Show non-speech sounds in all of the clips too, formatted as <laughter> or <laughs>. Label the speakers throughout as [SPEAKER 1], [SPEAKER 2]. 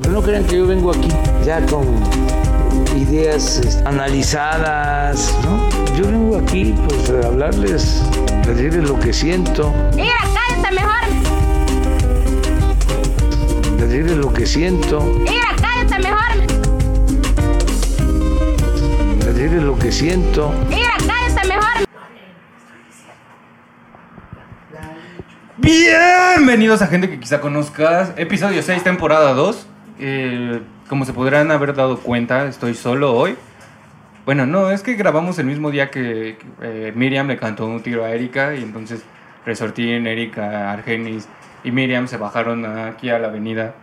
[SPEAKER 1] Pero no crean que yo vengo aquí ya con ideas este, analizadas, ¿no? Yo vengo aquí pues a hablarles, a decirles lo que siento,
[SPEAKER 2] Mira, cállate mejor.
[SPEAKER 1] a decirles lo que siento,
[SPEAKER 2] Mira, cállate mejor.
[SPEAKER 1] a decirles lo que siento.
[SPEAKER 2] Mira, cállate mejor.
[SPEAKER 3] Bienvenidos a gente que quizá conozcas. Episodio 6, temporada 2. Eh, como se podrán haber dado cuenta, estoy solo hoy. Bueno, no, es que grabamos el mismo día que eh, Miriam le cantó un tiro a Erika y entonces Resortín, Erika, Argenis y Miriam se bajaron aquí a la avenida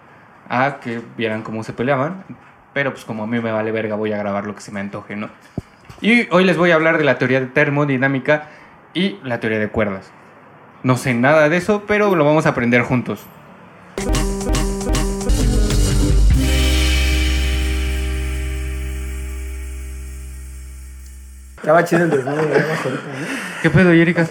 [SPEAKER 3] a que vieran cómo se peleaban. Pero pues como a mí me vale verga, voy a grabar lo que se me antoje, ¿no? Y hoy les voy a hablar de la teoría de termodinámica y la teoría de cuerdas. No sé nada de eso, pero lo vamos a aprender juntos.
[SPEAKER 4] Estaba chido el desnudo, digamos, ahorita, ¿no?
[SPEAKER 3] ¿Qué pedo, Erika?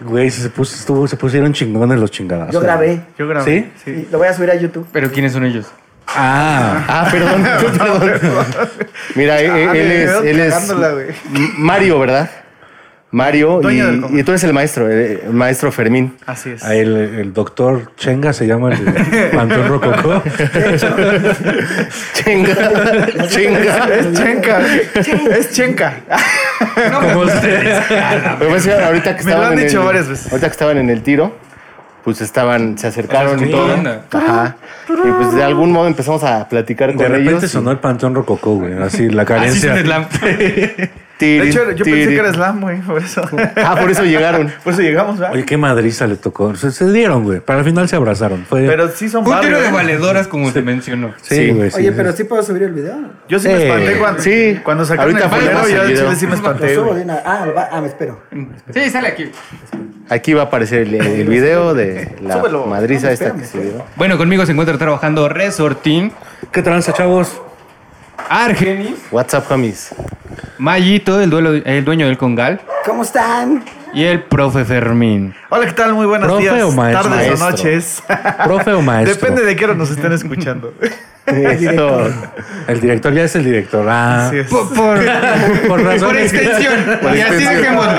[SPEAKER 5] Güey, se, puso, estuvo, se pusieron chingones los chingadas.
[SPEAKER 4] Yo grabé.
[SPEAKER 3] Yo grabé.
[SPEAKER 5] ¿Sí?
[SPEAKER 4] Y lo voy a subir a YouTube.
[SPEAKER 3] Pero ¿quiénes son ellos?
[SPEAKER 5] Ah, ah, perdón. perdón. Mira, eh, eh, él es, él es
[SPEAKER 6] cagándola, güey.
[SPEAKER 5] M- Mario, ¿verdad? Mario y,
[SPEAKER 6] Dueño del combo.
[SPEAKER 5] y tú eres el maestro, eh, el, maestro Fermín. <laughs>
[SPEAKER 6] Así es.
[SPEAKER 7] Ah, El, el doctor Chenga se llama el Pantón Rococó.
[SPEAKER 6] <laughs>
[SPEAKER 5] Chinga, chinga.
[SPEAKER 6] Es chenca. <laughs> Es chenca.
[SPEAKER 7] Como ustedes.
[SPEAKER 5] Pero ves que ahorita que
[SPEAKER 6] Me lo
[SPEAKER 5] estaban
[SPEAKER 6] han
[SPEAKER 5] en
[SPEAKER 6] dicho
[SPEAKER 5] el,
[SPEAKER 6] varias veces.
[SPEAKER 5] Ahorita que estaban en el tiro, pues estaban, se acercaron
[SPEAKER 3] Sí.
[SPEAKER 5] y todo.
[SPEAKER 3] Onda.
[SPEAKER 5] Ajá. Y pues de algún modo empezamos a platicar con
[SPEAKER 7] De repente
[SPEAKER 5] ellos.
[SPEAKER 7] sonó el Pantón Rococó, güey. Así la
[SPEAKER 3] Así
[SPEAKER 7] carencia.
[SPEAKER 3] son slam.
[SPEAKER 6] De hecho, yo pensé que era slam, güey. Por eso. Pues
[SPEAKER 5] Ah, por eso
[SPEAKER 6] <laughs>
[SPEAKER 5] llegaron.
[SPEAKER 6] Por eso llegamos, ¿verdad?
[SPEAKER 7] Oye, qué madriza le tocó. Se, se dieron, güey. Para el final se abrazaron. Fue-
[SPEAKER 6] Pero sí son
[SPEAKER 3] Un tiro
[SPEAKER 6] barrio,
[SPEAKER 3] de
[SPEAKER 6] ¿eh?
[SPEAKER 3] valedoras, como se mencionó.
[SPEAKER 7] sí, güey. sí,
[SPEAKER 4] Oye,
[SPEAKER 7] sí.
[SPEAKER 4] pero sí puedo subir el video.
[SPEAKER 6] Yo sí me
[SPEAKER 5] Sí.
[SPEAKER 6] espanté cuando,
[SPEAKER 5] Sí.
[SPEAKER 6] cuando sacaron
[SPEAKER 5] Ahorita
[SPEAKER 6] el primero.
[SPEAKER 5] ponemos
[SPEAKER 6] Yo
[SPEAKER 5] el
[SPEAKER 6] en
[SPEAKER 5] video.
[SPEAKER 6] Chile sí me
[SPEAKER 4] Lo
[SPEAKER 6] espanté,
[SPEAKER 4] subo
[SPEAKER 6] güey.
[SPEAKER 4] de una- Ah, lo va- ah, me espero.
[SPEAKER 3] Sí, sale aquí.
[SPEAKER 5] Aquí va a aparecer el, el video de la
[SPEAKER 6] Súbelo.
[SPEAKER 5] madriza
[SPEAKER 4] No,
[SPEAKER 5] esta
[SPEAKER 4] espérame,
[SPEAKER 5] que se dio.
[SPEAKER 3] Bueno, conmigo se encuentra trabajando Resortín,
[SPEAKER 7] ¿Qué tranza, chavos?
[SPEAKER 3] Argenis,
[SPEAKER 5] WhatsApp, homies.
[SPEAKER 6] <laughs>
[SPEAKER 3] Mayito, el, duelo, el dueño del Congal,
[SPEAKER 4] ¿Cómo están?
[SPEAKER 3] y el profe Fermín.
[SPEAKER 6] Hola, ¿qué tal? Muy buenos
[SPEAKER 7] ¿Profe
[SPEAKER 6] días,
[SPEAKER 7] o maestro?
[SPEAKER 6] tardes o
[SPEAKER 5] Maestro.
[SPEAKER 6] noches.
[SPEAKER 7] ¿Profe o maestro?
[SPEAKER 6] <laughs>
[SPEAKER 7] Ah.
[SPEAKER 6] Depende de qué hora nos estén escuchando.
[SPEAKER 7] <laughs>
[SPEAKER 5] Esto,
[SPEAKER 7] El director ya es el director. Ah,
[SPEAKER 6] Así es.
[SPEAKER 3] Por, por,
[SPEAKER 7] por razón.
[SPEAKER 3] por
[SPEAKER 5] <laughs>
[SPEAKER 3] extensión. y así
[SPEAKER 5] extensión.
[SPEAKER 3] dejémoslo.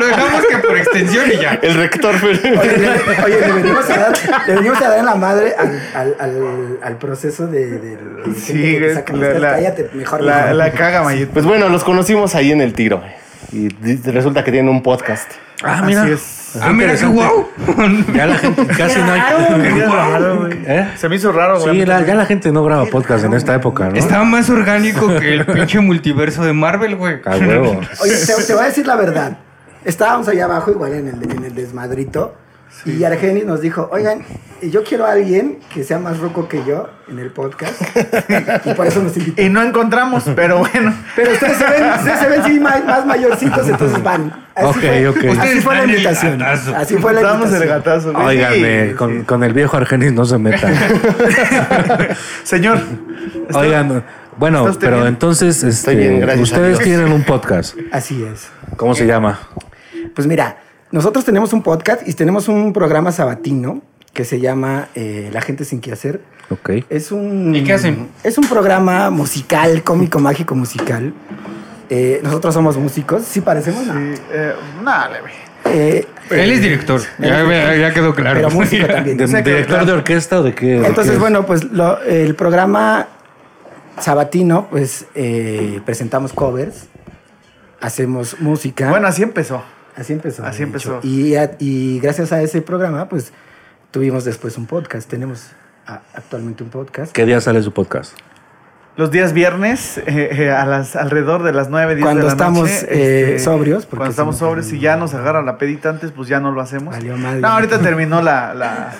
[SPEAKER 3] Lo dejamos que por extensión y ya.
[SPEAKER 5] <laughs> el rector.
[SPEAKER 4] Oye, le- oye, le venimos a
[SPEAKER 6] <laughs>
[SPEAKER 4] dar, le venimos a dar en la madre al, al, al, al proceso de, de, de gente
[SPEAKER 6] Sí,
[SPEAKER 4] que
[SPEAKER 6] güey.
[SPEAKER 4] saca
[SPEAKER 6] La,
[SPEAKER 4] listas.
[SPEAKER 6] la-
[SPEAKER 4] Cállate, mejor.
[SPEAKER 6] la,
[SPEAKER 4] mejor.
[SPEAKER 6] la caga, Mayito.
[SPEAKER 5] Pues bueno, los conocimos ahí en el tiro. Y di- resulta que tienen un podcast.
[SPEAKER 7] Ah, mira.
[SPEAKER 6] Así es.
[SPEAKER 3] Ah, mira qué guau.
[SPEAKER 7] Ya la gente casi no <laughs>
[SPEAKER 6] Se me
[SPEAKER 7] hay.
[SPEAKER 6] hizo raro, güey.
[SPEAKER 7] ¿Eh?
[SPEAKER 6] Se me hizo raro, güey.
[SPEAKER 7] Sí, la- ya la gente no graba podcast en esta época, ¿no?
[SPEAKER 3] Estaba más orgánico que el pinche multiverso de Marvel, güey.
[SPEAKER 7] A huevo.
[SPEAKER 4] Oye, te, te voy a decir
[SPEAKER 6] <laughs>
[SPEAKER 4] la verdad. Estábamos allá abajo, igual en el, en el desmadrito. Y Argenis nos dijo, oigan, yo quiero a alguien que sea más roco que yo en el podcast. y por eso nos invitó.
[SPEAKER 6] Y
[SPEAKER 7] <laughs>
[SPEAKER 6] no encontramos, pero bueno.
[SPEAKER 4] Pero ustedes se ven, ustedes se ven sí, ma- más, mayorcitos, entonces van.
[SPEAKER 7] Ok, ok.
[SPEAKER 4] Así
[SPEAKER 3] Ustedes
[SPEAKER 4] fue la
[SPEAKER 3] dan el
[SPEAKER 4] invitación.
[SPEAKER 3] gatazo.
[SPEAKER 4] Así fue la
[SPEAKER 6] Damos el
[SPEAKER 4] invitación.
[SPEAKER 6] gatazo. güey.
[SPEAKER 7] Óigame,
[SPEAKER 6] Sí.
[SPEAKER 7] con, con el viejo Argenis no se metan.
[SPEAKER 6] <laughs> Señor. está-
[SPEAKER 7] eh. Oigan, bueno,
[SPEAKER 6] ¿Está usted
[SPEAKER 7] pero
[SPEAKER 6] bien?
[SPEAKER 7] entonces este,
[SPEAKER 5] bien, gracias a
[SPEAKER 7] ustedes
[SPEAKER 5] Dios.
[SPEAKER 7] tienen un podcast.
[SPEAKER 4] Así es.
[SPEAKER 7] ¿Cómo se llama?
[SPEAKER 4] Pues mira, nosotros tenemos un podcast y tenemos un programa sabatino que se llama eh, La gente sin qué hacer.
[SPEAKER 7] Ok.
[SPEAKER 4] Es un.
[SPEAKER 3] ¿Y qué hacen?
[SPEAKER 4] Es un programa musical, cómico, mágico, musical. Eh, nosotros somos músicos, sí parecemos. No.
[SPEAKER 6] Sí, eh, Nada, güey.
[SPEAKER 4] Eh,
[SPEAKER 3] Él es director, ya, ya quedó claro.
[SPEAKER 4] Pero músico también.
[SPEAKER 7] ¿De, ¿Director de orquesta o de qué? de qué
[SPEAKER 4] Entonces,
[SPEAKER 7] es?
[SPEAKER 4] bueno, pues lo- el programa sabatino, pues eh, presentamos covers, hacemos música.
[SPEAKER 6] Bueno, así empezó.
[SPEAKER 4] así empezó.
[SPEAKER 6] así
[SPEAKER 4] de
[SPEAKER 6] empezó.
[SPEAKER 4] hecho. Y, a- y gracias a ese programa, pues tuvimos después un podcast. Tenemos a- actualmente un podcast.
[SPEAKER 7] ¿Qué día sale su podcast?
[SPEAKER 6] Los días viernes, <laughs> eh, eh, a las, alrededor de las 9, 10
[SPEAKER 4] Cuando
[SPEAKER 6] de la
[SPEAKER 4] estamos,
[SPEAKER 6] noche. este,
[SPEAKER 4] eh, sobrios, porque
[SPEAKER 6] Cuando estamos
[SPEAKER 4] si no,
[SPEAKER 6] sobrios y ya nos agarra la pedita antes, pues ya no lo hacemos.
[SPEAKER 4] Valió madre.
[SPEAKER 6] No, ahorita terminó la, la-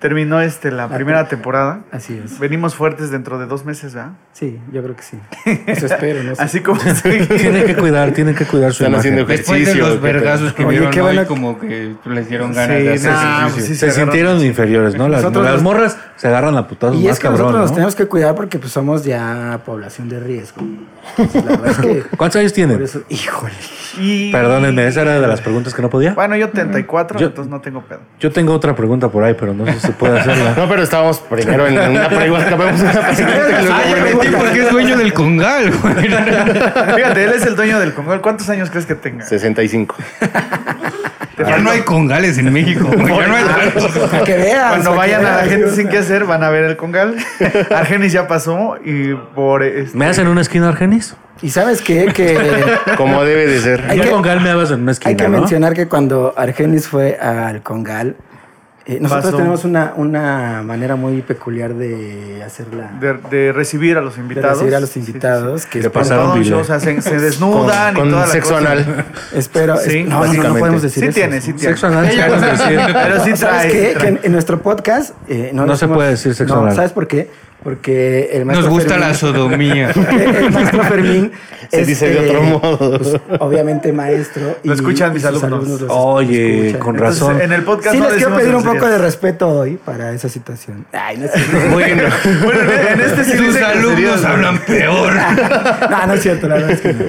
[SPEAKER 6] terminó este la primera temporada.
[SPEAKER 4] Así es.
[SPEAKER 6] Venimos fuertes dentro de dos meses, ¿verdad?
[SPEAKER 4] Sí, yo creo que
[SPEAKER 6] <laughs>
[SPEAKER 4] sí. Eso espero, no sé.
[SPEAKER 6] Así
[SPEAKER 4] <laughs>
[SPEAKER 6] como
[SPEAKER 7] Tienen que cuidar, tienen que cuidar su
[SPEAKER 5] Están
[SPEAKER 7] imagen.
[SPEAKER 5] haciendo-
[SPEAKER 3] Después de
[SPEAKER 5] Ejercicio,
[SPEAKER 3] los
[SPEAKER 5] qué pedo.
[SPEAKER 3] vergazos que
[SPEAKER 4] Oye,
[SPEAKER 3] vieron
[SPEAKER 4] qué
[SPEAKER 3] hoy,
[SPEAKER 4] buena-
[SPEAKER 3] como que les dieron ganas de hacer
[SPEAKER 6] nah,
[SPEAKER 3] ejercicio.
[SPEAKER 6] pues sí
[SPEAKER 7] Se
[SPEAKER 6] agarraron.
[SPEAKER 7] sintieron inferiores, ¿no? Las,
[SPEAKER 4] Nosotros
[SPEAKER 7] las
[SPEAKER 4] los-
[SPEAKER 7] morras se agarran a putazos
[SPEAKER 4] Y
[SPEAKER 7] más
[SPEAKER 4] es que
[SPEAKER 7] cabrón,
[SPEAKER 4] nosotros nos
[SPEAKER 7] ¿no?
[SPEAKER 4] tenemos que cuidar porque pues somos ya población de riesgo. Entonces, la verdad es
[SPEAKER 6] <laughs>
[SPEAKER 4] que
[SPEAKER 7] ¿Cuántos años
[SPEAKER 4] por
[SPEAKER 7] tienen?
[SPEAKER 4] eso, híjole.
[SPEAKER 6] Y-
[SPEAKER 7] Perdónenme, esa era de las preguntas que no podía.
[SPEAKER 6] Bueno, yo 34,
[SPEAKER 7] Yo-
[SPEAKER 6] entonces no tengo pedo. <laughs>
[SPEAKER 7] Yo tengo otra pregunta por ahí, pero no sé si se puede
[SPEAKER 4] <laughs>
[SPEAKER 7] hacerla.
[SPEAKER 5] No, pero estábamos primero en una pregunta. Acabamos una pregunta.
[SPEAKER 3] Ah, ya metí porque es dueño del Congal, güey.
[SPEAKER 6] Fíjate, él es el dueño del Congo. ¿Cuántos años crees que tenga?
[SPEAKER 5] 65.
[SPEAKER 3] Ya no hay Congales en México, güey. Ya no hay tantos.
[SPEAKER 4] Para que veas.
[SPEAKER 6] Cuando
[SPEAKER 4] para que
[SPEAKER 6] vayan a la
[SPEAKER 4] veas.
[SPEAKER 6] gente sin qué hacer, van a ver
[SPEAKER 4] <laughs>
[SPEAKER 6] el Congal. Argenis ya pasó y por... este-
[SPEAKER 7] ¿Me hacen una esquina, Argenis?
[SPEAKER 4] Y sabes qué?
[SPEAKER 6] <laughs>
[SPEAKER 4] Que
[SPEAKER 5] Como debe de ser.
[SPEAKER 4] Hay
[SPEAKER 7] Yo
[SPEAKER 4] que-
[SPEAKER 7] con Gal me dabas en una esquina,
[SPEAKER 4] hay que
[SPEAKER 7] ¿no?
[SPEAKER 4] mencionar que cuando Argenis fue al Congal, eh, nosotros
[SPEAKER 6] Pasó.
[SPEAKER 4] tenemos una, una manera muy peculiar de hacerla.
[SPEAKER 6] De, de recibir a los
[SPEAKER 4] de
[SPEAKER 6] invitados.
[SPEAKER 4] recibir a los
[SPEAKER 6] Sí, sí, sí.
[SPEAKER 4] invitados que
[SPEAKER 7] Le
[SPEAKER 4] espero,
[SPEAKER 7] pasa- Pasaron
[SPEAKER 6] Todo un show,
[SPEAKER 7] video.
[SPEAKER 6] o sea,
[SPEAKER 4] <laughs>
[SPEAKER 6] se, se
[SPEAKER 5] Con,
[SPEAKER 6] desnudan y toda
[SPEAKER 5] con
[SPEAKER 6] la
[SPEAKER 5] sexo
[SPEAKER 6] cosa.
[SPEAKER 5] anal.
[SPEAKER 4] espero-
[SPEAKER 6] Sí,
[SPEAKER 4] es- no, no, no,
[SPEAKER 5] básicamente.
[SPEAKER 4] podemos decir
[SPEAKER 6] Sí
[SPEAKER 4] eso.
[SPEAKER 6] tiene, sí tiene.
[SPEAKER 7] Sexo <laughs> anal, queremos decir.
[SPEAKER 6] <laughs> Pero sí
[SPEAKER 4] ¿Sabes
[SPEAKER 6] trae.
[SPEAKER 4] qué?
[SPEAKER 6] sí trae.
[SPEAKER 4] Que en, en nuestro podcast eh,
[SPEAKER 7] No se
[SPEAKER 4] decimos-
[SPEAKER 7] puede decir sexo
[SPEAKER 4] No,
[SPEAKER 7] anal.
[SPEAKER 4] ¿sabes por qué? Porque el
[SPEAKER 3] Nos
[SPEAKER 4] maestro
[SPEAKER 3] gusta
[SPEAKER 4] Fermín-
[SPEAKER 3] la sodomía.
[SPEAKER 4] <laughs> el maestro
[SPEAKER 7] <laughs>
[SPEAKER 4] Fermín
[SPEAKER 5] Se dice de otro modo.
[SPEAKER 4] pues, obviamente maestro.
[SPEAKER 6] Lo escuchan mis
[SPEAKER 4] sus
[SPEAKER 6] alumnos.
[SPEAKER 4] los
[SPEAKER 7] Oye,
[SPEAKER 4] escuchan.
[SPEAKER 7] con
[SPEAKER 4] Entonces,
[SPEAKER 7] razón.
[SPEAKER 6] Entonces, en el podcast
[SPEAKER 4] Sí,
[SPEAKER 6] no
[SPEAKER 4] les quiero
[SPEAKER 6] decimos
[SPEAKER 4] pedir un
[SPEAKER 6] groserías.
[SPEAKER 4] poco de respeto hoy para esa situación. Ay, no es cierto.
[SPEAKER 5] Bueno,
[SPEAKER 6] Bueno, en en este sí
[SPEAKER 3] <laughs> Sus
[SPEAKER 6] dice groserías,
[SPEAKER 3] alumnos
[SPEAKER 6] güey.
[SPEAKER 3] hablan peor.
[SPEAKER 4] no, no es cierto, la verdad es que
[SPEAKER 6] <laughs>
[SPEAKER 4] no.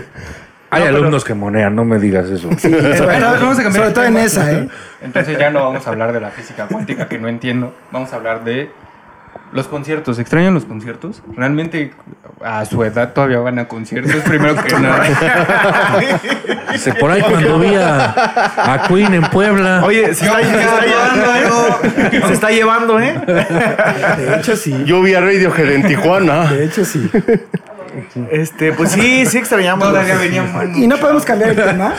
[SPEAKER 7] Hay alumnos que monean, no me digas eso.
[SPEAKER 4] Sí, sobre,
[SPEAKER 3] Entonces,
[SPEAKER 4] todo,
[SPEAKER 3] vamos a cambiar
[SPEAKER 4] sobre
[SPEAKER 3] el
[SPEAKER 4] todo en
[SPEAKER 3] tema.
[SPEAKER 4] esa, ¿eh?
[SPEAKER 3] Entonces ya no vamos a hablar de la física cuántica que no entiendo. Vamos a hablar de los conciertos. ¿Extrañan los conciertos? Realmente a su edad todavía van a conciertos primero <laughs> que nada.
[SPEAKER 7] Dice, por ahí cuando vi a, a Queen en Puebla.
[SPEAKER 6] Oye, se está, se está llevando, se está llevando, ¿eh?
[SPEAKER 4] De hecho, sí.
[SPEAKER 5] yo vi a Radiohead en Tijuana.
[SPEAKER 4] De hecho, sí.
[SPEAKER 6] Este, pues sí, sí extrañamos.
[SPEAKER 3] Todavía
[SPEAKER 6] los-
[SPEAKER 3] venían manos.
[SPEAKER 4] Y no podemos cambiar el tema,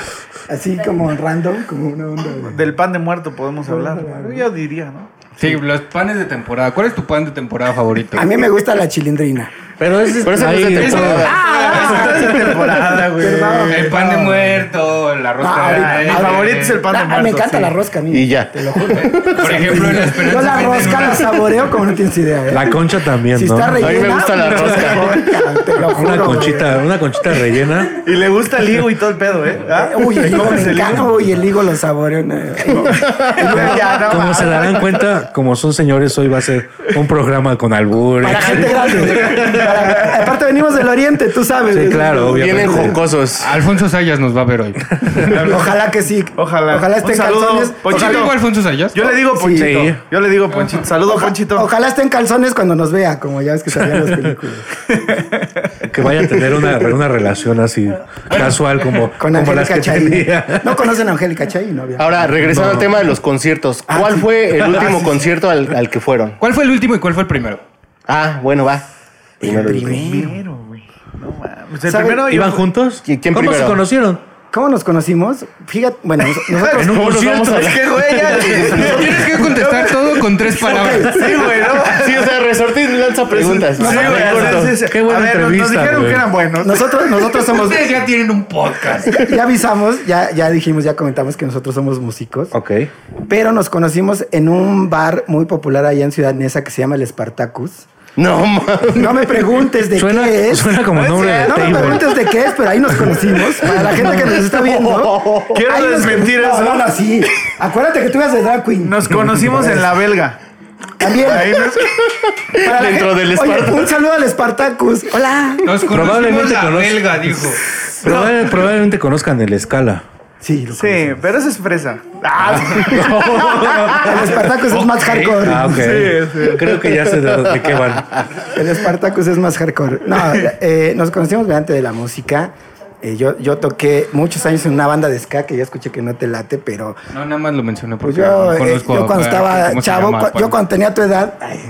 [SPEAKER 4] así como random, como una onda. de-
[SPEAKER 6] Del pan de muerto podemos hablar. Yo diría, ¿no?
[SPEAKER 3] Sí, los panes de temporada. ¿Cuál es tu pan de temporada favorito?
[SPEAKER 4] A mí me gusta la chilindrina.
[SPEAKER 7] pero ese
[SPEAKER 5] Pero ese no es de
[SPEAKER 7] ahí-
[SPEAKER 5] temporada.
[SPEAKER 6] Esa temporada, güey.
[SPEAKER 4] Perdón.
[SPEAKER 3] El pan de muerto, la
[SPEAKER 4] No,
[SPEAKER 3] rosca.
[SPEAKER 4] Ah, ahorita-
[SPEAKER 3] de
[SPEAKER 6] Mi
[SPEAKER 4] ahorita-
[SPEAKER 6] favorito es el pan de
[SPEAKER 4] Ah,
[SPEAKER 6] muerto.
[SPEAKER 4] Me encanta
[SPEAKER 6] sí.
[SPEAKER 4] la rosca, a mí.
[SPEAKER 5] Y ya.
[SPEAKER 4] Te lo juro.
[SPEAKER 3] Por ejemplo, en la
[SPEAKER 4] Yo
[SPEAKER 3] esperanza.
[SPEAKER 4] la rosca la saboreo como no tienes idea, ¿eh?
[SPEAKER 7] La concha también,
[SPEAKER 4] si
[SPEAKER 7] ¿no?
[SPEAKER 4] está rellena.
[SPEAKER 5] A mí me gusta la rosca.
[SPEAKER 4] Te lo juro,
[SPEAKER 7] Una
[SPEAKER 4] güey.
[SPEAKER 7] conchita, una conchita rellena.
[SPEAKER 6] Y le gusta el higo y todo el pedo, ¿eh? ¿Ah?
[SPEAKER 4] Uy, el higo
[SPEAKER 6] ¿Cómo
[SPEAKER 4] me
[SPEAKER 6] se le-
[SPEAKER 4] encanta. Uy, el higo lo saboreo. no, eh.
[SPEAKER 6] Ya, no,
[SPEAKER 7] Como se darán cuenta, como son señores, hoy va a ser un programa con albures.
[SPEAKER 4] Para gente grande. Para- <laughs> aparte venimos del oriente, tú sabes.
[SPEAKER 7] Sí, claro, obviamente.
[SPEAKER 5] Vienen jocosos.
[SPEAKER 3] Alfonso Sayas nos va a ver hoy.
[SPEAKER 4] Ojalá que sí.
[SPEAKER 6] Ojalá.
[SPEAKER 4] Ojalá estén
[SPEAKER 6] Un saludo,
[SPEAKER 4] calzones.
[SPEAKER 6] Ponchito.
[SPEAKER 3] ¿Sí
[SPEAKER 4] Ojalá-
[SPEAKER 3] tengo a Alfonso Sayas?
[SPEAKER 6] Yo le digo Ponchito.
[SPEAKER 7] Sí.
[SPEAKER 6] Yo le digo Ponchito. Saludo, Ponchito.
[SPEAKER 4] Ojalá esté en calzones cuando nos vea, como ya ves que salían las películas.
[SPEAKER 7] <laughs> Que vaya a tener una, una relación así casual como,
[SPEAKER 4] <laughs> Con
[SPEAKER 7] como las
[SPEAKER 4] Angélica
[SPEAKER 7] que
[SPEAKER 4] Chaí.
[SPEAKER 7] tenía.
[SPEAKER 4] No conocen a Angélica Chaí, no obviamente.
[SPEAKER 5] Ahora, regresando al tema de los conciertos. ¿Cuál fue el último concierto al, al que fueron?
[SPEAKER 3] ¿Cuál fue el último y cuál fue el primero?
[SPEAKER 5] Ah, bueno, va. Primero. yo creo.
[SPEAKER 6] Primero, güey. No mames. El
[SPEAKER 4] ¿Sabe-
[SPEAKER 6] primero
[SPEAKER 7] ¿Iban
[SPEAKER 6] yo-
[SPEAKER 7] juntos?
[SPEAKER 5] ¿Qui- quién
[SPEAKER 7] ¿Cómo se
[SPEAKER 5] primero?
[SPEAKER 7] conocieron?
[SPEAKER 4] ¿Cómo nos conocimos? Fíjate, bueno, nos- nosotros.
[SPEAKER 7] En un
[SPEAKER 5] ¿Cómo nos vamos
[SPEAKER 7] concierto.
[SPEAKER 5] a
[SPEAKER 6] <laughs> Es que, güey, ya.
[SPEAKER 3] Tienes que contestar todo con tres palabras.
[SPEAKER 6] Sí, güey, ¿no?
[SPEAKER 5] Sí, o sea, Resortes lanza preguntas.
[SPEAKER 6] Sí, güey. o sea, sí, sí.
[SPEAKER 7] Qué buena
[SPEAKER 6] a ver, nos- Nos
[SPEAKER 7] entrevista,
[SPEAKER 6] dijeron
[SPEAKER 7] güey.
[SPEAKER 6] que eran buenos.
[SPEAKER 4] Nosotros, nosotros somos.
[SPEAKER 3] Ustedes ya tienen un podcast.
[SPEAKER 4] Ya, ya avisamos, ya, ya dijimos, ya comentamos que nosotros somos músicos.
[SPEAKER 7] Ok.
[SPEAKER 4] Pero nos conocimos en un bar muy popular allá en Ciudad Neza que se llama el Spartacus.
[SPEAKER 5] No, mames.
[SPEAKER 4] No me preguntes de
[SPEAKER 7] Suena,
[SPEAKER 4] qué es.
[SPEAKER 7] suena como nombre de
[SPEAKER 4] no me
[SPEAKER 7] <laughs> table.
[SPEAKER 4] preguntes de qué es, pero ahí nos conocimos. Para la gente que nos está viendo.
[SPEAKER 6] Quiero
[SPEAKER 4] ahí nos-
[SPEAKER 6] desmentir
[SPEAKER 4] no,
[SPEAKER 6] eso.
[SPEAKER 4] No, no, sí. Acuérdate que tú ibas de drag queen.
[SPEAKER 6] Nos conocimos en la belga.
[SPEAKER 4] También.
[SPEAKER 6] Ahí nos-
[SPEAKER 4] Para la
[SPEAKER 5] Dentro
[SPEAKER 4] gente-
[SPEAKER 5] del
[SPEAKER 4] Oye,
[SPEAKER 5] Spartacus.
[SPEAKER 4] un saludo al Spartacus. Hola.
[SPEAKER 3] Nos conocimos
[SPEAKER 7] Probablemente
[SPEAKER 3] la
[SPEAKER 7] conozco.
[SPEAKER 3] belga, dijo.
[SPEAKER 7] Probable- Probablemente conozcan el escala.
[SPEAKER 4] Sí, lo
[SPEAKER 6] Sí, pero eso es fresa.
[SPEAKER 4] El Spartacus es más hardcore.
[SPEAKER 7] Ah, ok.
[SPEAKER 6] sí.
[SPEAKER 7] Creo que ya sé de, de qué van.
[SPEAKER 4] El Spartacus es más hardcore. No, eh, nos conocimos mediante de la música. Eh, yo, yo toqué muchos años en una banda de ska que ya escuché que no te late, pero
[SPEAKER 3] No, nada más lo mencioné
[SPEAKER 4] pues
[SPEAKER 3] porque
[SPEAKER 4] yo, eh,
[SPEAKER 3] conozco
[SPEAKER 4] yo
[SPEAKER 3] a-
[SPEAKER 4] cuando estaba
[SPEAKER 3] ¿cómo se
[SPEAKER 4] chavo,
[SPEAKER 3] llama?
[SPEAKER 4] cu- yo cuando tenía tu edad,
[SPEAKER 3] <laughs>
[SPEAKER 4] ay,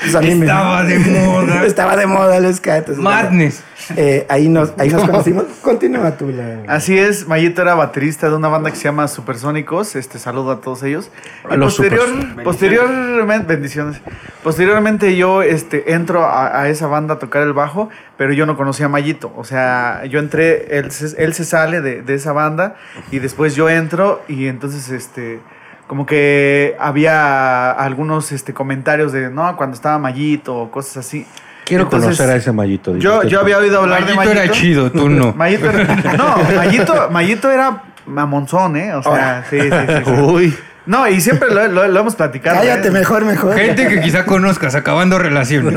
[SPEAKER 4] pues a mí me-
[SPEAKER 3] Estaba de moda.
[SPEAKER 4] <laughs> estaba de moda el ska. entonces,
[SPEAKER 3] Madness.
[SPEAKER 4] eh, ahí, nos, ahí nos conocimos. Continúa tú, la...
[SPEAKER 6] Así es, Mayito era baterista de una banda que se llama Supersónicos. Este saludo a todos ellos.
[SPEAKER 7] A
[SPEAKER 6] Y
[SPEAKER 7] los
[SPEAKER 6] posterior-
[SPEAKER 7] supers.
[SPEAKER 6] posteriormente, bendiciones. Posteriormente yo este, entro a, a esa banda a tocar el bajo, pero yo no conocía a Mayito. O sea, yo entré, él se, él se sale de, de esa banda y después yo entro y entonces este como que había algunos este, comentarios de no, cuando estaba Mayito o cosas así.
[SPEAKER 7] Quiero
[SPEAKER 6] Entonces,
[SPEAKER 7] conocer a ese mallito. dice
[SPEAKER 6] Yo,
[SPEAKER 7] usted.
[SPEAKER 6] yo había oído hablar de
[SPEAKER 3] Mayito
[SPEAKER 6] Mayito.
[SPEAKER 3] era chido, tú no.
[SPEAKER 6] Mayito
[SPEAKER 7] <laughs> Uh.
[SPEAKER 6] era- no, Mayito, Mayito era mamonzón, ¿eh? O sea, sí, sí, sí, sí.
[SPEAKER 5] Uy.
[SPEAKER 6] No, y siempre lo, lo- lo hemos platicado.
[SPEAKER 4] Cállate,
[SPEAKER 6] ¿eh?
[SPEAKER 4] mejor, mejor.
[SPEAKER 3] Gente que quizá conozcas acabando relaciones.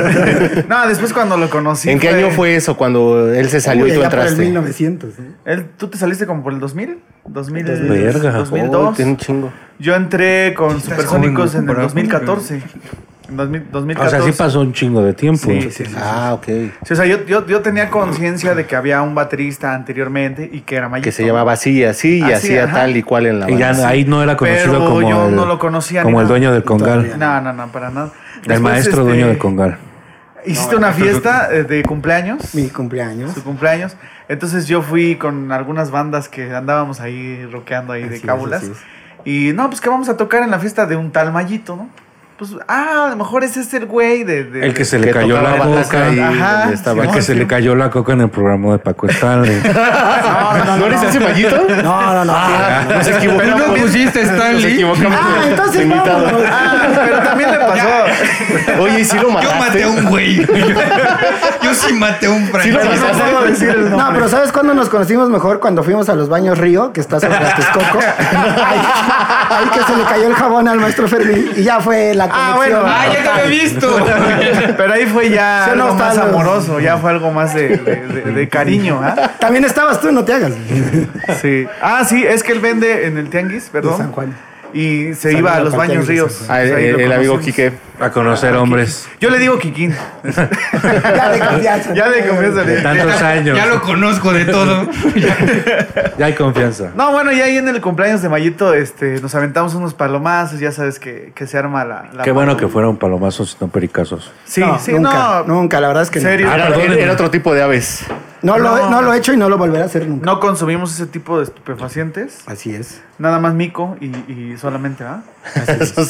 [SPEAKER 6] <laughs> No, después cuando lo conocí.
[SPEAKER 5] ¿En qué año fue eso cuando él se salió
[SPEAKER 4] Uy,
[SPEAKER 5] y tú
[SPEAKER 4] allá por el
[SPEAKER 5] entraste?
[SPEAKER 4] 1900. ¿eh?
[SPEAKER 6] Él- ¿Tú te saliste como por el 2000? 2000
[SPEAKER 7] Verga.
[SPEAKER 6] 2002.
[SPEAKER 5] Oh, tiene un chingo.
[SPEAKER 6] Yo entré con Supersónicos
[SPEAKER 3] joven,
[SPEAKER 6] en el
[SPEAKER 3] comparado
[SPEAKER 6] 2014. En 2000
[SPEAKER 7] O
[SPEAKER 6] 2014.
[SPEAKER 7] sea, sí pasó un chingo de tiempo.
[SPEAKER 6] Sí, sí, sí.
[SPEAKER 5] Ah, ok.
[SPEAKER 6] Sí, o sea, yo, yo, yo tenía conciencia de que había un baterista anteriormente y que era Mayito.
[SPEAKER 5] Que se llamaba así y así y
[SPEAKER 6] Así,
[SPEAKER 5] hacía
[SPEAKER 6] ajá.
[SPEAKER 5] tal y cual en la
[SPEAKER 7] Y ya
[SPEAKER 5] banda.
[SPEAKER 7] ahí no era conocido
[SPEAKER 6] Pero
[SPEAKER 7] como,
[SPEAKER 6] yo
[SPEAKER 7] el,
[SPEAKER 6] no lo conocía ni
[SPEAKER 7] como el
[SPEAKER 6] nada.
[SPEAKER 7] dueño del
[SPEAKER 4] Todavía.
[SPEAKER 7] Congal.
[SPEAKER 6] No, no, no, para nada.
[SPEAKER 7] El
[SPEAKER 6] Después,
[SPEAKER 7] maestro
[SPEAKER 6] este,
[SPEAKER 7] dueño del Congal.
[SPEAKER 6] Hiciste una fiesta eh, de cumpleaños.
[SPEAKER 4] Mi cumpleaños.
[SPEAKER 6] Su cumpleaños. Entonces yo fui con algunas bandas que andábamos ahí rockeando ahí de
[SPEAKER 4] Así es,
[SPEAKER 6] cábulas.
[SPEAKER 4] así es.
[SPEAKER 6] Y no, pues que vamos a tocar en la fiesta de un tal Mayito, ¿no? Pues, ah, a lo mejor ese es el güey de. de-
[SPEAKER 7] El que
[SPEAKER 6] de-
[SPEAKER 7] se le
[SPEAKER 5] que
[SPEAKER 7] cayó
[SPEAKER 5] tocaba
[SPEAKER 7] la
[SPEAKER 5] bajas
[SPEAKER 7] boca.
[SPEAKER 5] ahí
[SPEAKER 6] Ajá,
[SPEAKER 5] donde estaba.
[SPEAKER 7] El que se le cayó la coca en el programa de Paco Stanley.
[SPEAKER 6] No, no, no,
[SPEAKER 5] ¿No eres ese mallito?
[SPEAKER 4] No,
[SPEAKER 3] <laughs> Ah,
[SPEAKER 4] no, no.
[SPEAKER 5] Nos equivocamos.
[SPEAKER 3] <laughs> Pero pues, no pusiste Stanley.
[SPEAKER 5] Nos equivocamos.
[SPEAKER 4] Ah,
[SPEAKER 5] de
[SPEAKER 4] entonces
[SPEAKER 5] invitado.
[SPEAKER 4] vámonos.
[SPEAKER 6] Ah, pero también
[SPEAKER 4] <laughs>
[SPEAKER 6] le pasó.
[SPEAKER 5] Oye, ¿y si lo
[SPEAKER 3] Yo
[SPEAKER 5] mataste?
[SPEAKER 3] maté a un güey. Yo, <laughs> yo sí maté a un
[SPEAKER 5] lo
[SPEAKER 3] francés.
[SPEAKER 5] mataste.
[SPEAKER 6] puedo decir el
[SPEAKER 4] No, pero ¿sabes cuándo nos conocimos mejor? Cuando fuimos a los baños Río, que está sobre
[SPEAKER 3] <laughs>
[SPEAKER 4] Texcoco. Ahí, ahí que se le cayó el jabón al maestro Fermín y ya fue la conexión.
[SPEAKER 6] Ah, bueno.
[SPEAKER 3] Ah, ya te había visto.
[SPEAKER 6] Pero ahí fue ya
[SPEAKER 4] Sí, no,
[SPEAKER 6] algo
[SPEAKER 4] está
[SPEAKER 6] más
[SPEAKER 4] los-
[SPEAKER 6] amoroso, ya fue algo más de, de- de- de cariño, ¿ah?
[SPEAKER 4] También estabas tú, no te hagas.
[SPEAKER 6] Sí. Ah, sí, es que él vende en el Tianguis, perdón.
[SPEAKER 4] De San Juan.
[SPEAKER 6] Y se
[SPEAKER 4] Saludo
[SPEAKER 6] iba a los
[SPEAKER 4] para
[SPEAKER 6] baños
[SPEAKER 4] Tianguis de
[SPEAKER 6] ríos.
[SPEAKER 4] San
[SPEAKER 5] Ah,
[SPEAKER 6] Pues
[SPEAKER 5] el,
[SPEAKER 6] ahí lo
[SPEAKER 5] el amigo
[SPEAKER 6] conocimos.
[SPEAKER 5] Quique.
[SPEAKER 7] A conocer hombres
[SPEAKER 6] Yo le digo Kikín.
[SPEAKER 4] <laughs> Ya de <laughs> confianza.
[SPEAKER 6] Ya le confianza.
[SPEAKER 7] de
[SPEAKER 6] le-
[SPEAKER 7] tantos años.
[SPEAKER 3] Ya lo conozco de todo.
[SPEAKER 7] Ya hay confianza.
[SPEAKER 6] No, bueno, ya ahí en el cumpleaños de Mayito, este, nos aventamos unos palomazos, ya sabes que, que se arma la. la
[SPEAKER 7] Qué bueno
[SPEAKER 6] palo-
[SPEAKER 7] que fueron palomazos y no pericazos.
[SPEAKER 6] Sí,
[SPEAKER 4] no,
[SPEAKER 6] sí,
[SPEAKER 4] nunca,
[SPEAKER 6] no.
[SPEAKER 4] nunca, la verdad es que no.
[SPEAKER 6] Serio.
[SPEAKER 5] Ah, Era,
[SPEAKER 7] perdónenme.
[SPEAKER 5] era otro tipo de aves.
[SPEAKER 4] No, Lo,
[SPEAKER 6] No.
[SPEAKER 4] no lo he hecho y no lo volveré a hacer nunca.
[SPEAKER 6] No consumimos ese tipo de estupefacientes.
[SPEAKER 4] Así es.
[SPEAKER 6] Nada más mico y, y solamente, ¿ah?
[SPEAKER 5] <laughs>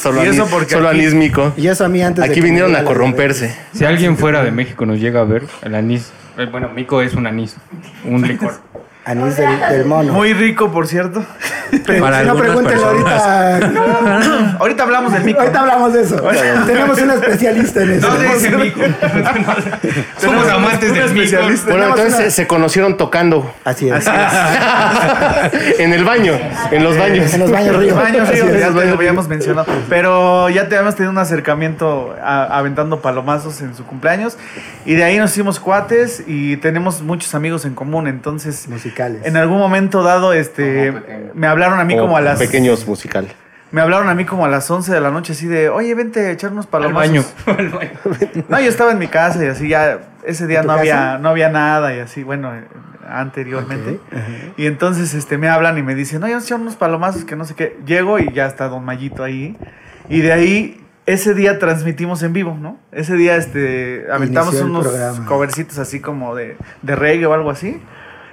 [SPEAKER 5] solo
[SPEAKER 6] Y
[SPEAKER 5] anís,
[SPEAKER 6] eso porque
[SPEAKER 5] solo
[SPEAKER 6] aquí-
[SPEAKER 5] anís mico.
[SPEAKER 4] Y eso a mí antes de que
[SPEAKER 5] Aquí vinieron
[SPEAKER 4] muriera
[SPEAKER 5] a
[SPEAKER 4] la
[SPEAKER 5] corromperse.
[SPEAKER 3] Si alguien fuera de México nos llega a ver, el anís. eh, Bueno, mico es un anís, <laughs> un licor.
[SPEAKER 4] bebé. Anís del, del mono.
[SPEAKER 6] Muy rico, por cierto.
[SPEAKER 4] Pero
[SPEAKER 7] Para
[SPEAKER 4] si no,
[SPEAKER 7] algunas
[SPEAKER 4] pregúntenle ahorita.
[SPEAKER 6] <laughs>
[SPEAKER 7] Ah.
[SPEAKER 6] Ahorita hablamos del mico.
[SPEAKER 4] Ahorita hablamos de eso. Tenemos un especialista en eso.
[SPEAKER 3] No se dice mico.
[SPEAKER 4] <laughs>
[SPEAKER 3] Somos amantes
[SPEAKER 6] de
[SPEAKER 3] del mico.
[SPEAKER 6] especialista.
[SPEAKER 5] Bueno,
[SPEAKER 4] Tenemos
[SPEAKER 5] entonces
[SPEAKER 4] una-
[SPEAKER 5] se- se conocieron tocando <laughs>
[SPEAKER 4] Así es.
[SPEAKER 5] en el baño, en los baños.
[SPEAKER 4] En los baños río.
[SPEAKER 6] Baños,
[SPEAKER 4] Así
[SPEAKER 6] sí,
[SPEAKER 4] es.
[SPEAKER 6] ya te lo habíamos mencionado. Pero ya te habíamos tenido un acercamiento a- aventando palomazos en su cumpleaños. Y de ahí nos hicimos cuates y tenemos muchos amigos en común. Entonces,
[SPEAKER 4] Musicales.
[SPEAKER 6] en algún momento dado, este, me hablaron a mí como a las.
[SPEAKER 5] Pequeños musical.
[SPEAKER 6] Me hablaron a mí como a las 11 de la noche, así de, oye, vente a echarnos
[SPEAKER 3] Al
[SPEAKER 6] palomazos.
[SPEAKER 3] baño. Al baño.
[SPEAKER 6] No, yo estaba en mi casa y así ya ese día
[SPEAKER 4] ¿En tu
[SPEAKER 6] no
[SPEAKER 4] casa?
[SPEAKER 6] había, no había nada y así, bueno, eh, anteriormente. Y entonces este me hablan y me dicen, "No, ya son unos palomazos que no sé qué." Llego y ya está Don Mayito ahí. Y de ahí ese día transmitimos en vivo, ¿no? Ese día este aventamos
[SPEAKER 4] Inició el
[SPEAKER 6] unos
[SPEAKER 4] programa.
[SPEAKER 6] covercitos así como de de reggae o algo así.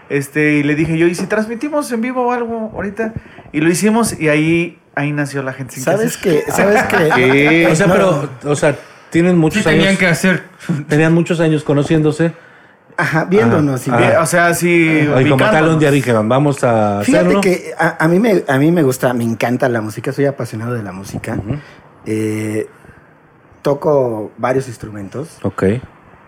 [SPEAKER 6] Este, y le dije yo, ¿y si transmitimos en vivo o algo ahorita? Y lo hicimos y ahí ahí nació la gente sin que
[SPEAKER 4] ¿Sabes
[SPEAKER 6] hacer.
[SPEAKER 4] qué? ¿Sabes qué?
[SPEAKER 5] Sí.
[SPEAKER 7] O sea, pero, o sea, tienen
[SPEAKER 3] ¿Qué
[SPEAKER 7] muchos
[SPEAKER 3] tenían
[SPEAKER 7] años.
[SPEAKER 3] que hacer?
[SPEAKER 7] Tenían muchos años conociéndose.
[SPEAKER 4] Ajá, viéndonos y
[SPEAKER 7] Ah,
[SPEAKER 4] viendo-
[SPEAKER 6] Bien, Eh, o sea, así
[SPEAKER 7] Y como tal, un día
[SPEAKER 6] ubicándonos.
[SPEAKER 7] dijeron, vamos a
[SPEAKER 4] Fíjate
[SPEAKER 7] hacerlo.
[SPEAKER 4] que a, a mí me, a mí me gusta, me encanta la música, soy apasionado de la música. Eh, toco varios instrumentos,
[SPEAKER 7] Ok.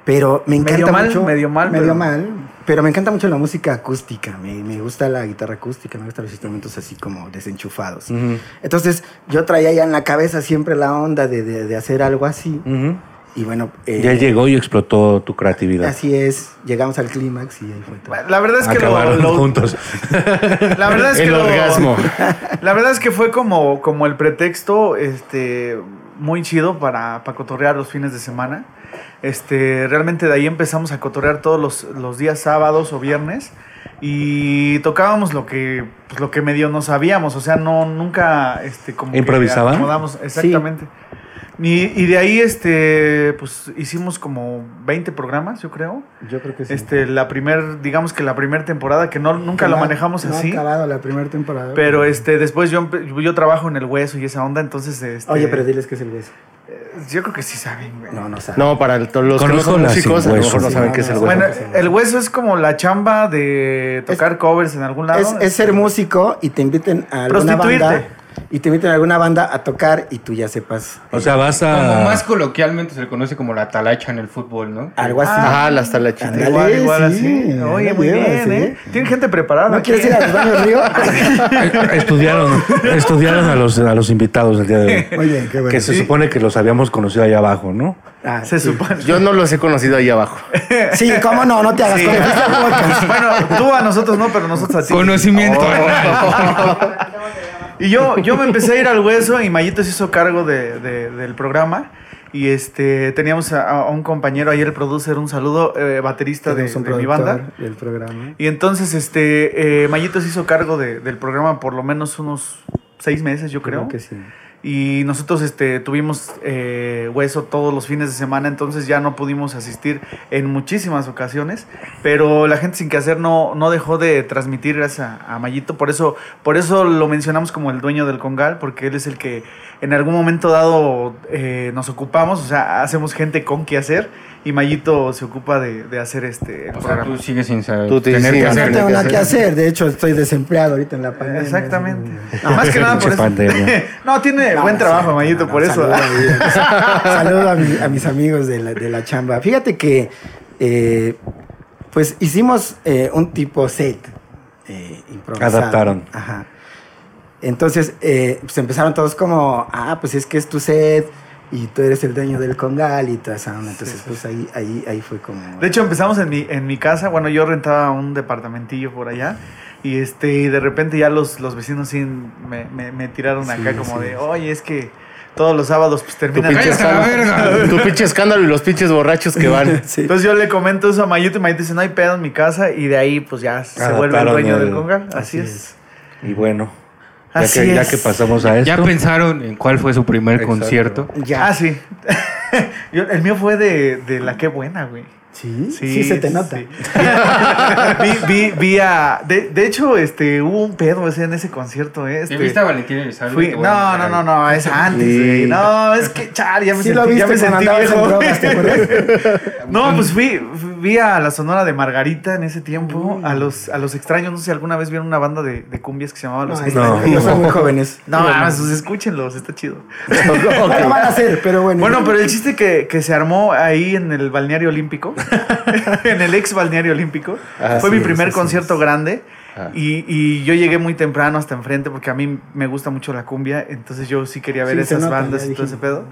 [SPEAKER 4] pero me encanta
[SPEAKER 6] Medio mal,
[SPEAKER 4] mucho.
[SPEAKER 6] medio mal,
[SPEAKER 4] Medio
[SPEAKER 6] pero-
[SPEAKER 4] mal. Pero me encanta mucho la música acústica. Me, me gusta la guitarra acústica, me gustan los instrumentos así como desenchufados.
[SPEAKER 7] Ujú,
[SPEAKER 4] Entonces, yo traía ya en la cabeza siempre la onda de, de- de hacer algo así.
[SPEAKER 7] ujú.
[SPEAKER 4] Y bueno, eh,
[SPEAKER 7] Ya llegó y explotó tu creatividad.
[SPEAKER 4] así es, llegamos al clímax y ahí fue todo.
[SPEAKER 6] La verdad es que lo,
[SPEAKER 7] Acabaron
[SPEAKER 6] lo-
[SPEAKER 7] juntos.
[SPEAKER 6] la
[SPEAKER 7] <laughs>
[SPEAKER 6] verdad es que
[SPEAKER 5] El
[SPEAKER 6] lo-
[SPEAKER 5] orgasmo.
[SPEAKER 6] <laughs> La verdad es que fue como, como el pretexto este, muy chido para, para cotorrear los fines de semana. Este, realmente de ahí empezamos a cotorrear todos los, los días sábados o viernes y tocábamos lo que pues, lo que medio no sabíamos, o sea, no nunca este como que
[SPEAKER 7] ¿Improvisaban?
[SPEAKER 6] acomodamos exactamente. Y, y de ahí este pues hicimos como 20 programas, yo creo.
[SPEAKER 4] Yo creo que
[SPEAKER 6] Este la primer, digamos que la primera temporada que no nunca lo
[SPEAKER 4] No-
[SPEAKER 6] manejamos
[SPEAKER 4] no ha
[SPEAKER 6] así.
[SPEAKER 4] acabado la primera temporada.
[SPEAKER 6] Pero este, después yo, empe- yo trabajo en el hueso y esa onda, entonces este,
[SPEAKER 4] Oye, pero diles que es el hueso.
[SPEAKER 6] yo creo que sí saben, güey.
[SPEAKER 4] No, no sabe.
[SPEAKER 5] No, para el- los que no
[SPEAKER 7] Conozco
[SPEAKER 5] son
[SPEAKER 7] la
[SPEAKER 5] músicos,
[SPEAKER 7] sin
[SPEAKER 5] a lo
[SPEAKER 7] hueso.
[SPEAKER 5] mejor no saben qué es el hueso.
[SPEAKER 6] bueno,
[SPEAKER 4] no sé.
[SPEAKER 6] el hueso es como la chamba de tocar covers en algún lado.
[SPEAKER 4] es, es ser músico y te inviten a alguna
[SPEAKER 6] Prostituirte.
[SPEAKER 4] banda. y te inviten a alguna banda a tocar y tú ya sepas
[SPEAKER 7] O sea, vas
[SPEAKER 3] Como
[SPEAKER 7] a.
[SPEAKER 3] más coloquialmente se le conoce como la talacha en el fútbol, ¿no?
[SPEAKER 4] algo así.
[SPEAKER 6] Ah,
[SPEAKER 5] Ajá, las talachitas.
[SPEAKER 4] Ándale,
[SPEAKER 6] igual, igual
[SPEAKER 4] sí,
[SPEAKER 6] así. Oye,
[SPEAKER 4] ándale,
[SPEAKER 6] muy bien,
[SPEAKER 4] sí.
[SPEAKER 6] ¿eh? Tienen gente preparada.
[SPEAKER 4] Ah, ¿No
[SPEAKER 6] aquí.
[SPEAKER 4] quieres ir a los baños río?
[SPEAKER 7] Estudiaron, estudiaron a los, a los invitados del día de
[SPEAKER 4] <laughs>
[SPEAKER 7] hoy.
[SPEAKER 4] Muy bien, qué bueno.
[SPEAKER 7] Que se supone que los habíamos conocido allá abajo, ¿no?
[SPEAKER 4] Ah,
[SPEAKER 6] Se
[SPEAKER 4] sí.
[SPEAKER 5] <laughs>
[SPEAKER 6] supone.
[SPEAKER 5] Yo no los he conocido ahí abajo.
[SPEAKER 4] Sí, cómo no, no te hagas como fuiste al <laughs> podcast.
[SPEAKER 6] bueno, tú a nosotros no, pero nosotros a ti.
[SPEAKER 3] Conocimiento.
[SPEAKER 6] Y yo, yo me empecé a ir al hueso y Mayito se hizo cargo de- de- del programa. Y este teníamos a, a un compañero ahí, el producer, un saludo, eh, baterista de,
[SPEAKER 4] Tenemos un
[SPEAKER 6] de mi
[SPEAKER 4] productor
[SPEAKER 6] banda.
[SPEAKER 4] del programa.
[SPEAKER 6] Y entonces, este, eh, Mayito se hizo cargo de- del programa por lo menos unos seis meses, yo creo.
[SPEAKER 4] que sí.
[SPEAKER 6] Y nosotros este, tuvimos eh, hueso todos los fines de semana, entonces ya no pudimos asistir en muchísimas ocasiones. Pero la gente sin que hacer no, no dejó de transmitir gracias a, a Mayito. Por eso, por eso lo mencionamos como el dueño del Congal, porque él es el que en algún momento dado eh, nos ocupamos, o sea, hacemos gente con que hacer. Y Mayito se ocupa de, de hacer este el
[SPEAKER 3] O sea,
[SPEAKER 6] programa.
[SPEAKER 3] tú sigues sin saber.
[SPEAKER 5] Tú te-
[SPEAKER 3] tener
[SPEAKER 5] sí,
[SPEAKER 3] que
[SPEAKER 5] no
[SPEAKER 4] No
[SPEAKER 3] hacer.
[SPEAKER 4] tengo nada que hacer, de hecho estoy desempleado ahorita en la pandemia.
[SPEAKER 7] <laughs>
[SPEAKER 6] Exactamente. Más que nada por
[SPEAKER 7] Pinche
[SPEAKER 6] eso.
[SPEAKER 7] pandemia.
[SPEAKER 6] <laughs> no, tiene
[SPEAKER 4] No,
[SPEAKER 6] buen
[SPEAKER 4] sí,
[SPEAKER 6] trabajo,
[SPEAKER 4] no,
[SPEAKER 6] Mayito,
[SPEAKER 4] no,
[SPEAKER 6] por eso.
[SPEAKER 4] Saludo,
[SPEAKER 6] <laughs>
[SPEAKER 4] a, saludo a mi- a mis amigos de la, de la chamba. Fíjate que, eh, pues hicimos eh, un tipo set eh, improvisado.
[SPEAKER 7] Adaptaron.
[SPEAKER 4] Ajá. Entonces, eh, pues empezaron todos como, ah, pues es que es tu set y tú eres el dueño del congal y toda esa onda. Entonces, pues ahí, ahí, ahí fue como.
[SPEAKER 6] De hecho, empezamos en mi, en mi casa. Bueno, yo rentaba un departamentillo por allá. Y este, y de repente ya los, los vecinos sí me, me- me tiraron acá como de, oye, es que todos los sábados pues
[SPEAKER 5] Tu
[SPEAKER 6] termina.
[SPEAKER 5] pinche
[SPEAKER 3] Cállate a la
[SPEAKER 5] escándalo.
[SPEAKER 3] verga.
[SPEAKER 5] Tu pinche escándalo y los pinches borrachos que van.
[SPEAKER 4] Sí.
[SPEAKER 6] Entonces yo le comento eso a Mayito y Mayito dice, no hay pedo en mi casa. Y de ahí pues ya se
[SPEAKER 7] Adaptaron
[SPEAKER 6] vuelve el dueño
[SPEAKER 7] el-
[SPEAKER 6] del congal. Así,
[SPEAKER 4] así
[SPEAKER 6] es.
[SPEAKER 4] es.
[SPEAKER 7] Y bueno, ya,
[SPEAKER 6] Así
[SPEAKER 7] que, ya
[SPEAKER 6] es.
[SPEAKER 7] que pasamos a esto.
[SPEAKER 3] Ya pensaron en cuál fue su primer concierto.
[SPEAKER 4] Ya.
[SPEAKER 6] Ah, sí. <laughs> Yo- el mío fue de, de la qué buena, güey.
[SPEAKER 4] ¿Sí? Sí, se te nota.
[SPEAKER 6] sí. vi, vi, vi a. De, de hecho, este, hubo un pedo ese, en ese concierto. eh, Este,
[SPEAKER 3] ¿Te viste a Valentín Elizalde?
[SPEAKER 6] Fui-
[SPEAKER 3] Te voy a
[SPEAKER 6] no, no,
[SPEAKER 3] invitar.
[SPEAKER 6] no, no, es antes,
[SPEAKER 5] Sí.
[SPEAKER 6] güey. No, es que, chal, ya me
[SPEAKER 4] Sí
[SPEAKER 6] sentí,
[SPEAKER 4] lo
[SPEAKER 6] ya
[SPEAKER 4] viste
[SPEAKER 6] me
[SPEAKER 4] cuando
[SPEAKER 6] sentí
[SPEAKER 4] andabas en
[SPEAKER 6] viejo.
[SPEAKER 4] drogas, ¿te acuerdas?
[SPEAKER 6] <laughs> No, pues fui, vi a la Sonora de Margarita en ese
[SPEAKER 4] Mm.
[SPEAKER 6] tiempo, a los, a los extraños, no sé si alguna vez vieron una banda de, de cumbias que se llamaba Los
[SPEAKER 4] No,
[SPEAKER 6] Extraños.
[SPEAKER 4] no, ellos son muy
[SPEAKER 6] <laughs>
[SPEAKER 4] jóvenes.
[SPEAKER 6] No, mames, pues escúchenlos, está chido.
[SPEAKER 4] No lo van a hacer, pero bueno.
[SPEAKER 6] Bueno, pero el chiste que, que se armó ahí en el
[SPEAKER 4] <laughs>
[SPEAKER 6] balneario olímpico, en el ex balneario olímpico,
[SPEAKER 5] Ah,
[SPEAKER 6] fue
[SPEAKER 5] sí,
[SPEAKER 6] mi primer
[SPEAKER 5] sí, sí,
[SPEAKER 6] concierto
[SPEAKER 5] sí.
[SPEAKER 6] grande
[SPEAKER 5] Ah.
[SPEAKER 6] y, y yo llegué muy temprano hasta enfrente porque a mí me gusta mucho la cumbia, entonces yo sí quería ver
[SPEAKER 4] Sí, se
[SPEAKER 6] esas
[SPEAKER 4] nota,
[SPEAKER 6] bandas
[SPEAKER 4] ya
[SPEAKER 6] y todo ese
[SPEAKER 4] dijimos.
[SPEAKER 6] pedo.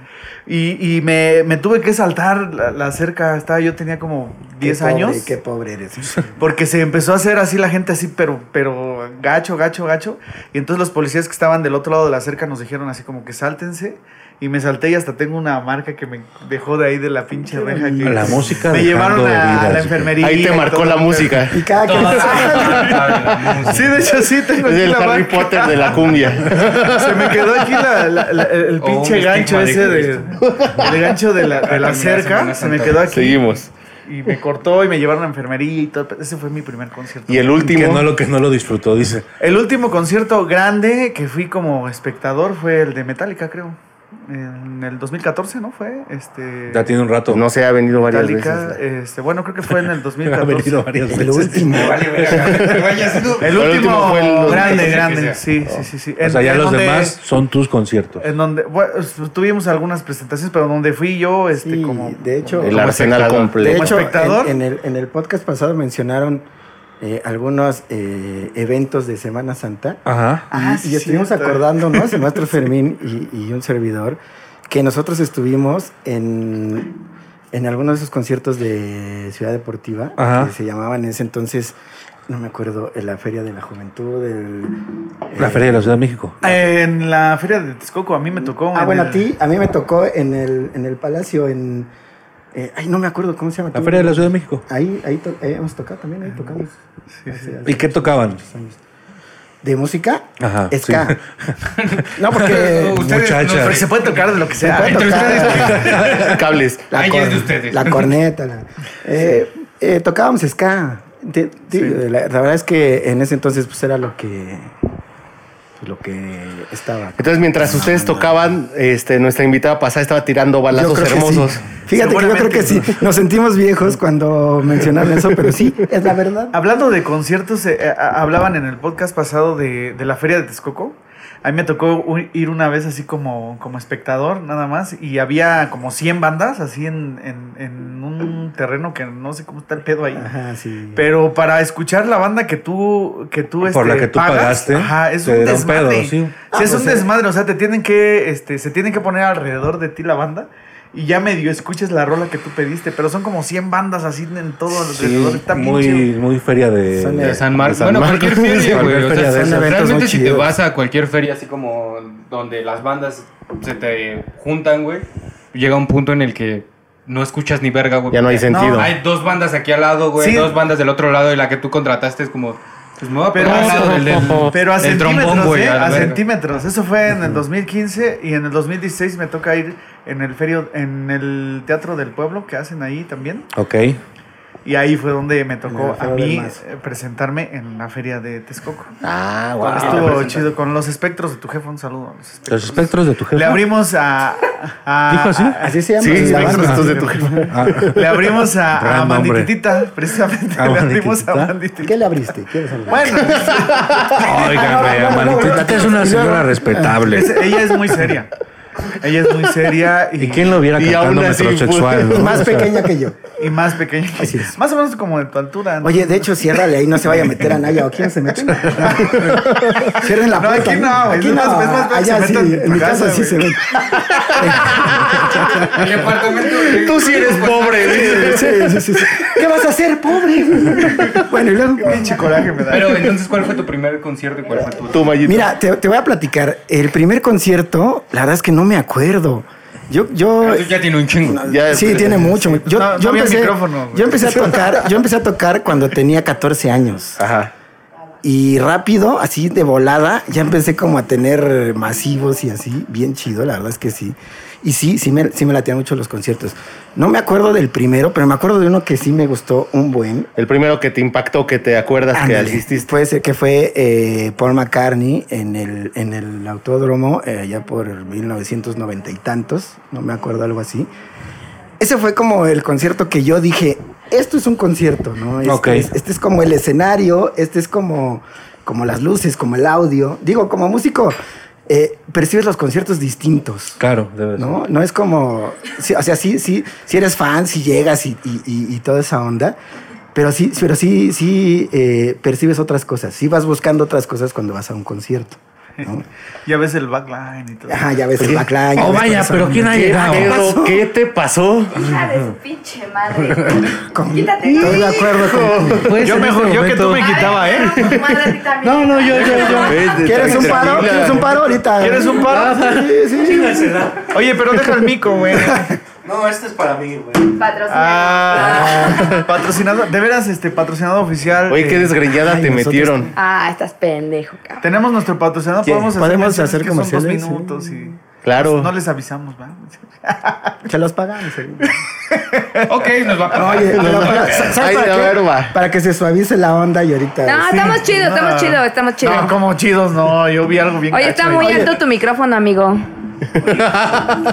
[SPEAKER 6] Y, y me, me tuve que saltar la, la cerca, estaba, yo tenía como 10
[SPEAKER 4] Qué pobre,
[SPEAKER 6] años.
[SPEAKER 4] Qué pobre eres.
[SPEAKER 6] Porque se empezó a hacer así la gente así, pero, pero gacho, gacho, gacho. Y entonces los policías que estaban del otro lado de la cerca nos dijeron así como que sáltense. Y me salté y hasta tengo una marca que me dejó de ahí de la pinche reja que
[SPEAKER 7] La música
[SPEAKER 6] me
[SPEAKER 7] dejando
[SPEAKER 6] llevaron a,
[SPEAKER 7] heridas,
[SPEAKER 6] la
[SPEAKER 7] güey.
[SPEAKER 6] enfermería.
[SPEAKER 5] Ahí te
[SPEAKER 6] y
[SPEAKER 5] marcó
[SPEAKER 6] todo.
[SPEAKER 5] la música.
[SPEAKER 4] Y
[SPEAKER 6] <laughs>
[SPEAKER 4] cada que
[SPEAKER 6] Sí, de hecho sí
[SPEAKER 5] <laughs> <laughs>
[SPEAKER 6] tengo
[SPEAKER 5] Es
[SPEAKER 6] aquí
[SPEAKER 5] el
[SPEAKER 6] la
[SPEAKER 5] Harry
[SPEAKER 6] marca.
[SPEAKER 5] Potter de la cumbia.
[SPEAKER 6] <laughs> Se me quedó aquí la- la- la- el
[SPEAKER 3] Oh,
[SPEAKER 6] pinche
[SPEAKER 3] un
[SPEAKER 6] gancho
[SPEAKER 3] estigma de
[SPEAKER 6] ese de, el gancho de la, de la
[SPEAKER 3] Termina
[SPEAKER 6] cerca.
[SPEAKER 3] Semana
[SPEAKER 6] Se me
[SPEAKER 3] Santa.
[SPEAKER 6] quedó aquí
[SPEAKER 5] Seguimos.
[SPEAKER 6] y me cortó y me llevaron a la enfermería y todo. Ese fue mi primer concierto.
[SPEAKER 5] Y el
[SPEAKER 7] Que no
[SPEAKER 5] último.
[SPEAKER 7] lo que no lo disfrutó, dice.
[SPEAKER 6] El último concierto grande que fui como espectador fue el de Metallica, creo. En el 2014, ¿no? Fue este.
[SPEAKER 7] Ya tiene un rato.
[SPEAKER 5] No se ha venido varias
[SPEAKER 6] Metallica,
[SPEAKER 5] veces.
[SPEAKER 6] este, bueno, creo que fue en
[SPEAKER 7] <laughs>
[SPEAKER 6] el
[SPEAKER 7] ha
[SPEAKER 6] 2014.
[SPEAKER 7] venido varias
[SPEAKER 4] el
[SPEAKER 7] veces.
[SPEAKER 4] último.
[SPEAKER 3] Vale, verga, <laughs> que vayas tú.
[SPEAKER 6] El
[SPEAKER 5] El último
[SPEAKER 6] último
[SPEAKER 5] fue el
[SPEAKER 6] grande,
[SPEAKER 3] 2014,
[SPEAKER 6] grande.
[SPEAKER 3] que sea.
[SPEAKER 6] Sí, sí, sí, sí.
[SPEAKER 7] O
[SPEAKER 6] En-
[SPEAKER 7] sea, ya
[SPEAKER 6] en
[SPEAKER 7] los
[SPEAKER 6] donde-
[SPEAKER 7] demás son tus conciertos.
[SPEAKER 6] En donde bueno, tuvimos algunas presentaciones, pero donde fui yo, este,
[SPEAKER 4] Sí,
[SPEAKER 6] como.
[SPEAKER 4] de hecho,
[SPEAKER 5] El arsenal
[SPEAKER 4] de
[SPEAKER 5] completo.
[SPEAKER 4] hecho
[SPEAKER 6] espectador.
[SPEAKER 4] en, en el, en el podcast pasado mencionaron eh, algunos eh, eventos de Semana Santa.
[SPEAKER 7] Ajá.
[SPEAKER 6] Ah,
[SPEAKER 4] y,
[SPEAKER 6] sí,
[SPEAKER 4] y estuvimos
[SPEAKER 6] cierto.
[SPEAKER 4] acordándonos, el
[SPEAKER 7] <laughs>
[SPEAKER 4] maestro Fermín y, y un servidor, que nosotros estuvimos en, en algunos de esos conciertos de Ciudad Deportiva,
[SPEAKER 7] Ajá.
[SPEAKER 4] que se llamaban en ese entonces, no me acuerdo, en la Feria de la Juventud, el,
[SPEAKER 7] La
[SPEAKER 4] eh,
[SPEAKER 7] Feria de la Ciudad de México.
[SPEAKER 6] En la feria de Texcoco, a mí me tocó.
[SPEAKER 4] Ah,
[SPEAKER 6] en
[SPEAKER 4] bueno,
[SPEAKER 6] el-
[SPEAKER 4] a ti, a mí me tocó en el, en el Palacio, en... eh, ay, no me acuerdo cómo se llama.
[SPEAKER 7] La
[SPEAKER 4] tú?
[SPEAKER 7] Feria de la Ciudad de México.
[SPEAKER 4] Ahí, ahí, to- ahí hemos tocado también, ahí tocamos.
[SPEAKER 3] Ah,
[SPEAKER 4] Hace- hace
[SPEAKER 7] ¿Y qué tocaban?
[SPEAKER 4] años. ¿De música?
[SPEAKER 7] Ajá,
[SPEAKER 4] Ska.
[SPEAKER 3] <laughs>
[SPEAKER 4] No, porque...
[SPEAKER 3] Ustedes
[SPEAKER 7] <laughs>
[SPEAKER 3] no
[SPEAKER 7] muchacha.
[SPEAKER 6] Pero
[SPEAKER 3] se-
[SPEAKER 6] se puede tocar de lo que sea.
[SPEAKER 4] puede
[SPEAKER 3] Entre
[SPEAKER 4] tocar.
[SPEAKER 3] ustedes.
[SPEAKER 5] Cables.
[SPEAKER 4] La,
[SPEAKER 3] Ahí
[SPEAKER 4] cor-
[SPEAKER 3] es de ustedes.
[SPEAKER 4] la corneta. la- eh, eh, tocábamos ska. Te- te- la, la verdad es que en ese entonces pues era lo que lo que estaba.
[SPEAKER 5] Entonces, mientras ustedes tocaban, este, nuestra invitada pasada estaba tirando
[SPEAKER 4] Yo
[SPEAKER 5] balazos
[SPEAKER 4] creo que
[SPEAKER 5] hermosos.
[SPEAKER 4] sí. Fíjate que yo creo que sí. Nos sentimos viejos cuando mencionaron eso, pero sí, es
[SPEAKER 3] <laughs>
[SPEAKER 4] la verdad.
[SPEAKER 6] eh, Hablando de conciertos, eh, a- a- hablaban en el podcast pasado de, de la Feria de Texcoco. A mí me tocó u- ir una vez así como, como espectador, nada más, y había como 100 bandas así en, en- en un terreno que no sé cómo está el pedo ahí.
[SPEAKER 4] Ajá, sí.
[SPEAKER 6] Pero para escuchar la banda que tú, que tú este,
[SPEAKER 7] Por la que tú pagaste,
[SPEAKER 6] ajá, es
[SPEAKER 7] te
[SPEAKER 6] un
[SPEAKER 7] da un
[SPEAKER 6] desmadre.
[SPEAKER 7] pedo, sí.
[SPEAKER 6] Sí, es
[SPEAKER 4] Ah,
[SPEAKER 6] un
[SPEAKER 4] pues, eh.
[SPEAKER 6] desmadre, o sea, te tienen que, este, se tienen que poner alrededor de ti la banda y ya medio escuches la rola que tú pediste, pero son como 100 bandas así en todo alrededor,
[SPEAKER 7] Sí,
[SPEAKER 6] está bien
[SPEAKER 7] muy,
[SPEAKER 6] chido.
[SPEAKER 7] muy feria de,
[SPEAKER 4] Son
[SPEAKER 3] De San
[SPEAKER 7] de
[SPEAKER 3] Marcos. Bueno, cualquier feria, güey.
[SPEAKER 7] Cualquier
[SPEAKER 3] o sea,
[SPEAKER 7] feria de
[SPEAKER 4] son
[SPEAKER 7] esas.
[SPEAKER 4] eventos muy
[SPEAKER 3] realmente si te
[SPEAKER 4] chidos.
[SPEAKER 3] vas a cualquier feria así como donde las bandas se te juntan, güey, llega un punto en el que no escuchas ni verga, güey.
[SPEAKER 5] Ya no hay
[SPEAKER 3] porque
[SPEAKER 5] sentido.
[SPEAKER 3] Hay dos bandas aquí al lado, güey,
[SPEAKER 6] Sí.
[SPEAKER 3] dos bandas del otro lado y la que tú contrataste es como... Pues me voy a
[SPEAKER 6] Pero,
[SPEAKER 3] pegar al lado del, del-
[SPEAKER 6] pero a
[SPEAKER 3] del
[SPEAKER 6] centímetros,
[SPEAKER 3] trombón, güey.
[SPEAKER 6] ¿eh?
[SPEAKER 3] la
[SPEAKER 6] a
[SPEAKER 3] verga.
[SPEAKER 6] centímetros. Eso fue en el 2015 y en el 2016 me toca ir en el ferio, en el Teatro del Pueblo que hacen ahí también.
[SPEAKER 7] Ok.
[SPEAKER 6] Y ahí fue donde me tocó
[SPEAKER 4] En la
[SPEAKER 6] a
[SPEAKER 4] Feria del
[SPEAKER 6] mí
[SPEAKER 4] Mazo.
[SPEAKER 6] eh, presentarme en la feria de Texcoco.
[SPEAKER 5] Ah, guau.
[SPEAKER 6] Estuvo chido con los espectros de tu jefe. Un saludo a los espectros.
[SPEAKER 7] Los espectros de tu jefe.
[SPEAKER 6] Le abrimos a. a-
[SPEAKER 7] ¿Dijo así?
[SPEAKER 6] a-
[SPEAKER 4] Así se llama
[SPEAKER 5] Sí,
[SPEAKER 4] la
[SPEAKER 5] espectros
[SPEAKER 4] banda.
[SPEAKER 5] estos de tu jefe.
[SPEAKER 7] Ah,
[SPEAKER 6] le abrimos a, a
[SPEAKER 7] Gran nombre.
[SPEAKER 6] Bandititita, precisamente.
[SPEAKER 7] ¿A
[SPEAKER 6] le abrimos a
[SPEAKER 7] Bandititita?
[SPEAKER 4] ¿Qué
[SPEAKER 6] Bandititita.
[SPEAKER 4] le abriste? ¿Quieres hablar?
[SPEAKER 6] Bueno,
[SPEAKER 7] Oigan, güey, Amanitita, es una señora respetable.
[SPEAKER 6] es- ella es muy seria. Ella es muy seria y,
[SPEAKER 7] ¿Y quién lo viera
[SPEAKER 5] Y
[SPEAKER 7] cantando
[SPEAKER 5] aún así,
[SPEAKER 7] metrosexual?
[SPEAKER 6] <laughs>
[SPEAKER 5] pues,
[SPEAKER 7] no?
[SPEAKER 4] Más
[SPEAKER 7] O sea,
[SPEAKER 4] pequeña que yo.
[SPEAKER 6] y más pequeña. que-
[SPEAKER 4] Así es.
[SPEAKER 6] Más o menos como de tu altura. ¿no?
[SPEAKER 4] Oye, de hecho, ciérrale ahí, no se vaya a meter a Naya o quién se
[SPEAKER 6] <laughs>
[SPEAKER 4] mete. Cierren la
[SPEAKER 6] No,
[SPEAKER 4] puerta.
[SPEAKER 6] aquí no, güey,
[SPEAKER 4] aquí
[SPEAKER 6] es
[SPEAKER 4] no.
[SPEAKER 6] más- es más feo que
[SPEAKER 4] Allá
[SPEAKER 6] se
[SPEAKER 4] sí,
[SPEAKER 6] metan en tu
[SPEAKER 4] en mi casa
[SPEAKER 6] casa,
[SPEAKER 4] sí
[SPEAKER 6] güey.
[SPEAKER 4] se mete.
[SPEAKER 3] <laughs> El departamento de-
[SPEAKER 5] Tú sí eres pobre, dice.
[SPEAKER 4] <laughs> Sí, sí, sí, sí. ¿Qué vas a hacer, pobre? Bueno, y luego.
[SPEAKER 6] Pinche coraje me da.
[SPEAKER 3] Pero entonces, ¿cuál fue tu primer concierto y cuál fue tu...
[SPEAKER 5] Tú, Mayito.
[SPEAKER 4] Mira, te, te voy a platicar. El primer concierto, la verdad es que no me acuerdo. Yo, yo.
[SPEAKER 6] Ah,
[SPEAKER 3] Eso ya tiene un chingo.
[SPEAKER 5] Ya,
[SPEAKER 4] sí,
[SPEAKER 5] este,
[SPEAKER 4] tiene mucho. Yo,
[SPEAKER 6] No, no
[SPEAKER 4] yo
[SPEAKER 6] había
[SPEAKER 4] empecé,
[SPEAKER 6] micrófono, güey.
[SPEAKER 4] yo empecé a tocar, yo empecé a tocar cuando tenía 14 años.
[SPEAKER 5] Ajá.
[SPEAKER 4] Y rápido, así de volada, ya empecé como a tener masivos y así, bien chido, la verdad es que sí. Y sí, sí me, sí me latían mucho los conciertos. No me acuerdo del primero, pero me acuerdo de uno que sí me gustó un buen.
[SPEAKER 5] El primero que te impactó, que te acuerdas
[SPEAKER 4] Ándale,
[SPEAKER 5] que asististe.
[SPEAKER 4] Puede ser que fue eh, Paul McCartney en el, en el autódromo, eh, allá por 1990 y tantos, no me acuerdo algo así. Ese fue como el concierto que yo dije, esto es un concierto, ¿no? Este,
[SPEAKER 7] Ok.
[SPEAKER 4] es, este es como el escenario, este es como, como las luces, como el audio. Digo, como músico, eh, percibes los conciertos distintos.
[SPEAKER 7] Claro, debe ser.
[SPEAKER 6] Pues
[SPEAKER 4] ¿no? No es como, sí, o sea, sí, sí, si eres fan, si llegas y, y- y- y toda esa onda, pero sí, pero sí, sí eh, percibes otras cosas, sí vas buscando otras cosas cuando vas a un concierto. ¿no?
[SPEAKER 6] Ya ves el backline y todo.
[SPEAKER 4] Ajá, ya
[SPEAKER 6] Pues
[SPEAKER 4] ves el backline. ya
[SPEAKER 7] Oh,
[SPEAKER 4] ves
[SPEAKER 7] vaya,
[SPEAKER 4] toda esa
[SPEAKER 7] pero
[SPEAKER 4] onda.
[SPEAKER 7] ¿quién ha
[SPEAKER 5] ¿Qué,
[SPEAKER 7] llegado?
[SPEAKER 5] pedo? ¿Qué te pasó?
[SPEAKER 2] Hija de su pinche madre.
[SPEAKER 6] <laughs>
[SPEAKER 4] Con-
[SPEAKER 2] Quítate.
[SPEAKER 4] Estoy de acuerdo con
[SPEAKER 7] Pues,
[SPEAKER 6] Yo
[SPEAKER 7] en
[SPEAKER 6] mejor,
[SPEAKER 7] este
[SPEAKER 6] yo que tú me
[SPEAKER 7] momento-
[SPEAKER 6] quitaba, ¿eh? <laughs>
[SPEAKER 2] No, no, yo,
[SPEAKER 4] ¿Quieres un paro?
[SPEAKER 5] Tranquila.
[SPEAKER 4] ¿Quieres un paro ahorita?
[SPEAKER 6] ¿Quieres un paro? Oye, pero deja el mico, güey.
[SPEAKER 8] No, este es para mí, güey.
[SPEAKER 6] Ah, patrocinado, de veras, este patrocinado oficial.
[SPEAKER 5] Oye, qué
[SPEAKER 6] eh,
[SPEAKER 5] desgreñada
[SPEAKER 4] <laughs> Ay,
[SPEAKER 5] te
[SPEAKER 4] nosotros-
[SPEAKER 5] metieron.
[SPEAKER 2] Ah, estás pendejo, cabrón.
[SPEAKER 6] Tenemos nuestro patrocinado,
[SPEAKER 4] ¿Qué?
[SPEAKER 6] podemos hacer,
[SPEAKER 4] Podemos
[SPEAKER 6] menciones
[SPEAKER 4] hacer
[SPEAKER 6] que son
[SPEAKER 4] comerciales,
[SPEAKER 6] dos
[SPEAKER 4] sí.
[SPEAKER 6] minutos y
[SPEAKER 5] Claro.
[SPEAKER 6] no les avisamos, ¿va?
[SPEAKER 4] Se los pagamos.
[SPEAKER 6] <laughs>
[SPEAKER 4] seguro.
[SPEAKER 3] Ok, nos va a pagar.
[SPEAKER 4] Oye, pero, pero,
[SPEAKER 5] Ay,
[SPEAKER 4] ¿sabes
[SPEAKER 5] a
[SPEAKER 4] para qué?
[SPEAKER 5] ver, va.
[SPEAKER 4] Para que se suavice la onda y ahorita.
[SPEAKER 2] No,
[SPEAKER 4] sí.
[SPEAKER 2] estamos chidos, estamos chidos, estamos chidos.
[SPEAKER 6] No, como chidos, no, yo vi algo bien
[SPEAKER 2] Oye,
[SPEAKER 6] cacho
[SPEAKER 2] está
[SPEAKER 6] ahí.
[SPEAKER 2] muy
[SPEAKER 4] Oye.
[SPEAKER 2] alto tu micrófono, amigo.
[SPEAKER 5] <laughs>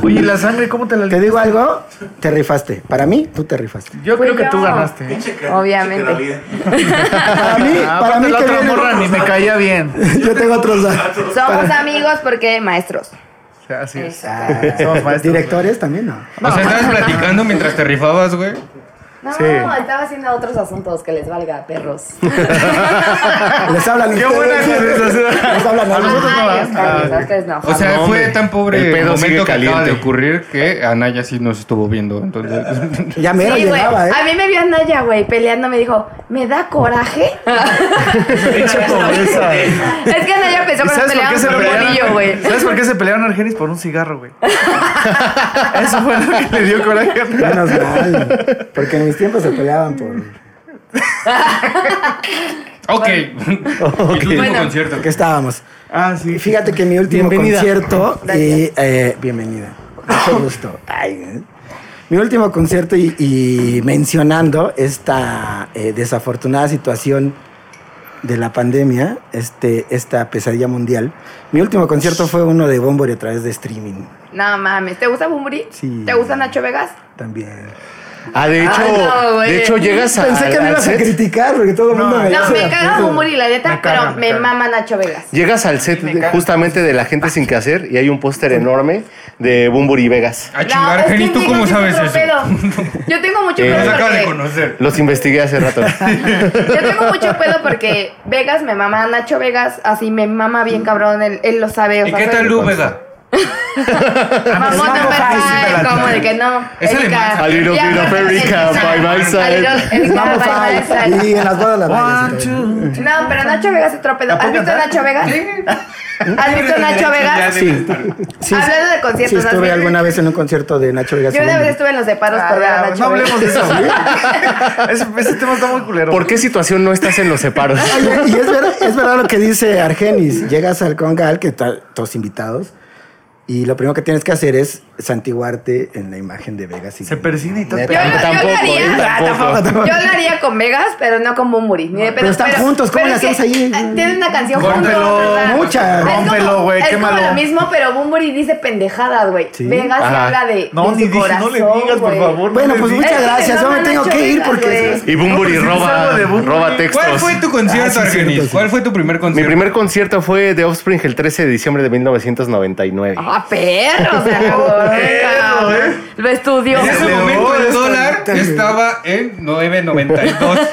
[SPEAKER 6] Oye, ¿y la sangre, ¿cómo te la
[SPEAKER 4] Te digo algo, te rifaste. Para mí, tú te rifaste.
[SPEAKER 6] Yo
[SPEAKER 2] Fui
[SPEAKER 6] creo que
[SPEAKER 2] yo.
[SPEAKER 6] tú ganaste. ¿eh?
[SPEAKER 2] Obviamente.
[SPEAKER 4] Para mí,
[SPEAKER 6] Ah,
[SPEAKER 4] para
[SPEAKER 6] aparte
[SPEAKER 4] mí
[SPEAKER 6] la
[SPEAKER 4] que
[SPEAKER 6] otra
[SPEAKER 4] viene-
[SPEAKER 6] morra ni me caía bien.
[SPEAKER 4] <laughs> Yo tengo otros datos.
[SPEAKER 2] Somos amigos porque maestros.
[SPEAKER 6] O sea, así es.
[SPEAKER 4] Ah,
[SPEAKER 6] Somos maestros.
[SPEAKER 4] Directores también, ¿no.
[SPEAKER 3] O sea, estabas platicando mientras te rifabas, güey.
[SPEAKER 2] No,
[SPEAKER 6] Sí.
[SPEAKER 2] estaba haciendo otros asuntos que les valga, perros.
[SPEAKER 4] Les hablan
[SPEAKER 6] Qué buena
[SPEAKER 4] ustedes.
[SPEAKER 6] conversación.
[SPEAKER 4] Les hablan a
[SPEAKER 6] A nosotros
[SPEAKER 4] nosotros.
[SPEAKER 6] no.
[SPEAKER 2] Ay,
[SPEAKER 6] va.
[SPEAKER 2] ustedes,
[SPEAKER 6] Ah,
[SPEAKER 2] ustedes no.
[SPEAKER 3] O sea,
[SPEAKER 5] no,
[SPEAKER 3] fue
[SPEAKER 5] hombre.
[SPEAKER 3] tan pobre
[SPEAKER 5] El
[SPEAKER 3] el,
[SPEAKER 5] pedo sigue
[SPEAKER 3] momento que acaba
[SPEAKER 5] caliente.
[SPEAKER 3] de ocurrir que Anaya sí nos estuvo viendo. Entonces, pues,
[SPEAKER 4] Ya mero
[SPEAKER 2] Sí, güey.
[SPEAKER 4] llegaba, ¿eh?
[SPEAKER 2] A mí me vio Naya, güey, peleando. Me dijo, ¿me da coraje?
[SPEAKER 3] <laughs>
[SPEAKER 6] Pinche pobreza.
[SPEAKER 2] es que Naya pensó
[SPEAKER 6] ¿Y
[SPEAKER 2] que nos
[SPEAKER 6] sabes por qué
[SPEAKER 2] peleamos
[SPEAKER 6] se
[SPEAKER 2] por un bolillo, güey.
[SPEAKER 6] pelearon? ¿Sabes por qué se pelearon Argenis por un cigarro, güey? Eso fue lo que le dio coraje.
[SPEAKER 4] Menos mal. Porque en mis tiempos se peleaban por.
[SPEAKER 3] ok. <laughs> Y tu último
[SPEAKER 2] Bueno.
[SPEAKER 3] concierto.
[SPEAKER 4] Porque estábamos.
[SPEAKER 6] Ah, sí.
[SPEAKER 4] Y fíjate que mi último
[SPEAKER 5] Bienvenida.
[SPEAKER 4] concierto. Y, eh, bienvenida. Mucho gusto. Ay, ¿eh? mi último concierto y, y mencionando esta eh, desafortunada situación de la pandemia, este, esta pesadilla mundial. Mi último concierto fue uno de Bombory a través de streaming
[SPEAKER 2] No mames, ¿te gusta Bumburi?
[SPEAKER 4] Sí.
[SPEAKER 2] ¿Te gusta Nacho Vegas?
[SPEAKER 4] también.
[SPEAKER 5] Ah, de hecho,
[SPEAKER 2] Ay, no, güey.
[SPEAKER 5] de hecho llegas a,
[SPEAKER 4] Pensé que
[SPEAKER 5] al-
[SPEAKER 4] me
[SPEAKER 5] al
[SPEAKER 4] ibas a
[SPEAKER 5] set,
[SPEAKER 4] criticar porque todo el mundo me
[SPEAKER 2] No, me
[SPEAKER 4] dice.
[SPEAKER 2] caga humor y la neta,
[SPEAKER 6] Me caga,
[SPEAKER 2] pero
[SPEAKER 6] me
[SPEAKER 2] me
[SPEAKER 6] caga.
[SPEAKER 2] mama Nacho Vegas.
[SPEAKER 5] llegas al set de- justamente de la gente sin que hacer y hay un póster enorme de Bumburi Vegas.
[SPEAKER 3] A
[SPEAKER 2] No,
[SPEAKER 3] chingar,
[SPEAKER 2] es que
[SPEAKER 3] Jenny, ¿tú
[SPEAKER 2] digo,
[SPEAKER 3] cómo
[SPEAKER 2] ese es
[SPEAKER 3] sabes
[SPEAKER 2] otro
[SPEAKER 3] eso? <laughs>
[SPEAKER 2] pedo. Yo tengo mucho
[SPEAKER 5] Eh,
[SPEAKER 3] Nos
[SPEAKER 2] pedo
[SPEAKER 3] acaba de
[SPEAKER 2] porque...
[SPEAKER 3] conocer.
[SPEAKER 5] Los investigué hace rato.
[SPEAKER 2] Yo tengo mucho pedo porque Vegas me mama, Nacho Vegas así me mama bien cabrón, él, él lo sabe. o
[SPEAKER 3] ¿Y
[SPEAKER 2] sea,
[SPEAKER 3] qué
[SPEAKER 2] soy-
[SPEAKER 3] tal Lu Ah, pues, Vega?
[SPEAKER 2] Mamón de
[SPEAKER 4] Ay, sí, me
[SPEAKER 2] verdad,
[SPEAKER 4] la-
[SPEAKER 2] como de que no.
[SPEAKER 3] Es alemán.
[SPEAKER 5] A little
[SPEAKER 2] Ya,
[SPEAKER 5] bit of
[SPEAKER 2] aparte,
[SPEAKER 5] Erica
[SPEAKER 2] Erika,
[SPEAKER 5] by my
[SPEAKER 2] a
[SPEAKER 5] side.
[SPEAKER 2] little Erika
[SPEAKER 4] Vamos
[SPEAKER 2] by my
[SPEAKER 4] a
[SPEAKER 2] side.
[SPEAKER 4] Y en las bodas la
[SPEAKER 6] One,
[SPEAKER 4] bailas.
[SPEAKER 6] two,
[SPEAKER 2] No, pero Nacho Vegas es otro pedo. ¿Has visto a Nacho Vegas? ¿Has visto a Nacho Vegas?
[SPEAKER 4] Sí. sí.
[SPEAKER 2] Hablando de conciertos,
[SPEAKER 4] Sí,
[SPEAKER 2] ¿has
[SPEAKER 4] estuve
[SPEAKER 2] visto?
[SPEAKER 4] alguna vez en un concierto de Nacho Vegas.
[SPEAKER 2] Yo una vez estuve en los deparos por ver a
[SPEAKER 6] Ah, no
[SPEAKER 2] Nacho Vegas.
[SPEAKER 6] hablemos de eso. ese, ese tema está muy culero.
[SPEAKER 5] ¿Por qué situación no estás en los separos?
[SPEAKER 4] Oye, <laughs> y es verdad, es verdad lo que dice <laughs> Argenis. Llegas al Congal, que están todos invitados, y lo primero que tienes que hacer es santiguarte en la imagen de Vegas. Y
[SPEAKER 6] Se persigue y todo.
[SPEAKER 5] Neta,
[SPEAKER 2] <laughs> Yo lo- yo lo
[SPEAKER 5] tampoco,
[SPEAKER 2] haría. Ah,
[SPEAKER 5] ¿eh? tampoco.
[SPEAKER 2] Yo lo haría con Vegas, pero no con Bumburi. ni de pedo.
[SPEAKER 4] Pero están juntos, ¿cómo
[SPEAKER 2] pero
[SPEAKER 4] le
[SPEAKER 2] es que,
[SPEAKER 4] hacemos ahí?
[SPEAKER 2] eh, Tienen una canción
[SPEAKER 6] Rómpelo,
[SPEAKER 2] juntos. ¿verdad?
[SPEAKER 4] mucha.
[SPEAKER 2] Es como-
[SPEAKER 6] Rómpelo, güey,
[SPEAKER 2] es
[SPEAKER 6] qué
[SPEAKER 2] como
[SPEAKER 6] malo.
[SPEAKER 2] lo mismo, pero Bumburi dice pendejadas, güey.
[SPEAKER 4] Sí.
[SPEAKER 2] Vegas
[SPEAKER 5] Ajá.
[SPEAKER 2] habla de.
[SPEAKER 6] No,
[SPEAKER 2] de
[SPEAKER 6] ni
[SPEAKER 2] su
[SPEAKER 6] dije, no le
[SPEAKER 2] corazón,
[SPEAKER 6] digas, por
[SPEAKER 2] güey.
[SPEAKER 6] favor.
[SPEAKER 4] Bueno,
[SPEAKER 6] no le
[SPEAKER 4] pues muchas
[SPEAKER 6] digas.
[SPEAKER 2] Es que
[SPEAKER 4] gracias.
[SPEAKER 2] me
[SPEAKER 4] Yo me
[SPEAKER 2] mama
[SPEAKER 4] tengo
[SPEAKER 2] Nacho
[SPEAKER 4] que ir
[SPEAKER 2] Vegas,
[SPEAKER 4] porque.
[SPEAKER 2] güey.
[SPEAKER 5] Y Bumburi
[SPEAKER 6] No, pues,
[SPEAKER 5] roba,
[SPEAKER 6] algo de Bunbury.
[SPEAKER 5] roba
[SPEAKER 3] ¿Cuál
[SPEAKER 5] textos.
[SPEAKER 3] fue tu concierto,
[SPEAKER 4] Ah, sí,
[SPEAKER 3] Argenis?
[SPEAKER 4] cierto, sí.
[SPEAKER 3] ¿Cuál fue tu primer
[SPEAKER 5] Mi
[SPEAKER 3] concierto?
[SPEAKER 5] primer concierto fue The Offspring el 13 de diciembre de 1999.
[SPEAKER 2] Ah, perro, o sea, güey. Lo estudió.
[SPEAKER 3] En ese
[SPEAKER 6] León,
[SPEAKER 3] momento el
[SPEAKER 6] ¿eh? es
[SPEAKER 3] dólar
[SPEAKER 6] correcto.
[SPEAKER 3] estaba en 9.92.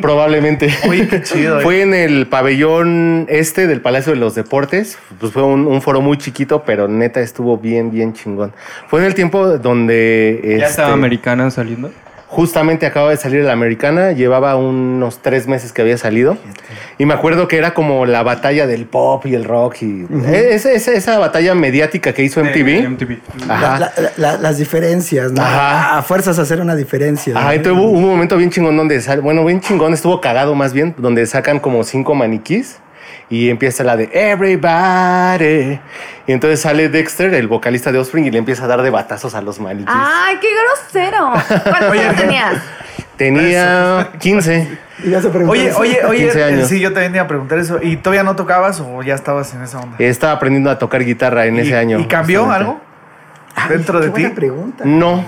[SPEAKER 5] Probablemente.
[SPEAKER 6] Oye, qué chido. eh.
[SPEAKER 5] Fue en el pabellón este del Palacio de los Deportes. Pues fue un, un foro muy chiquito, pero neta estuvo bien, bien chingón. Fue en el tiempo donde.
[SPEAKER 3] ¿Ya
[SPEAKER 5] este,
[SPEAKER 3] estaba americana saliendo?
[SPEAKER 5] Justamente acababa de salir de la americana, llevaba unos tres meses que había salido. Y me acuerdo que era como la batalla del pop y el rock. Y esa, esa- esa batalla mediática que hizo
[SPEAKER 3] Eh,
[SPEAKER 5] MTV.
[SPEAKER 3] MTV.
[SPEAKER 5] Ajá.
[SPEAKER 4] La- la- la- las diferencias, ¿no?
[SPEAKER 5] Ajá.
[SPEAKER 4] A fuerzas hacer una diferencia. ¿no?
[SPEAKER 5] Ajá, entonces hubo hubo un momento bien chingón donde sal, bueno, bien chingón, estuvo cagado más bien, donde sacan como cinco maniquís y empieza la de Everybody. Y entonces sale Dexter, el vocalista de Offspring, y le empieza a dar de batazos a los maniquís.
[SPEAKER 2] Ay, qué grosero. ¿Cuántos años tenías?
[SPEAKER 5] Tenía 15.
[SPEAKER 4] Y ya se preguntó.
[SPEAKER 6] Oye,
[SPEAKER 4] eso.
[SPEAKER 6] oye, oye,
[SPEAKER 5] 15
[SPEAKER 6] eh,
[SPEAKER 5] años.
[SPEAKER 6] sí, yo también te iba a preguntar eso. ¿Y todavía no tocabas o ya estabas en esa onda?
[SPEAKER 5] Estaba aprendiendo a tocar guitarra en
[SPEAKER 6] ¿Y-
[SPEAKER 5] ese año.
[SPEAKER 6] ¿Y cambió
[SPEAKER 5] justamente.
[SPEAKER 6] algo dentro
[SPEAKER 4] Qué
[SPEAKER 6] de ti?
[SPEAKER 4] buena pregunta.
[SPEAKER 5] No.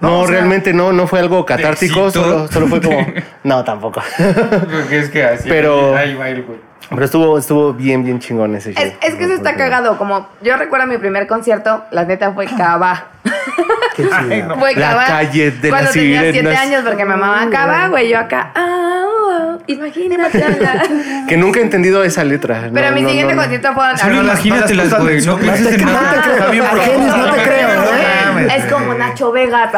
[SPEAKER 5] No,
[SPEAKER 6] o sea,
[SPEAKER 5] realmente no, no fue algo catártico,
[SPEAKER 3] excitó.
[SPEAKER 5] solo, solo fue <laughs> como... No, tampoco.
[SPEAKER 3] Porque es que así.
[SPEAKER 5] Pero-
[SPEAKER 3] Ahí va el güey.
[SPEAKER 5] Pero estuvo, estuvo bien, bien chingón ese show.
[SPEAKER 2] Es, es que eso está cagado. Como yo recuerdo mi primer concierto, la neta fue
[SPEAKER 5] <laughs>
[SPEAKER 2] Cava.
[SPEAKER 4] Qué chido.
[SPEAKER 6] Ay, no.
[SPEAKER 2] Fue
[SPEAKER 5] Ah. La
[SPEAKER 2] Cava
[SPEAKER 5] calle de
[SPEAKER 2] cuando
[SPEAKER 5] las
[SPEAKER 2] tenía siete
[SPEAKER 5] sirenas. Uh.
[SPEAKER 2] años porque mi mamá acaba, güey, yo acá. Ah, oh,
[SPEAKER 5] <laughs>
[SPEAKER 2] imagínate. hablar.
[SPEAKER 5] Que nunca he entendido esa letra.
[SPEAKER 2] Pero
[SPEAKER 5] No,
[SPEAKER 2] mi
[SPEAKER 5] no,
[SPEAKER 2] siguiente
[SPEAKER 5] no, no.
[SPEAKER 2] concierto fue
[SPEAKER 3] Solo
[SPEAKER 2] Nacho.
[SPEAKER 3] imagínatelas, güey. No pienses en
[SPEAKER 4] No te
[SPEAKER 3] nada.
[SPEAKER 4] <laughs> creo.
[SPEAKER 6] bien
[SPEAKER 4] Argenis, no te
[SPEAKER 6] profundo.
[SPEAKER 4] creo,
[SPEAKER 6] No
[SPEAKER 4] ¿eh?
[SPEAKER 6] mames.
[SPEAKER 2] Es como Nacho Vegas.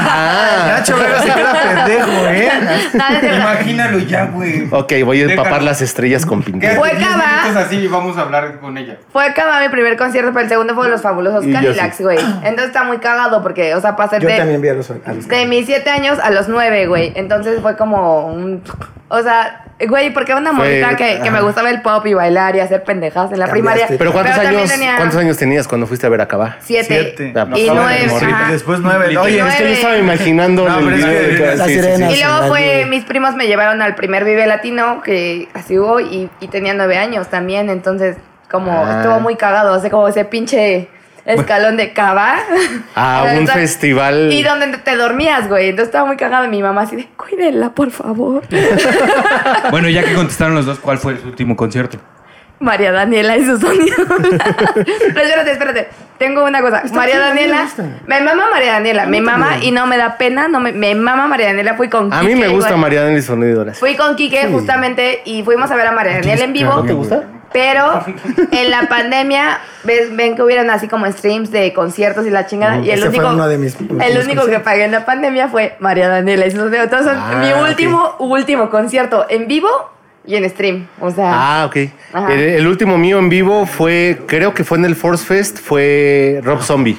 [SPEAKER 5] Ah.
[SPEAKER 6] Nacho Vega se queda pendejo, ¿eh?
[SPEAKER 2] <laughs> Nada de-
[SPEAKER 3] Imagínalo ya, güey.
[SPEAKER 5] Ok, voy a
[SPEAKER 3] Déjalo.
[SPEAKER 5] empapar las estrellas con
[SPEAKER 3] ¿Qué?
[SPEAKER 5] pintura.
[SPEAKER 2] Fue
[SPEAKER 3] Diez
[SPEAKER 2] Cava.
[SPEAKER 3] minutos así y vamos a hablar con ella.
[SPEAKER 2] Fue cagado mi primer concierto, pero el segundo fue de los fabulosos
[SPEAKER 5] Y yo
[SPEAKER 2] Cadillacs,
[SPEAKER 5] sí.
[SPEAKER 2] güey. Entonces está muy cagado porque, o sea, pasé
[SPEAKER 4] Yo también
[SPEAKER 2] de,
[SPEAKER 4] vi a los. a los-
[SPEAKER 2] de mis 7 años a los 9, güey. Entonces fue como un. O sea, güey, porque una
[SPEAKER 5] Fue-
[SPEAKER 2] morrita que, que me
[SPEAKER 5] ajá.
[SPEAKER 2] gustaba el pop y bailar y hacer pendejadas en la
[SPEAKER 4] Cambiaste.
[SPEAKER 2] primaria.
[SPEAKER 5] Pero ¿cuántos
[SPEAKER 2] también
[SPEAKER 5] años,
[SPEAKER 2] tenía
[SPEAKER 5] cuántos años tenías cuando fuiste a ver acabar?
[SPEAKER 2] Siete.
[SPEAKER 6] Siete.
[SPEAKER 2] Y
[SPEAKER 5] Ah,
[SPEAKER 2] nueve.
[SPEAKER 5] morrito.
[SPEAKER 2] ajá.
[SPEAKER 6] Y después nueve. Oye,
[SPEAKER 5] Es que yo estaba imaginando
[SPEAKER 6] No,
[SPEAKER 5] el
[SPEAKER 6] pero es
[SPEAKER 5] video
[SPEAKER 6] que-
[SPEAKER 5] de
[SPEAKER 4] La
[SPEAKER 5] sí, sí,
[SPEAKER 4] sirena.
[SPEAKER 5] sí.
[SPEAKER 2] Y luego
[SPEAKER 4] Nacional,
[SPEAKER 2] fue,
[SPEAKER 4] güey.
[SPEAKER 2] mis primos me llevaron al primer Vive Latino, que así hubo, y, y tenía nueve años también, entonces como
[SPEAKER 5] Ah.
[SPEAKER 2] estuvo muy cagado, así como ese pinche escalón de cava. <laughs>
[SPEAKER 5] Ah,
[SPEAKER 2] Pero
[SPEAKER 5] un
[SPEAKER 2] está-
[SPEAKER 5] festival.
[SPEAKER 2] Y donde te dormías, güey, entonces estaba muy cagado y mi mamá así de, cuídenla, por favor.
[SPEAKER 3] Bueno, ya que contestaron los dos, ¿cuál fue su último concierto?
[SPEAKER 2] María Daniela y sus sonidos.
[SPEAKER 5] <laughs>
[SPEAKER 2] Pero espérate, espérate. Tengo una cosa. María Daniela. Me mama María Daniela. Me mama y no me da pena. No me, me mama María Daniela. Fui con
[SPEAKER 5] A mí
[SPEAKER 2] Quique,
[SPEAKER 5] me gusta
[SPEAKER 2] igual. Pues
[SPEAKER 5] Mariana y los Sonidoras.
[SPEAKER 2] Fui con Quique justamente y fuimos a ver a María Daniela en vivo.
[SPEAKER 5] ¿No te gusta? <laughs>
[SPEAKER 2] Pero en la pandemia, ves, ven que hubieron así como streams de conciertos y la chingada. Y el
[SPEAKER 4] Ese fue
[SPEAKER 2] único,
[SPEAKER 4] uno de mis últimos
[SPEAKER 2] el único que
[SPEAKER 4] conciertos.
[SPEAKER 2] pagué en la pandemia fue María Daniela. y sus dedos. Entonces,
[SPEAKER 5] Ah,
[SPEAKER 2] mi
[SPEAKER 5] ok.
[SPEAKER 2] último, último concierto en vivo y en stream. O sea,
[SPEAKER 5] Ah, ok.
[SPEAKER 2] Ajá.
[SPEAKER 5] El, el último mío en vivo fue, creo que fue en el Force Fest, fue Rob Zombie.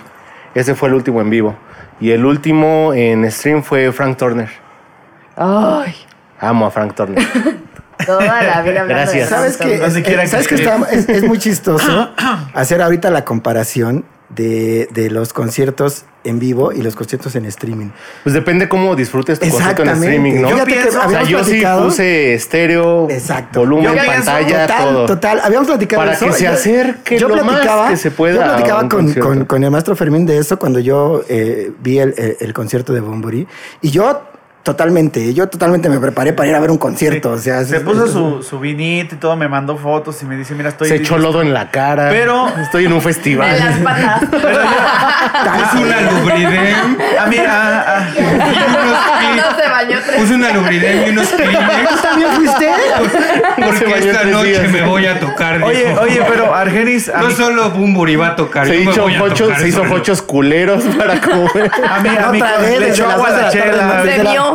[SPEAKER 5] Ese fue el último en vivo. Y el último en stream fue Frank Turner. Ah.
[SPEAKER 2] ay,
[SPEAKER 5] Amo a
[SPEAKER 4] <laughs>
[SPEAKER 5] Frank Turner.
[SPEAKER 2] toda la vida hablando
[SPEAKER 5] Gracias.
[SPEAKER 2] de
[SPEAKER 4] ¿Sabes
[SPEAKER 2] eso.
[SPEAKER 4] que,
[SPEAKER 6] No se quiera
[SPEAKER 4] ¿sabes que
[SPEAKER 6] creer.
[SPEAKER 4] está-
[SPEAKER 5] <clears throat>
[SPEAKER 4] es, es muy chistoso hacer ahorita la comparación de, de los conciertos en vivo y los conciertos en streaming.
[SPEAKER 5] Pues depende cómo disfrutes tu concierto en
[SPEAKER 4] Exactamente.
[SPEAKER 5] streaming, ¿no?
[SPEAKER 4] Fíjate que
[SPEAKER 6] pienso-
[SPEAKER 5] o sea,
[SPEAKER 4] habíamos
[SPEAKER 5] yo sí
[SPEAKER 4] platicado-
[SPEAKER 5] puse estéreo,
[SPEAKER 4] Exacto.
[SPEAKER 5] volumen,
[SPEAKER 4] Yo pienso-
[SPEAKER 5] pantalla,
[SPEAKER 4] total,
[SPEAKER 5] Ah, todo.
[SPEAKER 4] Total, habíamos platicado
[SPEAKER 5] Para
[SPEAKER 4] eso.
[SPEAKER 5] que se
[SPEAKER 4] Yo-
[SPEAKER 5] acerque lo más que se pueda
[SPEAKER 4] Yo
[SPEAKER 5] a
[SPEAKER 4] platicaba
[SPEAKER 5] un
[SPEAKER 4] con,
[SPEAKER 5] concierto.
[SPEAKER 4] con- con el maestro Fermín de eso cuando yo eh, vi el, el- el concierto de Bombury. Y yo totalmente, yo totalmente me preparé para ir a ver un concierto. O sea,
[SPEAKER 6] Se
[SPEAKER 4] es-
[SPEAKER 6] puso
[SPEAKER 4] es-
[SPEAKER 6] su, su vinito y todo, me mandó fotos y me dice, mira, estoy...
[SPEAKER 5] se echó lodo en la cara.
[SPEAKER 6] Pero-
[SPEAKER 5] estoy en un festival.
[SPEAKER 2] De las patas.
[SPEAKER 5] <laughs>
[SPEAKER 4] Tal-
[SPEAKER 3] Puse una lubridem
[SPEAKER 6] <laughs> Ah, mira, ah,
[SPEAKER 4] <laughs>
[SPEAKER 6] ah.
[SPEAKER 3] y unos
[SPEAKER 2] <laughs> no
[SPEAKER 3] Kleenex.
[SPEAKER 2] se bañó tres
[SPEAKER 3] Puse una lubridem y unos Kleenex.
[SPEAKER 4] ¿También fuiste?
[SPEAKER 5] se
[SPEAKER 3] Porque
[SPEAKER 5] bañó
[SPEAKER 3] esta
[SPEAKER 5] tres
[SPEAKER 3] noche
[SPEAKER 5] días.
[SPEAKER 3] me voy a tocar.
[SPEAKER 6] Oye,
[SPEAKER 3] dijo.
[SPEAKER 6] oye, pero Argenis, a
[SPEAKER 3] No
[SPEAKER 6] mí,
[SPEAKER 3] solo Bumburi va a tocar. yo
[SPEAKER 5] se,
[SPEAKER 3] me
[SPEAKER 5] hizo
[SPEAKER 3] voy a
[SPEAKER 5] fochos-
[SPEAKER 3] tocar
[SPEAKER 5] se hizo
[SPEAKER 3] solo.
[SPEAKER 5] fochos culeros para comer. <laughs>
[SPEAKER 6] a mí, a mí,
[SPEAKER 4] Otra vez,
[SPEAKER 6] le
[SPEAKER 4] desde
[SPEAKER 6] echó
[SPEAKER 4] las
[SPEAKER 6] agua a
[SPEAKER 4] dos de
[SPEAKER 6] la
[SPEAKER 4] la tarde,
[SPEAKER 6] chela.
[SPEAKER 4] desde
[SPEAKER 2] Se
[SPEAKER 4] la-
[SPEAKER 2] vio.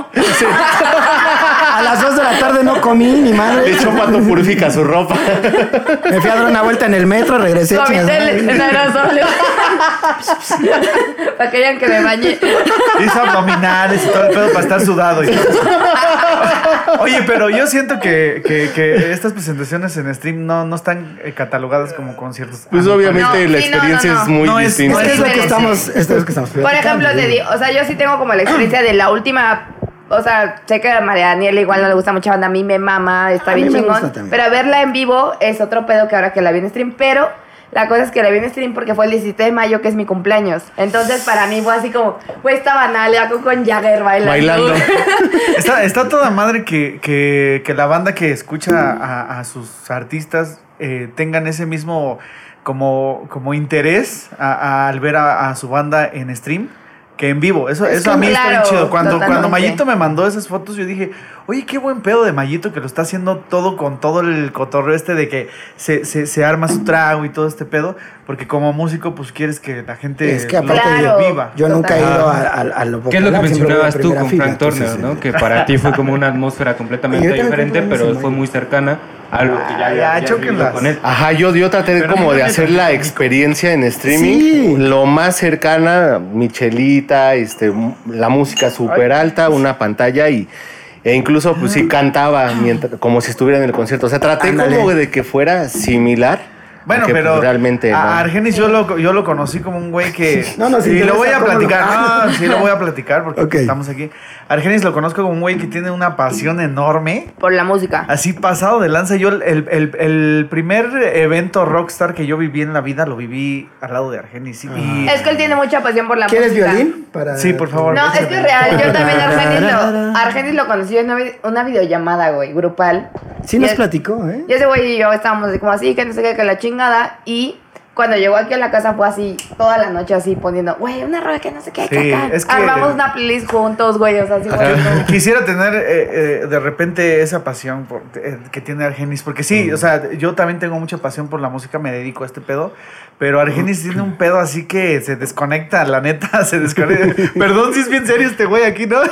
[SPEAKER 4] A las 2 de la tarde no comí ni
[SPEAKER 5] Le
[SPEAKER 4] madre.
[SPEAKER 5] echó pato purifica su ropa.
[SPEAKER 4] Me fui a dar una vuelta en el metro, regresé.
[SPEAKER 2] Lo
[SPEAKER 4] chingas,
[SPEAKER 2] viste en
[SPEAKER 4] madre. <laughs>
[SPEAKER 2] en aerosol. Para que vean que me bañé.
[SPEAKER 6] Hizo abdominales y todo el pedo para estar sudado. y todo. Oye, pero yo siento que, que- que estas presentaciones en stream no, no están eh, catalogadas como conciertos.
[SPEAKER 5] Pues
[SPEAKER 6] Ah,
[SPEAKER 5] obviamente
[SPEAKER 2] No,
[SPEAKER 5] la
[SPEAKER 2] sí, no,
[SPEAKER 5] experiencia
[SPEAKER 2] no, no.
[SPEAKER 5] es muy
[SPEAKER 6] No, es-
[SPEAKER 5] distinta.
[SPEAKER 4] Es que es lo que
[SPEAKER 2] Sí.
[SPEAKER 4] estamos, esto es lo que estamos
[SPEAKER 2] Por ejemplo, te di, o sea, yo sí tengo como la experiencia de la última. O sea, sé que a María Daniela igual no le gusta mucha banda, a mí me mama, está
[SPEAKER 4] A
[SPEAKER 2] bien
[SPEAKER 4] mí me
[SPEAKER 2] chingón.
[SPEAKER 4] gusta también.
[SPEAKER 2] Pero verla en vivo es otro pedo que ahora que la vi en stream. Pero la cosa es que la vi en stream porque fue el 17 de mayo, que es mi cumpleaños. Entonces para mí fue así como, güey, esta banalea con, con Jagger bailando.
[SPEAKER 5] Bailando.
[SPEAKER 6] Está, está toda madre que, que- que la banda que escucha a, a sus artistas eh, tengan ese mismo como, como interés a- a- al ver a, a su banda en stream que en vivo. Eso,
[SPEAKER 2] Es
[SPEAKER 6] eso a
[SPEAKER 2] que
[SPEAKER 6] mí está bien
[SPEAKER 2] claro,
[SPEAKER 6] chido. Cuando, cuando
[SPEAKER 2] totalmente.
[SPEAKER 6] Mayito me mandó esas fotos, yo dije, oye, qué buen pedo de Mayito que lo está haciendo todo con todo el cotorreo este de que se, se- se arma su trago y todo este pedo. Porque como músico, pues quieres que la gente
[SPEAKER 4] Es que
[SPEAKER 6] lo-
[SPEAKER 4] aparte
[SPEAKER 2] Claro.
[SPEAKER 6] viva.
[SPEAKER 4] Yo nunca he
[SPEAKER 2] Total.
[SPEAKER 4] ido a, a, a lo
[SPEAKER 3] ¿Qué es lo que
[SPEAKER 4] popular, siempre voy a
[SPEAKER 3] mencionabas tú
[SPEAKER 4] primera
[SPEAKER 3] con
[SPEAKER 4] fila,
[SPEAKER 3] Frank Turner,
[SPEAKER 4] entonces,
[SPEAKER 3] no? Que para ti fue como una atmósfera completamente
[SPEAKER 4] Oye, yo también
[SPEAKER 3] diferente,
[SPEAKER 4] fui con
[SPEAKER 3] pero
[SPEAKER 4] ese
[SPEAKER 3] fue
[SPEAKER 4] man.
[SPEAKER 3] muy cercana a lo que ya,
[SPEAKER 6] Ay,
[SPEAKER 3] ya,
[SPEAKER 6] ya,
[SPEAKER 3] ya
[SPEAKER 6] chóquenlas.
[SPEAKER 3] vivido con él.
[SPEAKER 5] <laughs> Ajá, yo, yo traté
[SPEAKER 6] Pero
[SPEAKER 5] como
[SPEAKER 6] no
[SPEAKER 5] de
[SPEAKER 6] es
[SPEAKER 5] hacer la experiencia en streaming
[SPEAKER 4] Sí.
[SPEAKER 5] lo más cercana, Michelita, este, m- la música súper alta, una pantalla y e incluso pues sí cantaba mientras, como si estuviera en el concierto. O sea, traté
[SPEAKER 4] Ándale.
[SPEAKER 5] como de que fuera similar.
[SPEAKER 6] Bueno,
[SPEAKER 5] aunque, pues,
[SPEAKER 6] pero
[SPEAKER 5] realmente
[SPEAKER 6] a
[SPEAKER 5] no.
[SPEAKER 6] a Argenis yo lo, yo lo conocí como un güey que...
[SPEAKER 4] No nos
[SPEAKER 6] y lo
[SPEAKER 4] interesa
[SPEAKER 6] voy a
[SPEAKER 4] cómo lo-
[SPEAKER 6] platicar, no, sí lo voy a platicar porque
[SPEAKER 4] Ok.
[SPEAKER 6] estamos aquí. Argenis lo conozco como un güey que tiene una pasión enorme,
[SPEAKER 2] Por la música.
[SPEAKER 6] así pasado de lanza. Yo el, el- el- el primer evento rockstar que yo viví en la vida lo viví al lado de Argenis. y- y-
[SPEAKER 2] Es que él tiene mucha pasión por la
[SPEAKER 4] ¿Quieres
[SPEAKER 2] música.
[SPEAKER 4] violín? Para-
[SPEAKER 6] Sí, por favor.
[SPEAKER 2] No, es que es real.
[SPEAKER 6] <laughs>
[SPEAKER 2] Yo también Argenis lo, Argenis lo conocí en una, vi- una videollamada, güey, grupal.
[SPEAKER 4] Sí nos
[SPEAKER 2] Y-
[SPEAKER 4] platicó, ¿eh?
[SPEAKER 2] Y ese güey y yo estábamos así como así, que no sé qué, que la chingada. Y cuando llegó aquí a la casa fue así, toda la noche así poniendo, güey, una rola que no sé qué,
[SPEAKER 6] Sí,
[SPEAKER 2] que acá.
[SPEAKER 6] es que-
[SPEAKER 2] Armamos una playlist juntos, güey, o sea, así fue <laughs> como-
[SPEAKER 6] Quisiera tener eh, eh, de repente esa pasión por- eh, que tiene Argenis, porque sí,
[SPEAKER 2] Mm.
[SPEAKER 6] o sea, yo también tengo mucha pasión por la música, me dedico a este pedo, pero Argenis tiene un pedo así que se desconecta, la neta, <laughs> se desconecta.
[SPEAKER 2] <laughs>
[SPEAKER 6] Perdón si es bien serio este güey aquí, ¿no? <laughs>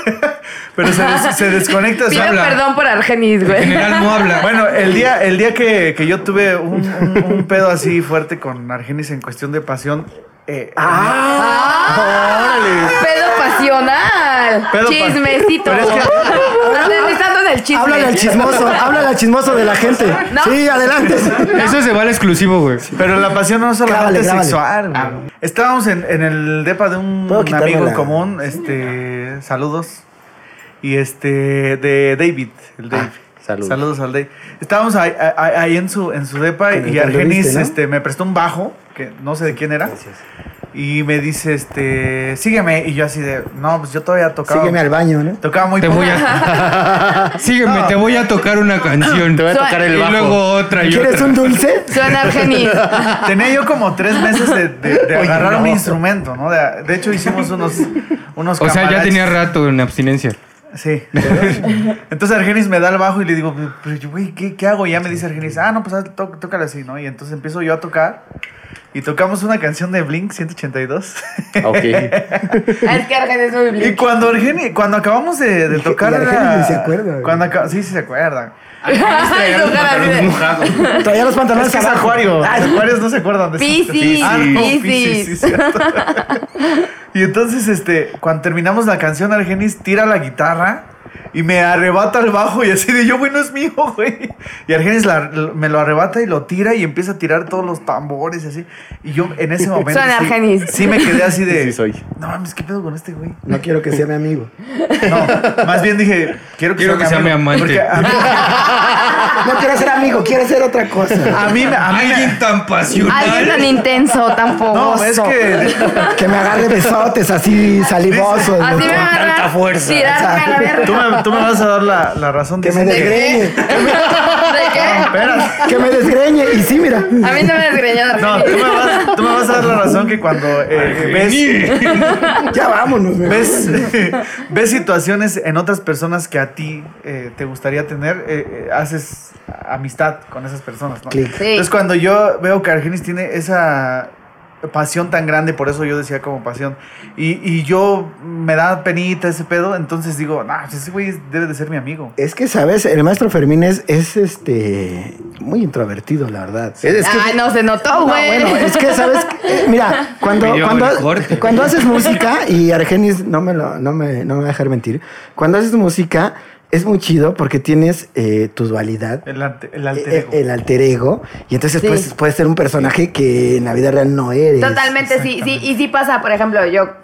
[SPEAKER 6] pero se, des- se desconecta. su-
[SPEAKER 2] Pido
[SPEAKER 3] habla.
[SPEAKER 2] perdón por Argenis,
[SPEAKER 3] En
[SPEAKER 6] <laughs>
[SPEAKER 2] güey.
[SPEAKER 3] general no habla.
[SPEAKER 6] bueno, el día, el día que, que yo tuve un, un- un pedo así fuerte con Argenis en cuestión de pasión, eh,
[SPEAKER 2] ¡Ah! Pedo pasional.
[SPEAKER 6] Pedo pa-
[SPEAKER 2] Chismecito.
[SPEAKER 6] Pero es que-
[SPEAKER 2] <laughs> Analizando en el chisme.
[SPEAKER 4] Háblale al chismoso, háblale al chismoso de la gente.
[SPEAKER 2] <laughs> No.
[SPEAKER 4] Sí,
[SPEAKER 6] <laughs>
[SPEAKER 4] adelante.
[SPEAKER 3] Eso se va al exclusivo, güey.
[SPEAKER 6] Pero la pasión no solamente
[SPEAKER 4] Grábale,
[SPEAKER 6] es
[SPEAKER 4] grábale.
[SPEAKER 6] sexual, güey. Estábamos en, en el depa de un
[SPEAKER 4] ¿Puedo quitarme
[SPEAKER 6] amigo en
[SPEAKER 4] la-
[SPEAKER 6] común, este, saludos. Y este, de David, el Dave.
[SPEAKER 5] saludos.
[SPEAKER 6] al Dave. Estábamos ahí, ahí- ahí en, su, en su depa
[SPEAKER 4] Con el
[SPEAKER 6] y
[SPEAKER 4] que
[SPEAKER 6] Argenis
[SPEAKER 4] anduviste, ¿no?
[SPEAKER 6] este, me prestó un bajo, que no sé de quién era. Y me dice, este, sígueme. Y yo así de, no, pues yo todavía tocaba.
[SPEAKER 4] Sígueme al baño, ¿no?
[SPEAKER 6] Tocaba muy
[SPEAKER 3] Te
[SPEAKER 6] poco.
[SPEAKER 3] voy a. Sígueme,
[SPEAKER 4] Ah.
[SPEAKER 3] te voy a tocar una
[SPEAKER 4] <laughs>
[SPEAKER 3] canción.
[SPEAKER 5] Te voy a tocar el
[SPEAKER 3] y
[SPEAKER 5] bajo.
[SPEAKER 3] luego otra y
[SPEAKER 4] ¿Quieres
[SPEAKER 3] otra.
[SPEAKER 4] un dulce?
[SPEAKER 2] Suena Argenis.
[SPEAKER 6] Tenía yo como tres meses de, de- de
[SPEAKER 5] Oye,
[SPEAKER 6] agarrar
[SPEAKER 5] no.
[SPEAKER 6] un instrumento, ¿no? De, de hecho, hicimos unos, unos
[SPEAKER 3] O sea, ya
[SPEAKER 6] camaraches.
[SPEAKER 3] tenía rato en abstinencia.
[SPEAKER 4] <laughs>
[SPEAKER 6] Sí. Entonces Argenis me da el bajo y le digo, pero yo, güey, ¿qué, qué hago? Y ya me dice Argenis, ah, no, pues haz- tó- tócale así, ¿no? Y entonces empiezo yo a tocar y tocamos una canción de Blink 182.
[SPEAKER 5] Ok.
[SPEAKER 2] Ah, es que Argenis es
[SPEAKER 6] <laughs>
[SPEAKER 2] muy
[SPEAKER 6] y
[SPEAKER 2] blanco.
[SPEAKER 6] cuando Argenis, cuando acabamos de, de
[SPEAKER 4] Y-
[SPEAKER 6] tocar.
[SPEAKER 4] y Argenis
[SPEAKER 6] era-
[SPEAKER 4] ni se acuerda, güey.
[SPEAKER 6] Cuando aca- sí, sí se acuerdan.
[SPEAKER 2] Ay, su cara así de-
[SPEAKER 4] Traía los pantalones
[SPEAKER 6] <laughs> Es que es
[SPEAKER 4] abajo.
[SPEAKER 6] Acuario. Los Acuarios no se acuerdan de
[SPEAKER 2] Piscis,
[SPEAKER 6] Ah, no,
[SPEAKER 2] Piscis.
[SPEAKER 6] Piscis, sí, cierto. y entonces, este, cuando terminamos la canción, Argenis tira la guitarra y me arrebata el bajo y así de yo, güey, no es mío, güey. Y Argenis la- l- me lo arrebata y lo tira y empieza a tirar todos los tambores y así. Y yo en
[SPEAKER 2] <laughs>
[SPEAKER 6] ese momento.
[SPEAKER 2] Suena
[SPEAKER 6] sí,
[SPEAKER 2] Argenis.
[SPEAKER 6] Sí me quedé así de.
[SPEAKER 5] Sí soy.
[SPEAKER 6] No mames, ¿qué pedo con este güey?
[SPEAKER 4] No quiero que sea mi amigo.
[SPEAKER 6] No, más bien dije, quiero que,
[SPEAKER 3] Quiero que sea mi
[SPEAKER 6] amigo,
[SPEAKER 3] amante.
[SPEAKER 6] porque a mí,
[SPEAKER 4] No quiero ser amigo, quiero ser otra
[SPEAKER 6] <laughs>
[SPEAKER 4] cosa.
[SPEAKER 6] a mí, me- a mí me-
[SPEAKER 3] Alguien tan
[SPEAKER 2] Alguien tan
[SPEAKER 3] pasional.
[SPEAKER 2] intenso,
[SPEAKER 4] <laughs>
[SPEAKER 2] tan fogoso.
[SPEAKER 6] No, es que
[SPEAKER 4] Que me agarre besotes así salivosos.
[SPEAKER 2] Así
[SPEAKER 4] loco.
[SPEAKER 2] me va a agarrar,
[SPEAKER 5] tanta fuerza.
[SPEAKER 2] Tirarme a la verga.
[SPEAKER 6] tú me, tú me vas a dar la, la razón.
[SPEAKER 4] Que me
[SPEAKER 6] Dicen que-
[SPEAKER 4] desgreñe.
[SPEAKER 2] <laughs> ¿De qué?
[SPEAKER 6] Espera.
[SPEAKER 4] Que me desgreñe. Y sí, mira.
[SPEAKER 2] A mí no me desgreñó la
[SPEAKER 6] No, tú me, vas, tú me vas a dar la razón que cuando eh, ves,
[SPEAKER 4] Ya vámonos. mejor.
[SPEAKER 6] ves, ves <laughs> situaciones en otras personas que a ti eh, te gustaría tener, eh, eh, haces amistad con esas personas, ¿no?
[SPEAKER 4] Clic.
[SPEAKER 2] Sí.
[SPEAKER 6] Entonces cuando yo veo que Argenis tiene esa pasión tan grande, por eso yo decía como pasión, y, y yo me da penita ese pedo, entonces digo, nah, pues ese güey debe de ser mi amigo.
[SPEAKER 4] Es que, ¿sabes? El maestro Fermín es, es, este muy introvertido, la verdad. Es, es que,
[SPEAKER 2] Ay, no se notó,
[SPEAKER 4] No,
[SPEAKER 2] güey.
[SPEAKER 4] Ah, bueno, es que, ¿sabes? Eh,
[SPEAKER 2] <laughs>
[SPEAKER 4] mira, cuando,
[SPEAKER 3] Me dio
[SPEAKER 4] cuando,
[SPEAKER 3] el corte.
[SPEAKER 4] cuando haces música, y Argenis no me, lo, no, me, no me va a dejar mentir, cuando haces música es muy chido porque tienes eh, tu dualidad.
[SPEAKER 6] El, ante- el alter
[SPEAKER 4] eh,
[SPEAKER 6] ego.
[SPEAKER 4] el alter ego, y entonces
[SPEAKER 2] Sí.
[SPEAKER 4] puedes, puedes ser un personaje que en la vida real no eres.
[SPEAKER 2] <laughs> Totalmente, sí, sí. Y sí pasa, por ejemplo, yo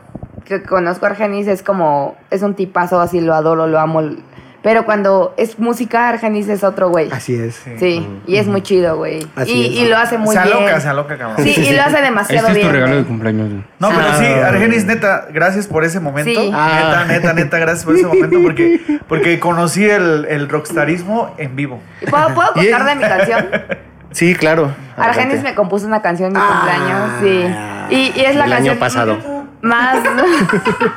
[SPEAKER 2] que conozco a Argenis, es como, es un tipazo, así lo adoro, lo amo. Pero cuando es música, Argenis es otro güey.
[SPEAKER 4] Así es.
[SPEAKER 2] Sí, y es muy chido, güey.
[SPEAKER 4] Así
[SPEAKER 2] Y,
[SPEAKER 4] es.
[SPEAKER 2] y lo hace muy
[SPEAKER 6] Se
[SPEAKER 2] bien.
[SPEAKER 6] aloca, se aloca, cabrón.
[SPEAKER 2] Sí, y lo hace demasiado
[SPEAKER 3] Este es tu
[SPEAKER 2] bien.
[SPEAKER 3] regalo de
[SPEAKER 2] güey.
[SPEAKER 3] cumpleaños. güey.
[SPEAKER 6] No, pero sí,
[SPEAKER 4] Ah.
[SPEAKER 6] Argenis, neta, gracias por ese momento.
[SPEAKER 2] Sí.
[SPEAKER 6] Neta, neta, neta, gracias por ese momento porque, porque conocí el, el rockstarismo en vivo.
[SPEAKER 2] ¿Y ¿Puedo, puedo
[SPEAKER 5] Y-
[SPEAKER 2] contar de mi canción?
[SPEAKER 5] Sí, claro.
[SPEAKER 2] Argenis me compuso una canción en mi
[SPEAKER 4] Ah.
[SPEAKER 2] cumpleaños, sí. Y, y es la
[SPEAKER 5] Del
[SPEAKER 2] canción
[SPEAKER 5] año pasado.
[SPEAKER 2] más <laughs>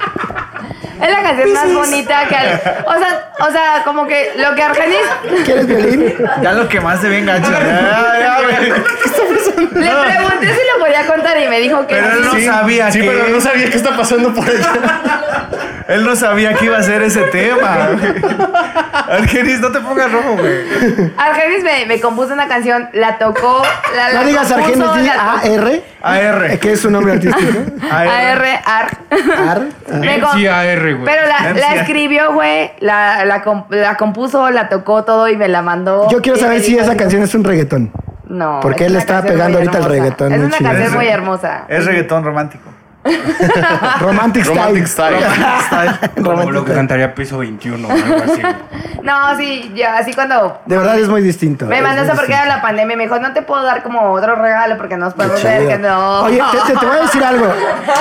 [SPEAKER 2] Es la canción más bonita que al- o sea, o sea, como que lo que Argenis
[SPEAKER 4] ¿Quieres violín?
[SPEAKER 6] Ya lo quemaste bien gacho. <laughs> Ya, ya, güey.
[SPEAKER 2] le pregunté si lo podía contar y me dijo que
[SPEAKER 6] Pero él no
[SPEAKER 2] sí.
[SPEAKER 6] sabía
[SPEAKER 5] Sí,
[SPEAKER 6] que
[SPEAKER 5] pero no sabía qué está pasando por allá.
[SPEAKER 6] él no sabía que iba a ser
[SPEAKER 4] <laughs>
[SPEAKER 6] ese tema. güey. Argenis, no te pongas rojo, güey.
[SPEAKER 2] Argenis me, me compuso una canción, la tocó, la, la
[SPEAKER 4] No digas
[SPEAKER 2] compuso,
[SPEAKER 4] Argenis, di
[SPEAKER 2] la tocó-
[SPEAKER 4] AR,
[SPEAKER 6] AR.
[SPEAKER 4] eh, que es su nombre
[SPEAKER 2] <laughs>
[SPEAKER 4] artístico.
[SPEAKER 6] AR.
[SPEAKER 2] AR, ar.
[SPEAKER 4] AR. ah.
[SPEAKER 2] Me con-
[SPEAKER 3] MCAR, güey.
[SPEAKER 2] Pero la, la
[SPEAKER 6] MCAR.
[SPEAKER 2] escribió, güey, la, la, comp- la compuso, la tocó todo y me la mandó.
[SPEAKER 4] Yo quiero
[SPEAKER 2] Y me
[SPEAKER 4] saber si
[SPEAKER 2] dijo,
[SPEAKER 4] esa canción es un
[SPEAKER 2] <laughs>
[SPEAKER 4] reggaetón.
[SPEAKER 2] No.
[SPEAKER 4] Porque
[SPEAKER 2] es
[SPEAKER 4] él
[SPEAKER 2] una
[SPEAKER 4] estaba
[SPEAKER 2] canción
[SPEAKER 4] pegando
[SPEAKER 2] muy
[SPEAKER 4] ahorita el
[SPEAKER 2] hermosa.
[SPEAKER 4] reggaetón,
[SPEAKER 2] Es
[SPEAKER 4] muy
[SPEAKER 2] una
[SPEAKER 4] chido.
[SPEAKER 2] canción
[SPEAKER 6] Es-
[SPEAKER 2] muy hermosa.
[SPEAKER 6] Es reggaetón romántico.
[SPEAKER 4] Romantic Style.
[SPEAKER 5] Romantic Style.
[SPEAKER 3] Como lo que cantaría Piso 21 o algo así. güey.
[SPEAKER 2] No, sí, ya, así cuando.
[SPEAKER 4] De verdad es muy distinto.
[SPEAKER 2] Me
[SPEAKER 4] es
[SPEAKER 2] mandó
[SPEAKER 4] muy
[SPEAKER 2] eso porque
[SPEAKER 4] distinto.
[SPEAKER 2] era la pandemia. y Me dijo, no te puedo dar como otro regalo porque nos
[SPEAKER 4] Qué
[SPEAKER 2] podemos ver
[SPEAKER 4] chido.
[SPEAKER 2] que no.
[SPEAKER 4] Oye, te, te- te voy a decir algo.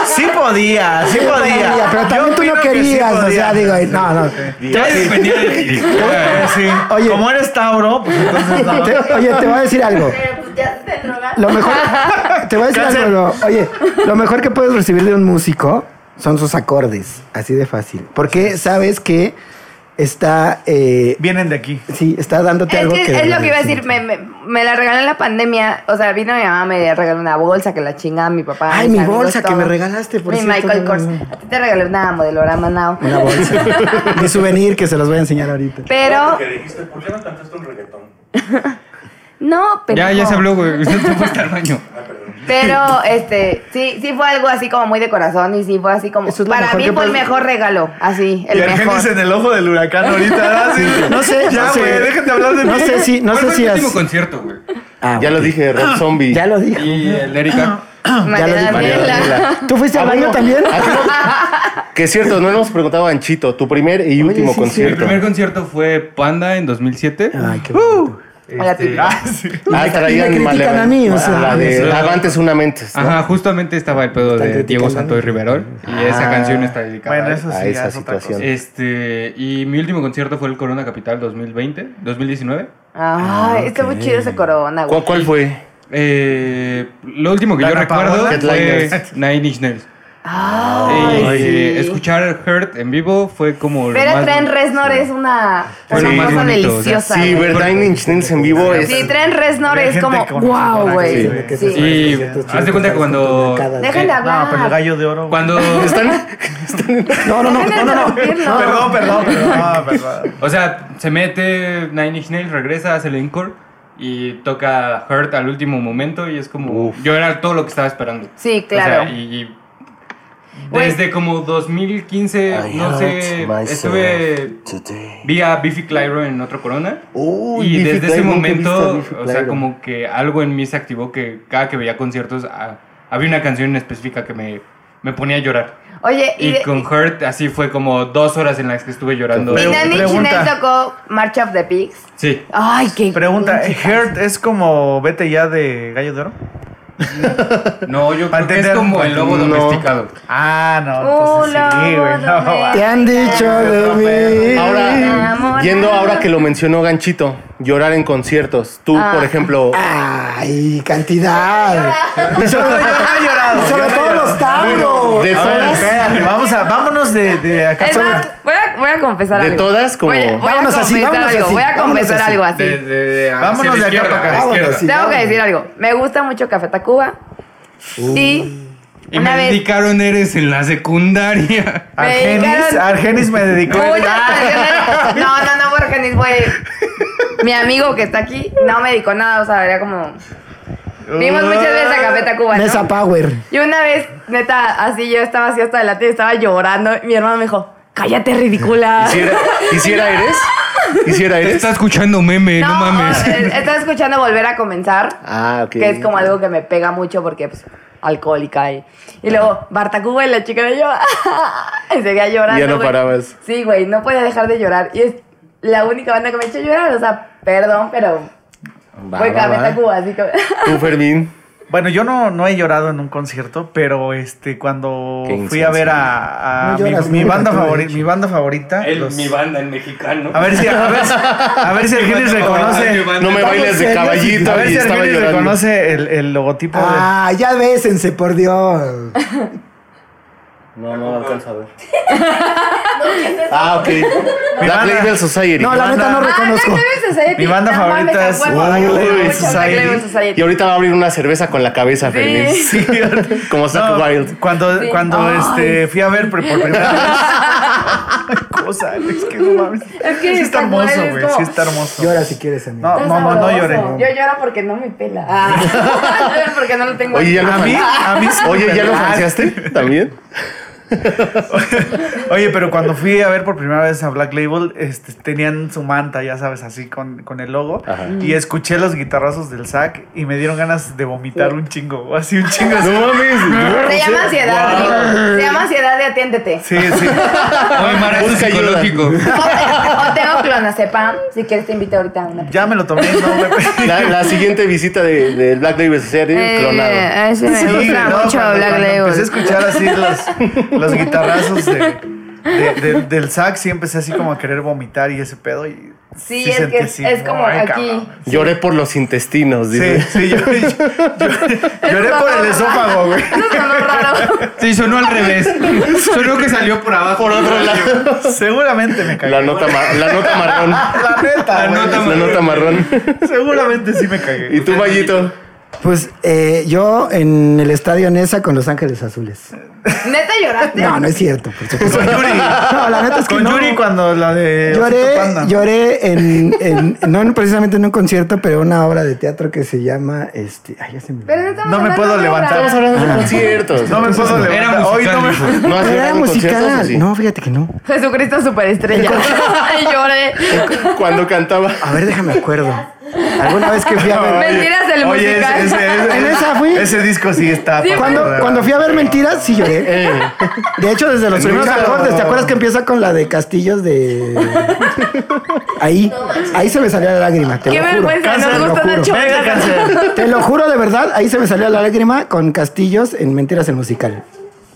[SPEAKER 6] Sí podía, sí podía.
[SPEAKER 4] Podía, pero
[SPEAKER 6] Yo
[SPEAKER 4] también tú
[SPEAKER 6] opino
[SPEAKER 4] no
[SPEAKER 6] que sí
[SPEAKER 4] querías, o sea,
[SPEAKER 6] podía.
[SPEAKER 4] digo, eh, no, no.
[SPEAKER 3] Ya dependía de ti.
[SPEAKER 6] Eh, sí.
[SPEAKER 4] Oye.
[SPEAKER 6] Como eres Tauro, pues entonces no.
[SPEAKER 4] <laughs> Te- oye, te voy a decir algo.
[SPEAKER 2] Pero pues ya te drogaste.
[SPEAKER 4] Lo mejor, te voy a decir
[SPEAKER 6] Cáncer.
[SPEAKER 4] algo. no. Oye, lo mejor que puedes recibir de un músico son sus acordes, así de fácil. Porque sabes que está, eh,
[SPEAKER 6] Vienen de aquí.
[SPEAKER 4] sí, está dándote
[SPEAKER 2] Es,
[SPEAKER 4] algo
[SPEAKER 2] que,
[SPEAKER 4] que. de
[SPEAKER 2] es lo
[SPEAKER 4] verdad
[SPEAKER 2] que iba a
[SPEAKER 4] es
[SPEAKER 2] decir,
[SPEAKER 4] distinto.
[SPEAKER 2] me, me, me la regaló en la pandemia. O sea, vino mi mamá, me regaló una bolsa que la chingaba mi papá.
[SPEAKER 4] Ay,
[SPEAKER 2] mis
[SPEAKER 4] mi
[SPEAKER 2] amigos,
[SPEAKER 4] bolsa que
[SPEAKER 2] todo.
[SPEAKER 4] me regalaste, por
[SPEAKER 2] Mi
[SPEAKER 4] cierto,
[SPEAKER 2] Michael
[SPEAKER 4] no, no,
[SPEAKER 2] Kors.
[SPEAKER 4] no.
[SPEAKER 2] A ti te regalé una modelorama now.
[SPEAKER 4] Una bolsa. Mi souvenir que se los voy a enseñar ahorita.
[SPEAKER 2] Pero,
[SPEAKER 8] Porque dijiste, ¿por qué no cantaste un reggaetón?
[SPEAKER 2] <laughs> no, pero.
[SPEAKER 3] Ya, ya se habló, güey. Usted <laughs> se fue hasta el baño.
[SPEAKER 2] Pero, este, sí, sí fue algo así como muy de corazón y sí fue así como...
[SPEAKER 4] Eso es lo
[SPEAKER 2] para
[SPEAKER 4] mejor
[SPEAKER 2] mí
[SPEAKER 4] que
[SPEAKER 2] fue el
[SPEAKER 4] puedes-
[SPEAKER 2] mejor regalo, así,
[SPEAKER 6] y
[SPEAKER 2] el mejor.
[SPEAKER 6] Argenis en el ojo del huracán ahorita. ¿verdad? Sí.
[SPEAKER 4] No sé,
[SPEAKER 6] Ya,
[SPEAKER 4] no sé.
[SPEAKER 6] güey, déjate hablar de
[SPEAKER 4] No
[SPEAKER 6] mí.
[SPEAKER 4] sé si, no
[SPEAKER 3] ¿Cuál
[SPEAKER 4] sé
[SPEAKER 3] fue
[SPEAKER 4] si
[SPEAKER 3] el
[SPEAKER 4] has- Ah,
[SPEAKER 3] último concierto, güey.
[SPEAKER 5] Ya lo dije, Rob Zombie.
[SPEAKER 4] Ya lo dije.
[SPEAKER 3] Y el de Erika.
[SPEAKER 4] Ya lo
[SPEAKER 2] María
[SPEAKER 4] dije.
[SPEAKER 5] María
[SPEAKER 2] Daniela. <laughs>
[SPEAKER 5] Daniela.
[SPEAKER 4] ¿Tú fuiste al
[SPEAKER 5] Ah,
[SPEAKER 4] baño
[SPEAKER 5] bueno.
[SPEAKER 4] también?
[SPEAKER 5] Que es cierto, no nos hemos preguntado, Anchito, tu primer y último
[SPEAKER 4] sí, sí.
[SPEAKER 3] El
[SPEAKER 5] concierto.
[SPEAKER 3] primer concierto fue Panda en 2007.
[SPEAKER 4] Ay, qué bonito.
[SPEAKER 2] La típica.
[SPEAKER 6] Ah, sí.
[SPEAKER 5] Ah,
[SPEAKER 4] me-
[SPEAKER 5] traían
[SPEAKER 4] y me critican
[SPEAKER 5] Malevan-
[SPEAKER 4] a mí, o sea.
[SPEAKER 5] Ah, La de
[SPEAKER 3] Sí.
[SPEAKER 5] Avantes una mentes. ¿no?
[SPEAKER 3] Ajá, justamente estaba el pedo de
[SPEAKER 4] criticando.
[SPEAKER 3] Diego Santoy Riverol. Y esa canción está dedicada a
[SPEAKER 6] Bueno,
[SPEAKER 3] él.
[SPEAKER 6] eso sí,
[SPEAKER 5] A
[SPEAKER 6] ya
[SPEAKER 5] Ah, esa
[SPEAKER 6] es otra cosa.
[SPEAKER 5] situación.
[SPEAKER 3] Este, y mi último concierto fue el Corona Capital 2020, 2019.
[SPEAKER 2] Ay, está muy chido ese corona, güey.
[SPEAKER 5] ¿Cuál, cuál fue?
[SPEAKER 3] Eh, lo último que yo
[SPEAKER 6] Dana
[SPEAKER 3] recuerdo
[SPEAKER 6] Paola.
[SPEAKER 3] fue
[SPEAKER 5] Headliners.
[SPEAKER 3] Nine Inch Nails.
[SPEAKER 2] Ay,
[SPEAKER 3] Y, eh,
[SPEAKER 2] sí.
[SPEAKER 3] escuchar Hurt en vivo fue como lo
[SPEAKER 2] Pero
[SPEAKER 3] más-
[SPEAKER 2] Tren Reznor es una,
[SPEAKER 3] Fue
[SPEAKER 2] una
[SPEAKER 3] lo más
[SPEAKER 2] cosa
[SPEAKER 3] bonito, o sea,
[SPEAKER 2] deliciosa,
[SPEAKER 5] sí,
[SPEAKER 2] güey.
[SPEAKER 5] ¿verdad? Nine Inch Nails en vivo es...
[SPEAKER 2] Sí, Tren Reznor
[SPEAKER 6] Había
[SPEAKER 2] es
[SPEAKER 6] gente
[SPEAKER 2] como,
[SPEAKER 6] con-
[SPEAKER 2] wow,
[SPEAKER 6] con-
[SPEAKER 2] güey.
[SPEAKER 4] que
[SPEAKER 2] Sí.
[SPEAKER 4] se-
[SPEAKER 3] Y
[SPEAKER 4] Sí, estos
[SPEAKER 3] haz de cuenta que cuando
[SPEAKER 4] chicos
[SPEAKER 2] Déjenle
[SPEAKER 3] eh,
[SPEAKER 2] hablar.
[SPEAKER 6] No, pero el gallo de oro. güey.
[SPEAKER 2] <laughs>
[SPEAKER 3] cuando
[SPEAKER 4] No, no, no,
[SPEAKER 2] Déjenle
[SPEAKER 4] no, no, no.
[SPEAKER 2] interrumpirlo.
[SPEAKER 6] Perdón, perdón, <laughs> perdón. No, perdón.
[SPEAKER 3] O sea, se mete Nine Inch Nails, regresa, hace el encore y toca Hurt al último momento y es como... Yo era todo lo que estaba esperando.
[SPEAKER 2] Sí,
[SPEAKER 3] O sea,
[SPEAKER 2] claro.
[SPEAKER 3] y, y
[SPEAKER 2] Güey,
[SPEAKER 3] Desde como 2015,
[SPEAKER 5] I
[SPEAKER 3] no sé,
[SPEAKER 5] hurt myself
[SPEAKER 3] estuve.
[SPEAKER 5] today.
[SPEAKER 3] Vi a Biffy Clyro en otro corona.
[SPEAKER 5] Uy,
[SPEAKER 3] y
[SPEAKER 5] Biffy
[SPEAKER 3] desde ese
[SPEAKER 5] Clyro, nunca he visto a
[SPEAKER 3] momento,
[SPEAKER 5] Biffy
[SPEAKER 3] o sea,
[SPEAKER 5] Clyro.
[SPEAKER 3] como que algo en mí se activó que cada que veía conciertos ah, había una canción en específica que me, me ponía a llorar.
[SPEAKER 2] Oye, y,
[SPEAKER 3] Y,
[SPEAKER 2] de-
[SPEAKER 3] con Hurt así fue como dos horas en las que estuve llorando.
[SPEAKER 2] mi
[SPEAKER 6] Pre-
[SPEAKER 2] nani
[SPEAKER 6] pregunta.
[SPEAKER 2] Chinel tocó March of the Pigs.
[SPEAKER 3] Sí.
[SPEAKER 2] Ay, qué.
[SPEAKER 6] Pregunta,
[SPEAKER 2] pinche
[SPEAKER 6] ¿Hurt es como vete ya de gallo de oro?
[SPEAKER 3] No, yo
[SPEAKER 6] Para
[SPEAKER 3] creo que es
[SPEAKER 6] entender-
[SPEAKER 3] como el lobo
[SPEAKER 5] No.
[SPEAKER 3] domesticado.
[SPEAKER 6] Ah, no,
[SPEAKER 2] Oh,
[SPEAKER 6] entonces
[SPEAKER 2] la
[SPEAKER 6] sí, güey. No,
[SPEAKER 2] madre.
[SPEAKER 6] va.
[SPEAKER 4] Te han dicho de mí.
[SPEAKER 5] Ahora,
[SPEAKER 2] Enamorada.
[SPEAKER 5] yendo ahora que lo mencionó Ganchito, llorar en conciertos. Tú,
[SPEAKER 2] Ah.
[SPEAKER 5] por ejemplo,
[SPEAKER 4] Ay, cantidad. Y sobre,
[SPEAKER 6] he llorado,
[SPEAKER 4] y sobre
[SPEAKER 6] yo no he
[SPEAKER 4] todo
[SPEAKER 6] llorado.
[SPEAKER 4] los tauros.
[SPEAKER 5] de
[SPEAKER 6] A ver,
[SPEAKER 5] todas,
[SPEAKER 6] espérate, vamos a, vámonos de, de acá.
[SPEAKER 2] Es más, voy a, voy a confesar
[SPEAKER 5] De
[SPEAKER 2] algo.
[SPEAKER 5] todas, como-
[SPEAKER 2] Voy a, voy a
[SPEAKER 4] Vámonos así,
[SPEAKER 2] confesar
[SPEAKER 4] vámonos
[SPEAKER 2] algo.
[SPEAKER 4] así,
[SPEAKER 2] voy a
[SPEAKER 4] vámonos
[SPEAKER 2] confesar
[SPEAKER 4] así.
[SPEAKER 2] algo así.
[SPEAKER 3] De, de, de- hacia
[SPEAKER 6] Vámonos
[SPEAKER 3] la
[SPEAKER 6] de acá
[SPEAKER 3] izquierda,
[SPEAKER 6] para acá.
[SPEAKER 3] a la izquierda.
[SPEAKER 4] Vámonos, sí.
[SPEAKER 2] Tengo que
[SPEAKER 4] vámonos.
[SPEAKER 2] decir algo. Me gusta mucho Café Tacuba. Sí.
[SPEAKER 3] Y
[SPEAKER 2] una
[SPEAKER 3] me
[SPEAKER 2] vez.
[SPEAKER 3] indicaron eres en la secundaria.
[SPEAKER 2] Me
[SPEAKER 6] Argenis,
[SPEAKER 2] dedicaron-
[SPEAKER 6] Argenis me dedicó.
[SPEAKER 2] Muchas canciones. No, no, no, porque ni fue. Mi amigo que está aquí no me dedicó nada, o sea, era como. Vimos muchas veces a Café Tacuba. ¿no?
[SPEAKER 4] Mesa Power.
[SPEAKER 2] Y una vez, neta, así yo estaba así hasta adelante y estaba llorando. Mi hermano me dijo, cállate, ridícula.
[SPEAKER 5] quisiera, quisiera eres, quisiera
[SPEAKER 3] Te
[SPEAKER 5] eres.
[SPEAKER 3] está escuchando meme, no, mames.
[SPEAKER 2] eh, Estaba escuchando Volver a Comenzar,
[SPEAKER 5] Ah, ok.
[SPEAKER 2] que es como algo que me pega mucho porque, pues, alcohólica. Y, y luego, Bartacuba y la chica de yo, y seguía llorando.
[SPEAKER 5] Ya no
[SPEAKER 2] güey.
[SPEAKER 5] parabas.
[SPEAKER 2] Sí, güey, no podía dejar de llorar. Y es la única banda que me ha hecho llorar, o sea, perdón, pero...
[SPEAKER 5] Va,
[SPEAKER 2] Fue
[SPEAKER 5] va, va.
[SPEAKER 2] Café Tacuba, así que...
[SPEAKER 5] Tú, Fermín.
[SPEAKER 6] Bueno, yo no, no he llorado en un concierto, pero este cuando
[SPEAKER 5] Qué
[SPEAKER 6] fui a ver a, a
[SPEAKER 4] No lloras
[SPEAKER 6] mi, mi
[SPEAKER 4] nunca,
[SPEAKER 6] banda
[SPEAKER 4] tú, de
[SPEAKER 6] favorita,
[SPEAKER 4] hecho.
[SPEAKER 6] mi banda favorita, los-
[SPEAKER 3] banda en mexicano.
[SPEAKER 6] a ver si a ver, si- a ver si Argenis reconoce,
[SPEAKER 5] No me bailes de
[SPEAKER 4] serios?
[SPEAKER 5] caballito.
[SPEAKER 6] a ver
[SPEAKER 5] y
[SPEAKER 6] si
[SPEAKER 5] estaba
[SPEAKER 6] Argenis
[SPEAKER 5] llorando.
[SPEAKER 6] reconoce el, el logotipo de-
[SPEAKER 4] Ah, ya bésense, por Dios.
[SPEAKER 5] No, no alcanzo a ver. ah, ok. Black
[SPEAKER 6] banda.
[SPEAKER 5] Label Society.
[SPEAKER 4] No, la
[SPEAKER 6] banda-
[SPEAKER 4] neta no reconozco.
[SPEAKER 6] Mi banda favorita es
[SPEAKER 5] Black Label
[SPEAKER 6] Society.
[SPEAKER 5] Y ahorita va a abrir una cerveza con la cabeza,
[SPEAKER 2] Sí.
[SPEAKER 5] Fermín. Como Zack
[SPEAKER 6] <laughs> No,
[SPEAKER 5] Wild.
[SPEAKER 6] Cuando,
[SPEAKER 2] Sí.
[SPEAKER 6] cuando
[SPEAKER 2] Ay.
[SPEAKER 6] este, fui a ver por por primera
[SPEAKER 2] <laughs>
[SPEAKER 6] vez. Ay, cosa, es que no mames.
[SPEAKER 2] Es que
[SPEAKER 6] sí está
[SPEAKER 2] Zack Wild
[SPEAKER 6] hermoso,
[SPEAKER 2] es
[SPEAKER 6] güey.
[SPEAKER 2] como-
[SPEAKER 6] Sí está hermoso.
[SPEAKER 4] Llora si quieres, amigo.
[SPEAKER 6] No, no, Ah, no, no lloré.
[SPEAKER 2] Yo lloro porque no
[SPEAKER 6] <laughs>
[SPEAKER 2] me pela. <laughs> porque no lo tengo.
[SPEAKER 5] Oye, ya lo
[SPEAKER 6] A mí, a mí sí me
[SPEAKER 5] Oye, ¿ya lo
[SPEAKER 6] pegó.
[SPEAKER 5] fanseaste también?
[SPEAKER 6] Oye, pero cuando fui a ver por primera vez a Black Label, este, tenían su manta, ya sabes, así con, con el logo.
[SPEAKER 5] Ajá.
[SPEAKER 2] Mm.
[SPEAKER 6] Y escuché los guitarrazos del sac y me dieron ganas de vomitar un chingo. Así un chingo. así.
[SPEAKER 5] <laughs> No mames.
[SPEAKER 2] Se llama ansiedad, amigo. Se llama ansiedad
[SPEAKER 6] <laughs>
[SPEAKER 2] de atiéndete.
[SPEAKER 6] Sí, sí.
[SPEAKER 3] Oye, Mara, eso es
[SPEAKER 5] Busca ayuda.
[SPEAKER 3] psicológico.
[SPEAKER 2] O tengo clonazepam, si quieres te invito ahorita a una.
[SPEAKER 6] Ya me lo tomé, no me
[SPEAKER 2] <laughs>
[SPEAKER 5] La, la siguiente visita de, del Black Label Society,
[SPEAKER 6] Eh,
[SPEAKER 5] clonado.
[SPEAKER 2] sí, Eh, me gusta
[SPEAKER 6] no,
[SPEAKER 2] mucho
[SPEAKER 6] cuando-
[SPEAKER 2] Black
[SPEAKER 6] cuando Empecé a
[SPEAKER 2] Label.
[SPEAKER 6] escuchar así los,
[SPEAKER 2] <laughs>
[SPEAKER 6] los guitarrazos de- de- de- del sax, sí empecé así como a querer vomitar y ese pedo. Y
[SPEAKER 2] Sí, es que
[SPEAKER 6] sentí
[SPEAKER 2] es,
[SPEAKER 6] así,
[SPEAKER 2] es como
[SPEAKER 6] "Ay,
[SPEAKER 2] aquí.
[SPEAKER 6] cabrón".
[SPEAKER 5] Lloré por los intestinos,
[SPEAKER 6] Sí,
[SPEAKER 5] dice.
[SPEAKER 6] sí, yo, yo- yo- lloré por
[SPEAKER 2] <laughs>
[SPEAKER 6] el esófago, güey.
[SPEAKER 2] <laughs> Eso sonó
[SPEAKER 6] <laughs>
[SPEAKER 2] raro.
[SPEAKER 3] Sí, sonó al revés. Sonó que salió por abajo.
[SPEAKER 5] Por otro lado,
[SPEAKER 6] Seguramente me cagué.
[SPEAKER 5] la nota, ma- la nota marrón.
[SPEAKER 6] La neta,
[SPEAKER 3] La
[SPEAKER 6] güey.
[SPEAKER 3] nota
[SPEAKER 5] La nota marrón.
[SPEAKER 6] Seguramente sí me cagué.
[SPEAKER 5] ¿Y tú, Vallito?
[SPEAKER 4] Pues eh, yo en el estadio Nesa con Los Ángeles Azules.
[SPEAKER 2] Neta lloraste.
[SPEAKER 4] No, no es cierto. por supuesto.
[SPEAKER 6] Con Yuri.
[SPEAKER 4] <laughs> No, la neta es que
[SPEAKER 6] Con
[SPEAKER 4] no.
[SPEAKER 6] Yuri cuando la de Osito
[SPEAKER 4] Lloré,
[SPEAKER 6] Panda.
[SPEAKER 4] lloré en, en- no en- precisamente en un concierto, pero una obra de teatro que se llama este, ay, ya se me
[SPEAKER 2] Pero
[SPEAKER 4] olvidó. Ah.
[SPEAKER 6] No
[SPEAKER 2] estamos
[SPEAKER 6] me
[SPEAKER 2] hablando
[SPEAKER 6] puedo
[SPEAKER 2] de
[SPEAKER 6] levantar.
[SPEAKER 2] obra.
[SPEAKER 5] Estamos hablando de conciertos.
[SPEAKER 6] No me puedo
[SPEAKER 3] Era
[SPEAKER 6] levantar. Hoy no me...
[SPEAKER 3] musical,
[SPEAKER 5] ¿No has
[SPEAKER 4] Pero
[SPEAKER 5] llorado
[SPEAKER 4] era
[SPEAKER 5] en conciertos o
[SPEAKER 4] musical. Ah,
[SPEAKER 5] sí?
[SPEAKER 4] No, fíjate que no.
[SPEAKER 6] <laughs>
[SPEAKER 2] Jesucristo superestrella. y lloré.
[SPEAKER 5] Cuando cantaba.
[SPEAKER 4] A ver, déjame acuerdo. Alguna vez que fui a ver.
[SPEAKER 2] Mentiras del
[SPEAKER 6] Oye, ese,
[SPEAKER 2] musical.
[SPEAKER 6] ese- ese-
[SPEAKER 4] En esa fui.
[SPEAKER 6] ese disco sí está.
[SPEAKER 2] Sí,
[SPEAKER 6] para
[SPEAKER 4] Cuando,
[SPEAKER 6] llorar.
[SPEAKER 4] cuando fui a ver mentiras, sí lloré.
[SPEAKER 5] Eh,
[SPEAKER 4] De hecho, desde los primeros
[SPEAKER 6] Nunca.
[SPEAKER 4] acordes, ¿te acuerdas que empieza con la de Castillos de. Ahí, ahí se me salió la lágrima. Te
[SPEAKER 2] Qué
[SPEAKER 4] lo juro.
[SPEAKER 2] vergüenza,
[SPEAKER 4] Te
[SPEAKER 2] nos
[SPEAKER 4] lo
[SPEAKER 2] gusta
[SPEAKER 4] juro.
[SPEAKER 2] Nacho
[SPEAKER 6] Venga, cáncer.
[SPEAKER 4] Te lo juro de verdad, ahí se me salió la lágrima con Castillos en Mentiras el musical.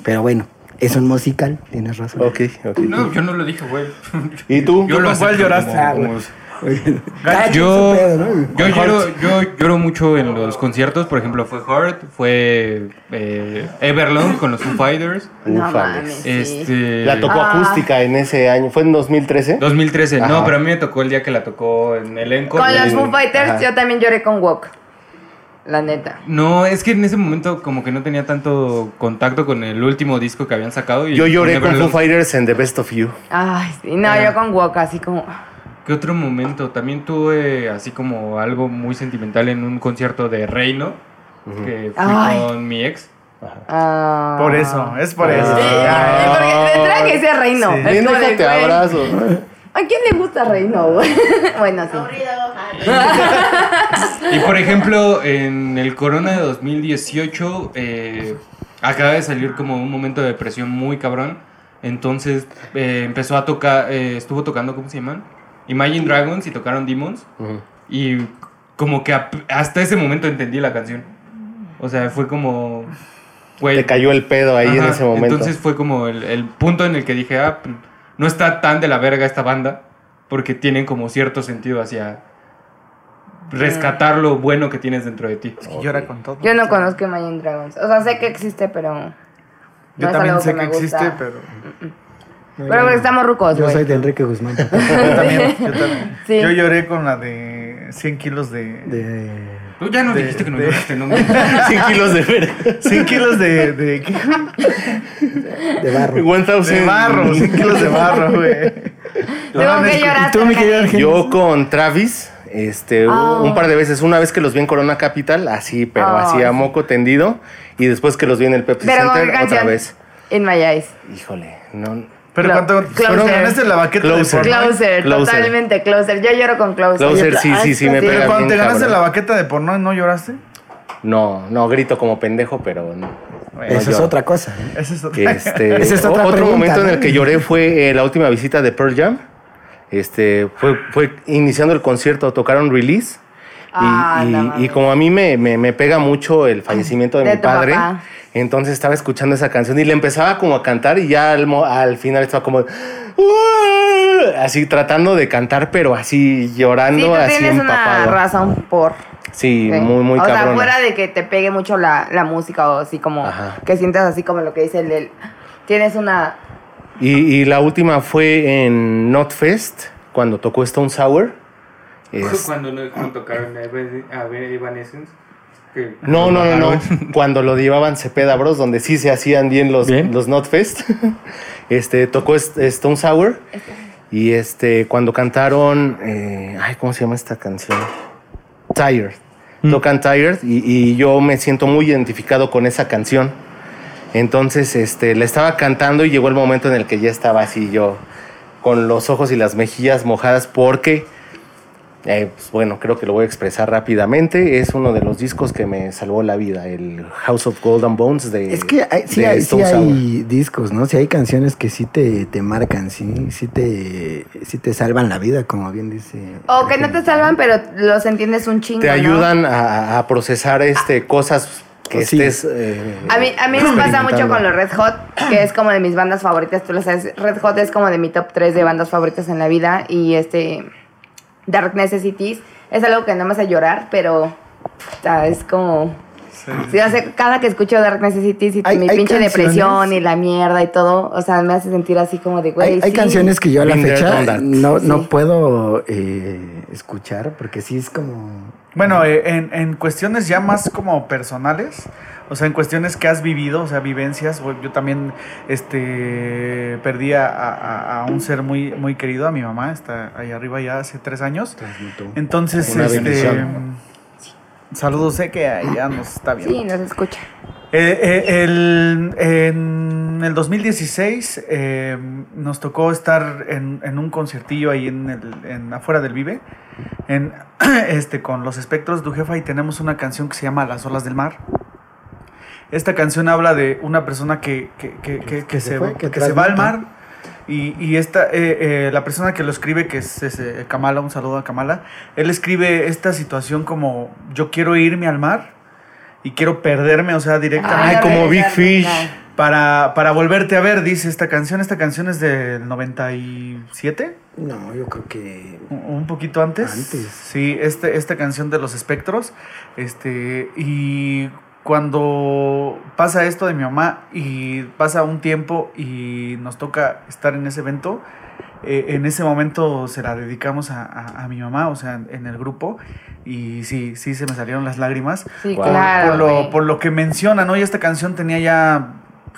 [SPEAKER 4] Pero bueno, es un musical, tienes razón.
[SPEAKER 5] ok, ok.
[SPEAKER 3] No, yo no lo dije, güey.
[SPEAKER 5] ¿Y tú?
[SPEAKER 3] Yo lo
[SPEAKER 6] ¿Con cuál
[SPEAKER 3] acepto
[SPEAKER 6] lloraste?
[SPEAKER 3] como-
[SPEAKER 4] Ah, güey.
[SPEAKER 3] como-
[SPEAKER 4] Cada quien
[SPEAKER 3] Yo,
[SPEAKER 4] su pedo, ¿no?
[SPEAKER 3] yo, lloro, yo lloro mucho en los conciertos. Por ejemplo, fue Heart, fue eh, Everlong con los Foo Fighters.
[SPEAKER 2] No
[SPEAKER 5] Ufales.
[SPEAKER 2] mames. sí.
[SPEAKER 3] Este,
[SPEAKER 5] La
[SPEAKER 2] Ah.
[SPEAKER 5] tocó acústica en ese año. ¿Fue en 2013?
[SPEAKER 3] 2013.
[SPEAKER 5] Ajá.
[SPEAKER 3] No, pero a mí me tocó el día que la tocó en elenco.
[SPEAKER 2] Con los
[SPEAKER 3] Eh,
[SPEAKER 2] Foo Fighters
[SPEAKER 5] Ajá.
[SPEAKER 2] yo también lloré con Walk. La neta.
[SPEAKER 3] No, es que en ese momento como que no tenía tanto contacto con el último disco que habían sacado. Y
[SPEAKER 5] Yo lloré con Foo
[SPEAKER 3] Everlong.
[SPEAKER 5] Fighters en The Best of You.
[SPEAKER 2] Ay, sí. No, yo con Walk así como...
[SPEAKER 3] ¿Qué otro momento? También tuve así como algo muy sentimental en un concierto de Reino, que fui
[SPEAKER 2] Ay.
[SPEAKER 3] con mi ex.
[SPEAKER 2] Ah.
[SPEAKER 6] Por eso, es por eso.
[SPEAKER 2] Sí, es
[SPEAKER 6] Ah.
[SPEAKER 2] porque de entrada que sea Reino.
[SPEAKER 6] Sí.
[SPEAKER 2] es
[SPEAKER 5] Ven,
[SPEAKER 2] como de,
[SPEAKER 5] déjate
[SPEAKER 2] güey,
[SPEAKER 5] abrazo.
[SPEAKER 2] ¿A quién le gusta Reino? <laughs> güey? bueno, sí.
[SPEAKER 9] Aburrido.
[SPEAKER 3] Y por ejemplo, en el Corona de 2018, eh, acaba de salir como un momento de depresión muy cabrón. Entonces eh, empezó a tocar, eh, estuvo tocando, ¿cómo se llaman? Imagine Dragons y tocaron Demons. Y como que ap- hasta ese momento entendí la canción. O sea, fue como... güey,
[SPEAKER 5] Te cayó el pedo ahí en
[SPEAKER 3] Ajá,
[SPEAKER 5] ese momento. <laughs>
[SPEAKER 3] Entonces fue como el, el punto en el que dije, ah, pues, no está tan de la verga esta banda, porque tienen como cierto sentido hacia rescatar lo bueno que tienes dentro de ti.
[SPEAKER 6] Y llora con todo.
[SPEAKER 2] Yo no conozco Imagine Dragons. O sea, sé que existe, pero.
[SPEAKER 6] Yo
[SPEAKER 2] no es
[SPEAKER 6] también
[SPEAKER 2] algo
[SPEAKER 6] sé
[SPEAKER 2] que
[SPEAKER 6] que,
[SPEAKER 2] me gusta.
[SPEAKER 6] existe, pero.
[SPEAKER 2] Pero porque estamos rucos,
[SPEAKER 4] Yo
[SPEAKER 2] güey.
[SPEAKER 4] soy de Enrique Guzmán. papá.
[SPEAKER 6] Yo también. Yo, también.
[SPEAKER 2] <laughs> Sí.
[SPEAKER 6] Yo lloré con la de 100 kilos de.
[SPEAKER 4] De...
[SPEAKER 3] Tú ya no
[SPEAKER 6] De-
[SPEAKER 3] dijiste que no
[SPEAKER 6] de-
[SPEAKER 3] lloraste, no mientas.
[SPEAKER 5] 100 kilos de ver.
[SPEAKER 6] 100 kilos de. de, ¿qué?
[SPEAKER 4] De barro.
[SPEAKER 5] 1000.
[SPEAKER 6] de barro, 100 kilos de barro, güey.
[SPEAKER 2] Tengo que llorar.
[SPEAKER 4] ¿Tú, mi querido Argenis?
[SPEAKER 5] Yo con Travis, este,
[SPEAKER 2] Ah.
[SPEAKER 5] un par de veces, una vez que los vi en Corona Capital, así, pero
[SPEAKER 2] Ah,
[SPEAKER 5] así a
[SPEAKER 2] sí.
[SPEAKER 5] moco tendido, y después que los vi en el Pepsi
[SPEAKER 2] Pero con
[SPEAKER 5] Center
[SPEAKER 2] qué
[SPEAKER 5] otra
[SPEAKER 2] canción.
[SPEAKER 5] vez.
[SPEAKER 2] In My Eyes.
[SPEAKER 5] Híjole, no.
[SPEAKER 6] Pero
[SPEAKER 2] Cla-
[SPEAKER 6] cuando
[SPEAKER 2] Closer.
[SPEAKER 6] cuando ganaste la baqueta
[SPEAKER 5] Closer.
[SPEAKER 6] de Pornoy.
[SPEAKER 2] Closer,
[SPEAKER 5] Closer.
[SPEAKER 2] totalmente closer. Yo lloro con closer.
[SPEAKER 5] Closer, sí, sí, sí, me
[SPEAKER 2] Sí.
[SPEAKER 5] pega
[SPEAKER 6] Pero cuando
[SPEAKER 5] bien,
[SPEAKER 6] te ganaste
[SPEAKER 5] cabrón.
[SPEAKER 6] la baqueta de Pornoy, ¿no lloraste?
[SPEAKER 5] No, no, grito como pendejo, pero no. no
[SPEAKER 4] Eso es
[SPEAKER 5] lloro.
[SPEAKER 4] otra cosa. ¿eh?
[SPEAKER 6] Ese es otro.
[SPEAKER 2] <laughs>
[SPEAKER 5] Este,
[SPEAKER 4] Esa es
[SPEAKER 5] o-
[SPEAKER 4] otra
[SPEAKER 5] otro
[SPEAKER 4] pregunta,
[SPEAKER 5] momento en
[SPEAKER 4] ¿no?
[SPEAKER 5] el que lloré fue eh, la última visita de Pearl Jam. Este, fue, fue iniciando el concierto, tocaron release. Y,
[SPEAKER 2] Ah,
[SPEAKER 5] y-
[SPEAKER 2] no mames.
[SPEAKER 5] y como a mí me, me- me pega mucho el fallecimiento de,
[SPEAKER 2] De
[SPEAKER 5] mi
[SPEAKER 2] tu
[SPEAKER 5] padre,
[SPEAKER 2] papá.
[SPEAKER 5] entonces estaba escuchando esa canción y le empezaba como a cantar y ya al, mo- al final estaba como... "Uh", así tratando de cantar, pero así
[SPEAKER 2] Sí,
[SPEAKER 5] llorando,
[SPEAKER 2] tú
[SPEAKER 5] así
[SPEAKER 2] tienes una
[SPEAKER 5] empapado.
[SPEAKER 2] razón por.
[SPEAKER 5] Sí,
[SPEAKER 2] ¿ok?
[SPEAKER 5] muy, muy
[SPEAKER 2] O
[SPEAKER 5] cabrón.
[SPEAKER 2] sea, fuera de que te pegue mucho la, la música o así como
[SPEAKER 5] Ajá.
[SPEAKER 2] que sientas así como lo que dice el, el- Tienes una.
[SPEAKER 5] Y, y la última fue en Notfest, cuando tocó Stone Sour. <laughs> Es-
[SPEAKER 3] Cuando no- cuando tocaron a ver Evanescence. que-
[SPEAKER 5] No, no, no, no. Cuando lo llevaban Cepeda Bros, donde sí se hacían bien los,
[SPEAKER 3] Bien.
[SPEAKER 5] los Notfest. <laughs> Este, tocó est- Stone Sour. Y este, cuando cantaron. eh, ay, ¿cómo se llama esta canción? Tired.
[SPEAKER 4] Mm.
[SPEAKER 5] Tocan Tired. Y, y yo me siento muy identificado con esa canción. Entonces, este, la estaba cantando y llegó el momento en el que ya estaba así yo. Con los ojos y las mejillas mojadas porque. Eh, pues, bueno, creo que lo voy a expresar rápidamente. Es uno de los discos que me salvó la vida, el House of Golden Bones de.
[SPEAKER 4] Es que hay- sí,
[SPEAKER 5] de
[SPEAKER 4] hay, sí
[SPEAKER 5] Stone Sour.
[SPEAKER 4] hay discos, ¿no? Sí hay canciones que sí te, te marcan, sí, sí te, sí te salvan la vida, como bien dice.
[SPEAKER 2] O que no te salvan, pero los entiendes un chingo.
[SPEAKER 5] Te
[SPEAKER 2] ¿no?
[SPEAKER 5] ayudan a, a procesar este cosas que
[SPEAKER 4] Pues Sí.
[SPEAKER 5] estés. eh,
[SPEAKER 2] A mí, a mí me pasa mucho
[SPEAKER 5] experimentando.
[SPEAKER 2] con los Red Hot, que es como de mis bandas favoritas, tú lo sabes. Red Hot es como de mi top 3 de bandas favoritas en la vida. Y este. Dark Necessities es algo que no me hace llorar, pero. o sea, es como. Sí, o sea, cada que escucho Dark Necessities y
[SPEAKER 4] Hay-
[SPEAKER 2] mi
[SPEAKER 4] hay
[SPEAKER 2] pinche
[SPEAKER 4] canciones-
[SPEAKER 2] depresión y la mierda y todo, o sea, me hace sentir así como de, güey.
[SPEAKER 4] Hay, hay
[SPEAKER 2] Pues sí.
[SPEAKER 4] canciones que yo a la
[SPEAKER 5] Been there, done
[SPEAKER 4] fecha
[SPEAKER 5] that.
[SPEAKER 4] no, no
[SPEAKER 2] Sí.
[SPEAKER 4] puedo eh, escuchar porque sí es como...
[SPEAKER 6] Bueno, eh, en, en cuestiones ya más como personales, o sea, en cuestiones que has vivido, o sea, vivencias, o yo también este, perdí a, a- a un ser muy, muy querido, a mi mamá, está ahí arriba ya hace tres años. Entonces,
[SPEAKER 5] Una
[SPEAKER 6] este,
[SPEAKER 5] bendición.
[SPEAKER 6] saludos, sé que ya nos está viendo.
[SPEAKER 2] Sí, nos escucha.
[SPEAKER 6] Eh, eh, el- en el 2016 eh, nos tocó estar en, en un conciertillo ahí en, el- en afuera del Vive, en, <clears throat> este, con los espectros de Jefa y tenemos una canción que se llama Las olas del mar. Esta canción habla de una persona que, que- que- que- que se,
[SPEAKER 4] fue, que
[SPEAKER 6] que se va al
[SPEAKER 4] transmuta.
[SPEAKER 6] mar y, y esta, eh, eh, la persona que lo escribe, que es ese, Kamala, un saludo a Kamala, él escribe esta situación como yo quiero irme al mar y quiero perderme, o sea,
[SPEAKER 5] Ay,
[SPEAKER 6] directamente
[SPEAKER 2] no
[SPEAKER 5] como Big
[SPEAKER 2] regresar
[SPEAKER 5] Fish.
[SPEAKER 2] nunca.
[SPEAKER 6] para, para volverte a ver, dice esta canción. Esta canción es del 97,
[SPEAKER 4] No, yo creo que...
[SPEAKER 6] un- un poquito antes.
[SPEAKER 4] Antes.
[SPEAKER 6] Sí, este, esta canción de los espectros. Este, y cuando pasa esto de mi mamá y pasa un tiempo y nos toca estar en ese evento, eh, en ese momento se la dedicamos a, a- a mi mamá, o sea, en, en el grupo. Y sí, sí, se me salieron las lágrimas
[SPEAKER 2] Sí,
[SPEAKER 5] Wow.
[SPEAKER 2] claro.
[SPEAKER 6] por, lo,
[SPEAKER 2] güey.
[SPEAKER 6] por lo que menciona, ¿no? Y esta canción tenía ya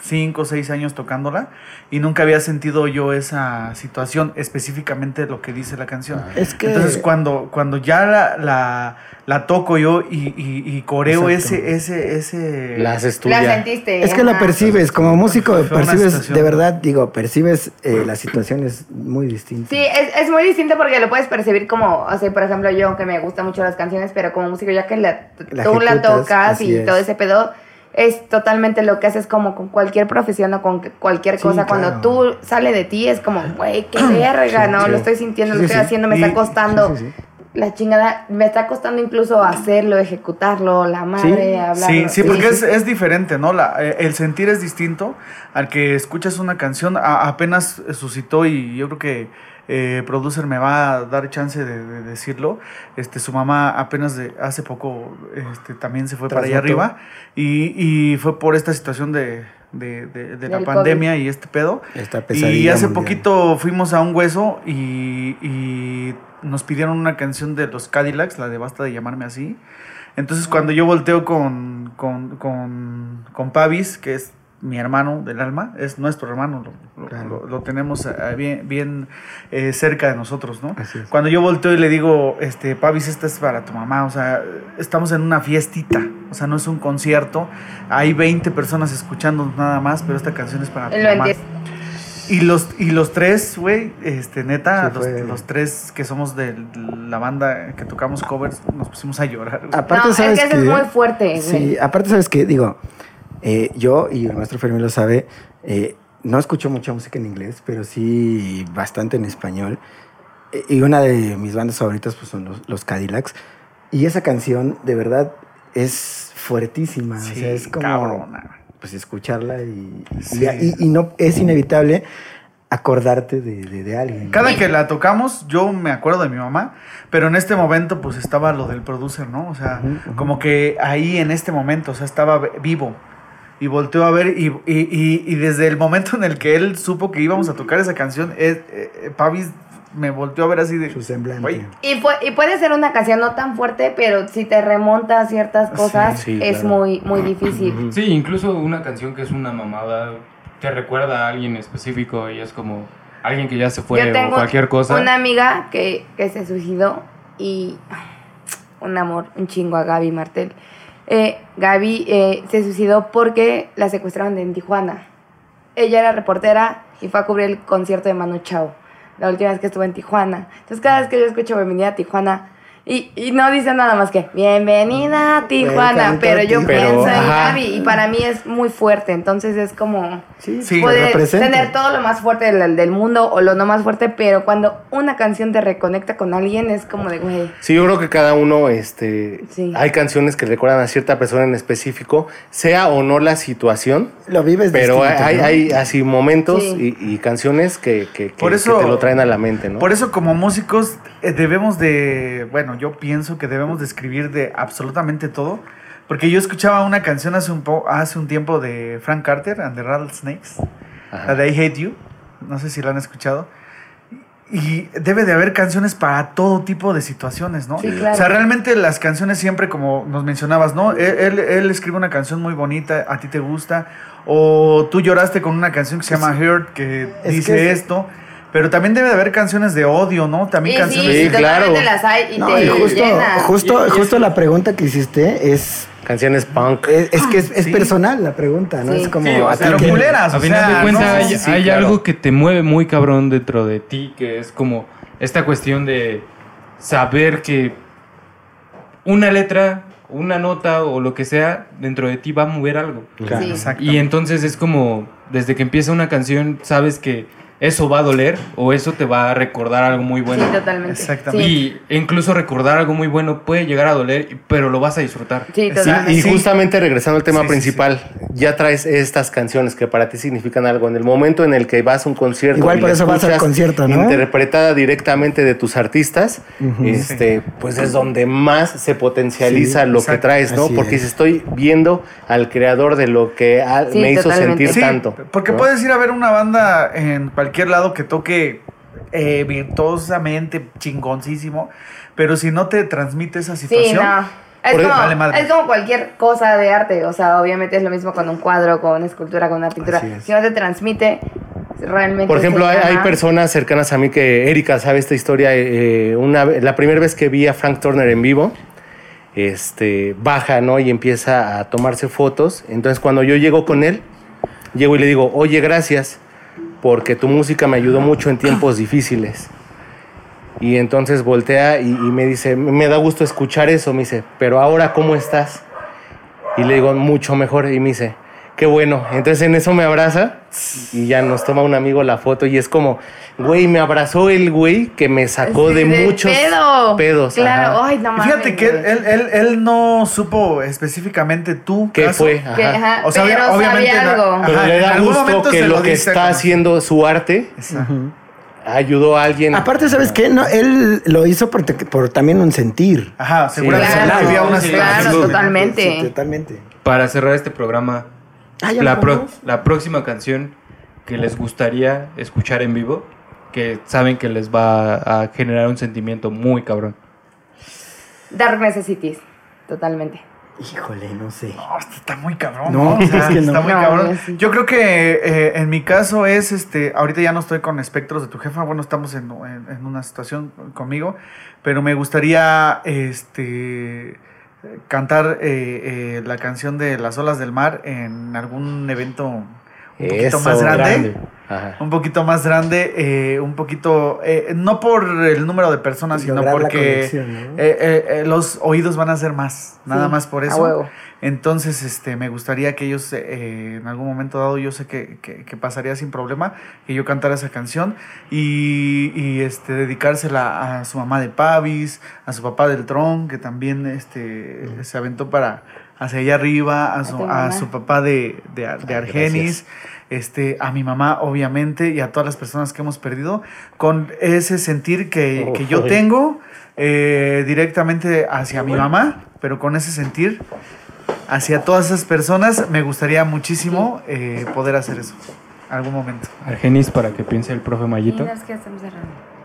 [SPEAKER 6] 5 o 6 años tocándola y nunca había sentido yo esa situación, específicamente lo que dice la canción.
[SPEAKER 4] Ah. Es que-
[SPEAKER 6] Entonces, cuando, cuando ya la, la, la toco yo y, y, y coreo
[SPEAKER 4] Exacto.
[SPEAKER 6] ese, ese, ese...
[SPEAKER 5] Las
[SPEAKER 2] La
[SPEAKER 5] estudia.
[SPEAKER 2] sentiste.
[SPEAKER 4] Es que lo
[SPEAKER 2] Eh, ajá.
[SPEAKER 4] percibes, como músico
[SPEAKER 6] Fue una
[SPEAKER 4] percibes,
[SPEAKER 6] situación.
[SPEAKER 4] de verdad, digo, percibes eh, las situaciones muy distintas.
[SPEAKER 2] Sí, es, es muy distinto porque lo puedes percibir como, o sea, por ejemplo, yo, aunque me gustan mucho las canciones, pero como músico, ya que la-
[SPEAKER 4] La
[SPEAKER 2] tú la
[SPEAKER 4] ejecutas,
[SPEAKER 2] tocas
[SPEAKER 4] así
[SPEAKER 2] y
[SPEAKER 4] es.
[SPEAKER 2] todo ese pedo, es totalmente lo que haces como con cualquier profesión o con que- cualquier
[SPEAKER 4] Sí,
[SPEAKER 2] cosa.
[SPEAKER 4] claro.
[SPEAKER 2] Cuando tú sale de ti, es como, güey,
[SPEAKER 4] <clears throat>
[SPEAKER 2] qué verga, no,
[SPEAKER 4] sí.
[SPEAKER 2] lo estoy sintiendo,
[SPEAKER 4] Sí, sí,
[SPEAKER 2] lo estoy
[SPEAKER 4] sí.
[SPEAKER 2] haciendo, me
[SPEAKER 6] Y-
[SPEAKER 2] está costando.
[SPEAKER 4] sí, sí, sí.
[SPEAKER 2] La chingada, me está costando incluso hacerlo, ejecutarlo, la madre, hablar.
[SPEAKER 6] Sí, sí, porque Es, es diferente, ¿no? La, eh, el sentir es distinto al que escuchas una canción. A- apenas suscitó y yo creo que eh, producer me va a dar chance de, de decirlo. Este, su mamá apenas de hace poco este, también se fue para allá
[SPEAKER 4] Trasnotó.
[SPEAKER 6] arriba y, y fue por esta situación de, de- de- de la
[SPEAKER 2] Del
[SPEAKER 6] pandemia y este pedo.
[SPEAKER 4] Esta
[SPEAKER 6] Y
[SPEAKER 4] pesadilla
[SPEAKER 6] hace
[SPEAKER 4] mundial.
[SPEAKER 6] poquito fuimos a un hueso y, y nos pidieron una canción de los Cadillacs, la de Basta de llamarme así. Entonces cuando yo volteo con, con, con, con Pavis, que es mi hermano del alma, es nuestro hermano, lo, lo-
[SPEAKER 4] Claro.
[SPEAKER 6] lo- lo tenemos eh, bien, bien eh, cerca de nosotros, ¿no?
[SPEAKER 4] Así es.
[SPEAKER 6] Cuando yo volteo y le digo, este, Pavis, esta es para tu mamá, o sea, estamos en una fiestita, o sea, no es un concierto, hay 20 personas escuchando nada más, pero esta canción es para tu
[SPEAKER 2] Lo
[SPEAKER 6] mamá.
[SPEAKER 2] entiendo.
[SPEAKER 6] Y los, y los tres, güey, este, neta,
[SPEAKER 4] Sí,
[SPEAKER 6] los,
[SPEAKER 4] fue-
[SPEAKER 6] los tres que somos de la banda que tocamos covers, nos pusimos a llorar. güey.
[SPEAKER 4] Aparte,
[SPEAKER 2] no, es que
[SPEAKER 4] ¿sabes
[SPEAKER 2] eso es
[SPEAKER 4] qué?
[SPEAKER 2] muy fuerte, güey.
[SPEAKER 4] Sí, aparte, ¿sabes qué? Digo, eh, yo y el maestro Fermín lo sabe, eh, no escucho mucha música en inglés, pero sí bastante en español. Eh, Y una de mis bandas favoritas pues, son los, los Cadillacs. Y esa canción, de verdad, es fuertísima.
[SPEAKER 6] Sí,
[SPEAKER 4] o sea, pues, es como
[SPEAKER 6] cabrona.
[SPEAKER 4] pues, escucharla y, y-
[SPEAKER 6] Sí.
[SPEAKER 4] y- y no es inevitable acordarte de, de- de alguien. ¿no?
[SPEAKER 6] Cada que la tocamos, yo me acuerdo de mi mamá, pero en este momento pues estaba lo del producer, ¿no? O sea,
[SPEAKER 4] Ujú, ujú.
[SPEAKER 6] como que ahí en este momento, o sea, estaba ve- vivo. Y volteó a ver y, y- y- y desde el momento en el que él supo que íbamos a tocar esa canción, eh, eh, eh, Pavis me volteó a ver así de...
[SPEAKER 4] Su semblante.
[SPEAKER 6] "Güey,
[SPEAKER 2] Y, pu- y puede ser una canción no tan fuerte, pero si te remonta a ciertas cosas,
[SPEAKER 5] sí,
[SPEAKER 2] es
[SPEAKER 5] claro.
[SPEAKER 2] muy, muy difícil.
[SPEAKER 3] Sí, incluso una canción que es una mamada te recuerda a alguien específico y es como alguien que ya se fue
[SPEAKER 2] Yo
[SPEAKER 3] o
[SPEAKER 2] tengo
[SPEAKER 3] cualquier cosa.
[SPEAKER 2] una amiga que, que se suicidó y un amor, un chingo a Gaby Martel. Eh, Gaby eh, se suicidó porque la secuestraron en Tijuana. Ella era reportera y fue a cubrir el concierto de Manu Chao, la última vez que estuvo en Tijuana. Entonces cada vez que yo escucho Bienvenida a Tijuana, y, y no dice nada más que Bienvenida a Tijuana,
[SPEAKER 4] Welcome to
[SPEAKER 2] pero yo
[SPEAKER 4] Tijuana.
[SPEAKER 5] Pero,
[SPEAKER 2] pienso en
[SPEAKER 5] ajá.
[SPEAKER 2] Gaby y para mí es muy fuerte, entonces es como
[SPEAKER 4] Sí,
[SPEAKER 6] Sí.
[SPEAKER 4] te
[SPEAKER 2] puede
[SPEAKER 4] representa.
[SPEAKER 2] tener todo lo más fuerte del, del mundo o lo no más fuerte, pero cuando una canción te reconecta con alguien es como de, güey,
[SPEAKER 5] Sí, yo creo que cada uno, este,
[SPEAKER 2] Sí.
[SPEAKER 5] hay canciones que recuerdan a cierta persona en específico, sea o no la situación,
[SPEAKER 4] Lo vives
[SPEAKER 5] pero
[SPEAKER 4] distinto,
[SPEAKER 5] hay,
[SPEAKER 4] ¿no?
[SPEAKER 5] hay así momentos
[SPEAKER 2] Sí.
[SPEAKER 5] y, y canciones que, que- que-
[SPEAKER 6] Por
[SPEAKER 5] que
[SPEAKER 6] eso-
[SPEAKER 5] te lo traen a la mente, ¿no?
[SPEAKER 6] Por eso como músicos eh, debemos de, bueno, yo pienso que debemos de escribir de absolutamente todo, porque yo escuchaba una canción hace un po- hace un tiempo de Frank Carter and the Rattlesnakes,
[SPEAKER 5] Ajá.
[SPEAKER 6] la de I Hate You, no sé si la han escuchado. Y debe de haber canciones para todo tipo de situaciones, ¿no?
[SPEAKER 2] Sí, claro.
[SPEAKER 6] O sea, realmente las canciones siempre, como nos mencionabas, ¿no? Él, él- él escribe una canción muy bonita, a ti te gusta, o tú lloraste con una canción que se llama Hurt, que
[SPEAKER 4] es
[SPEAKER 6] dice
[SPEAKER 4] que es-
[SPEAKER 6] esto, pero también debe de haber canciones de odio, ¿no?
[SPEAKER 2] y
[SPEAKER 6] También
[SPEAKER 2] sí,
[SPEAKER 6] canciones...
[SPEAKER 5] Sí, claro.
[SPEAKER 2] totalmente las hay y
[SPEAKER 4] No,
[SPEAKER 2] te
[SPEAKER 4] y justo,
[SPEAKER 2] llena.
[SPEAKER 4] justo,
[SPEAKER 3] Y- y
[SPEAKER 4] justo
[SPEAKER 3] es-
[SPEAKER 4] la pregunta que hiciste es,
[SPEAKER 5] Canciones punk.
[SPEAKER 4] es, es que es, es
[SPEAKER 6] Sí.
[SPEAKER 4] personal la pregunta, ¿no?
[SPEAKER 2] Ah, Sí.
[SPEAKER 4] Es como
[SPEAKER 3] Sí, o
[SPEAKER 4] a
[SPEAKER 3] sea,
[SPEAKER 4] ti
[SPEAKER 6] pero
[SPEAKER 4] que-
[SPEAKER 6] culera.
[SPEAKER 3] A
[SPEAKER 6] o
[SPEAKER 3] final
[SPEAKER 6] sea,
[SPEAKER 3] de cuentas,
[SPEAKER 6] no,
[SPEAKER 3] hay,
[SPEAKER 5] sí, sí,
[SPEAKER 3] hay
[SPEAKER 5] claro.
[SPEAKER 3] algo que te mueve muy cabrón dentro de ti, que es como esta cuestión de saber que una letra, una nota o lo que sea, dentro de ti va a mover algo.
[SPEAKER 5] Claro.
[SPEAKER 2] Sí.
[SPEAKER 6] Exacto.
[SPEAKER 3] Y entonces es como, desde que empieza una canción, sabes que eso va a doler o eso te va a recordar algo muy bueno.
[SPEAKER 2] sí, totalmente.
[SPEAKER 6] Exactamente.
[SPEAKER 2] Sí,
[SPEAKER 3] Y incluso recordar algo muy bueno puede llegar a doler, pero lo vas a disfrutar.
[SPEAKER 2] sí,
[SPEAKER 6] Sí,
[SPEAKER 4] Ah,
[SPEAKER 2] totalmente.
[SPEAKER 5] Y
[SPEAKER 6] Sí.
[SPEAKER 5] justamente regresando al tema
[SPEAKER 6] Sí, sí,
[SPEAKER 5] principal, ya traes estas canciones que para ti significan algo. En el momento en el que vas a un concierto,
[SPEAKER 4] Igual
[SPEAKER 5] y
[SPEAKER 4] por
[SPEAKER 5] la
[SPEAKER 4] eso vas al
[SPEAKER 5] escuchas
[SPEAKER 4] concierto, ¿no?
[SPEAKER 5] Interpretada directamente de tus artistas, este, pues es donde más se potencializa
[SPEAKER 4] Sí,
[SPEAKER 5] lo que
[SPEAKER 6] exacto.
[SPEAKER 5] traes, ¿no?
[SPEAKER 4] Así
[SPEAKER 5] Porque
[SPEAKER 4] es.
[SPEAKER 5] dices, estoy viendo al creador de lo que a-
[SPEAKER 2] Sí,
[SPEAKER 5] me hizo
[SPEAKER 2] totalmente.
[SPEAKER 5] sentir
[SPEAKER 6] Sí,
[SPEAKER 5] tanto.
[SPEAKER 6] Porque
[SPEAKER 5] ¿no?
[SPEAKER 6] puedes ir a ver una banda en cualquier lado que toque eh, virtuosamente, chingoncísimo, pero si no te transmite esa
[SPEAKER 2] Sí,
[SPEAKER 6] situación,
[SPEAKER 2] no. Es,
[SPEAKER 5] Por-
[SPEAKER 2] como,
[SPEAKER 6] vale madre.
[SPEAKER 2] es como cualquier cosa de arte. O sea, obviamente es lo mismo con un cuadro, con una escultura, con una pintura.
[SPEAKER 5] Así es.
[SPEAKER 2] Si no te transmite, realmente.
[SPEAKER 5] Por ejemplo,
[SPEAKER 2] se
[SPEAKER 5] hay, hay
[SPEAKER 2] llama-
[SPEAKER 5] personas cercanas a mí que Erika sabe esta historia. eh, una, ve- la primera vez que vi a Frank Turner en vivo, este, baja, ¿no? Y empieza a tomarse fotos. Entonces, cuando yo llego con él, llego y le digo, oye, gracias, porque tu música me ayudó mucho en
[SPEAKER 2] <clears throat>
[SPEAKER 5] tiempos difíciles. Y entonces voltea y, y me dice, me da gusto escuchar eso. Me dice, pero ahora, ¿cómo estás? Y le digo, mucho mejor. Y me dice, qué bueno. Entonces en eso me abraza y ya nos toma un amigo la foto. Y es como, güey, me abrazó el güey que me sacó
[SPEAKER 2] Sí,
[SPEAKER 5] de
[SPEAKER 2] del
[SPEAKER 5] muchos
[SPEAKER 2] pedo.
[SPEAKER 5] pedos.
[SPEAKER 2] Claro,
[SPEAKER 5] ajá.
[SPEAKER 2] ay, no mames.
[SPEAKER 6] Fíjate que él, él, él- él no supo específicamente tú.
[SPEAKER 5] ¿Qué
[SPEAKER 6] caso.
[SPEAKER 5] fue?
[SPEAKER 2] Que,
[SPEAKER 5] Ajá.
[SPEAKER 2] ajá,
[SPEAKER 6] O sea,
[SPEAKER 2] pero
[SPEAKER 6] obviamente
[SPEAKER 2] sabía
[SPEAKER 6] la-
[SPEAKER 2] algo.
[SPEAKER 6] ajá,
[SPEAKER 5] Pero le
[SPEAKER 6] en
[SPEAKER 5] da
[SPEAKER 6] algún
[SPEAKER 5] gusto
[SPEAKER 6] momento
[SPEAKER 5] que
[SPEAKER 6] se
[SPEAKER 5] lo,
[SPEAKER 6] lo
[SPEAKER 5] que
[SPEAKER 6] dice
[SPEAKER 5] está
[SPEAKER 6] como-
[SPEAKER 5] haciendo su arte ayudó a alguien.
[SPEAKER 4] Aparte, ¿sabes qué? No, él lo hizo por, te- por también un sentir.
[SPEAKER 6] Ajá, seguramente
[SPEAKER 2] Claro,
[SPEAKER 6] había una
[SPEAKER 3] sí,
[SPEAKER 2] claro,
[SPEAKER 3] sí, sí.
[SPEAKER 2] totalmente.
[SPEAKER 4] Sí, totalmente.
[SPEAKER 3] Para cerrar este programa,
[SPEAKER 4] Ah, ¿ya
[SPEAKER 3] la,
[SPEAKER 4] lo
[SPEAKER 3] pro-
[SPEAKER 4] ponemos?
[SPEAKER 3] la próxima canción que les gustaría escuchar en vivo, que saben que les va a generar un sentimiento muy cabrón.
[SPEAKER 2] Dark Necessities, totalmente.
[SPEAKER 4] Híjole, no sé.
[SPEAKER 6] No, este está muy cabrón.
[SPEAKER 4] No,
[SPEAKER 6] ¿no? O sea,
[SPEAKER 4] es que no.
[SPEAKER 6] Está muy
[SPEAKER 2] No,
[SPEAKER 6] cabrón.
[SPEAKER 2] yo sí.
[SPEAKER 6] Yo creo que eh, en mi caso es, este, ahorita ya no estoy con espectros de tu jefa, bueno, estamos en, en- en una situación conmigo, pero me gustaría, este, cantar eh, eh, la canción de Las olas del mar en algún evento un poquito
[SPEAKER 5] Eso,
[SPEAKER 6] más grande.
[SPEAKER 5] Ajá.
[SPEAKER 6] Un poquito más grande, eh, un poquito, eh, no por el número de personas, sino
[SPEAKER 4] Lograr la
[SPEAKER 6] porque
[SPEAKER 4] conexión, ¿no?
[SPEAKER 6] eh, eh, eh, los oídos van a ser más, nada
[SPEAKER 2] Sí,
[SPEAKER 6] más por
[SPEAKER 2] a
[SPEAKER 6] eso.
[SPEAKER 2] huevo.
[SPEAKER 6] Entonces, este, me gustaría que ellos, eh, en algún momento dado, yo sé que, que- que pasaría sin problema, que yo cantara esa canción y, y, este, dedicársela a su mamá de Pavis, a su papá del Tron, que también este, se aventó para hacia allá arriba, a su,
[SPEAKER 2] tu
[SPEAKER 6] a
[SPEAKER 2] mamá.
[SPEAKER 6] su papá de, de, de
[SPEAKER 5] Ah,
[SPEAKER 6] Argenis, este, a mi mamá, obviamente, y a todas las personas que hemos perdido, con ese sentir que, que yo
[SPEAKER 5] Uy.
[SPEAKER 6] tengo eh, directamente hacia mi mamá, pero con ese sentir hacia todas esas personas, me gustaría muchísimo eh, poder hacer eso algún momento.
[SPEAKER 3] Argenis, para que piense el profe Mayito.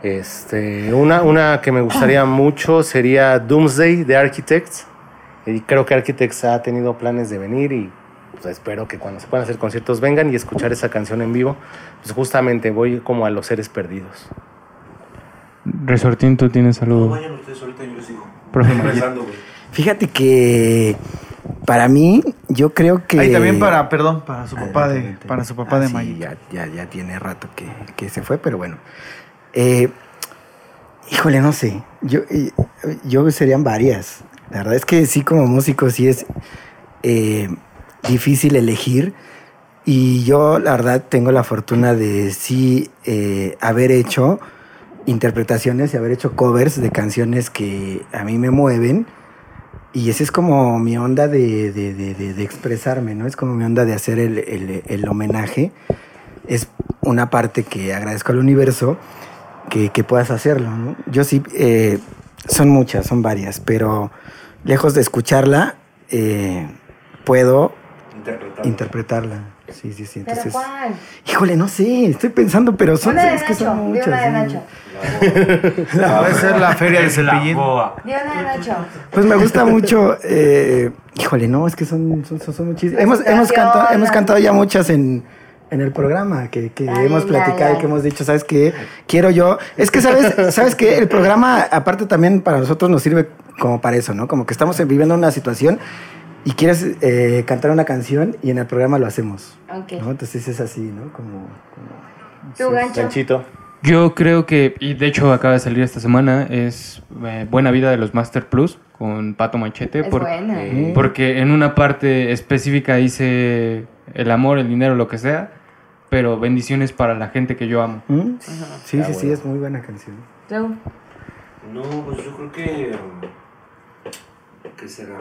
[SPEAKER 5] Este, una, una que me gustaría mucho sería Doomsday de Architects. Y creo que Architects ha tenido planes de venir y pues, espero que cuando se puedan hacer conciertos vengan y escuchar esa canción en vivo. Pues justamente voy como a los seres perdidos.
[SPEAKER 3] Resortín, tú tienes
[SPEAKER 8] No
[SPEAKER 3] algo.
[SPEAKER 8] vayan ustedes ahorita, yo les digo.
[SPEAKER 3] Profe
[SPEAKER 8] Estoy
[SPEAKER 3] Mayito.
[SPEAKER 8] rezando, güey.
[SPEAKER 4] Fíjate que para mí, yo creo que.
[SPEAKER 6] Ahí también para, perdón, para su
[SPEAKER 4] Ah,
[SPEAKER 6] papá de,
[SPEAKER 4] evidentemente.
[SPEAKER 6] para su papá de
[SPEAKER 4] Ah, sí,
[SPEAKER 6] Mayito.
[SPEAKER 4] Ya, ya, ya tiene rato que, que se fue, pero bueno. Eh, híjole, no sé. Yo, eh, yo serían varias. La verdad es que sí, como músico, sí es eh, difícil elegir. Y yo, la verdad, tengo la fortuna de sí eh, haber hecho interpretaciones y haber hecho covers de canciones que a mí me mueven. Y esa es como mi onda de, de- de- de- de expresarme, ¿no? Es como mi onda de hacer el, el- el homenaje. Es una parte que agradezco al universo que, que puedas hacerlo, ¿no? Yo sí, eh, son muchas, son varias, pero lejos de escucharla, eh, puedo
[SPEAKER 8] Interpretando.
[SPEAKER 4] interpretarla. Sí, sí, sí.
[SPEAKER 2] ¿Pero
[SPEAKER 4] Entonces,
[SPEAKER 2] cuál?
[SPEAKER 4] híjole, no sé, estoy pensando, pero son,
[SPEAKER 2] Una de
[SPEAKER 4] es que
[SPEAKER 2] Nacho,
[SPEAKER 4] son
[SPEAKER 2] di
[SPEAKER 4] muchas.
[SPEAKER 2] una de
[SPEAKER 4] ¿no?
[SPEAKER 2] Nacho.
[SPEAKER 6] Puede ser
[SPEAKER 3] <laughs>
[SPEAKER 6] la feria de
[SPEAKER 8] Es la
[SPEAKER 6] Cepillín.
[SPEAKER 8] boa.
[SPEAKER 2] Di una de Nacho.
[SPEAKER 4] Pues me gusta mucho. eh, híjole, no, es que son, son, son- son muchísimas. Hemos, hemos, cantado,
[SPEAKER 2] Canciones.
[SPEAKER 4] hemos cantado ya muchas en, en el programa que, que
[SPEAKER 2] Ay,
[SPEAKER 4] hemos
[SPEAKER 2] ya,
[SPEAKER 4] platicado
[SPEAKER 2] ya.
[SPEAKER 4] y que hemos dicho, ¿sabes qué? Quiero yo. Es que, ¿sabes, ¿sabes qué? El programa, aparte, también para nosotros nos sirve como para eso, ¿no? Como que estamos viviendo una situación y quieres eh, cantar una canción y en el programa lo hacemos.
[SPEAKER 2] Ok.
[SPEAKER 4] ¿no? Entonces es así, ¿no? Como. como-
[SPEAKER 2] Tu gancho.
[SPEAKER 5] Sanchito.
[SPEAKER 3] Yo creo que, y de hecho acaba de salir esta semana, es eh, Buena Vida de los Master Plus con Pato Manchete.
[SPEAKER 2] Es
[SPEAKER 3] por-
[SPEAKER 2] buena.
[SPEAKER 5] Eh,
[SPEAKER 3] Porque en una parte específica dice el amor, el dinero, lo que sea, pero bendiciones para la gente que yo amo.
[SPEAKER 4] ¿Mm? Sí, sí, sí,
[SPEAKER 5] Está bueno.
[SPEAKER 4] es muy buena canción.
[SPEAKER 2] Tú.
[SPEAKER 8] No, pues yo creo que. um, ¿Qué será?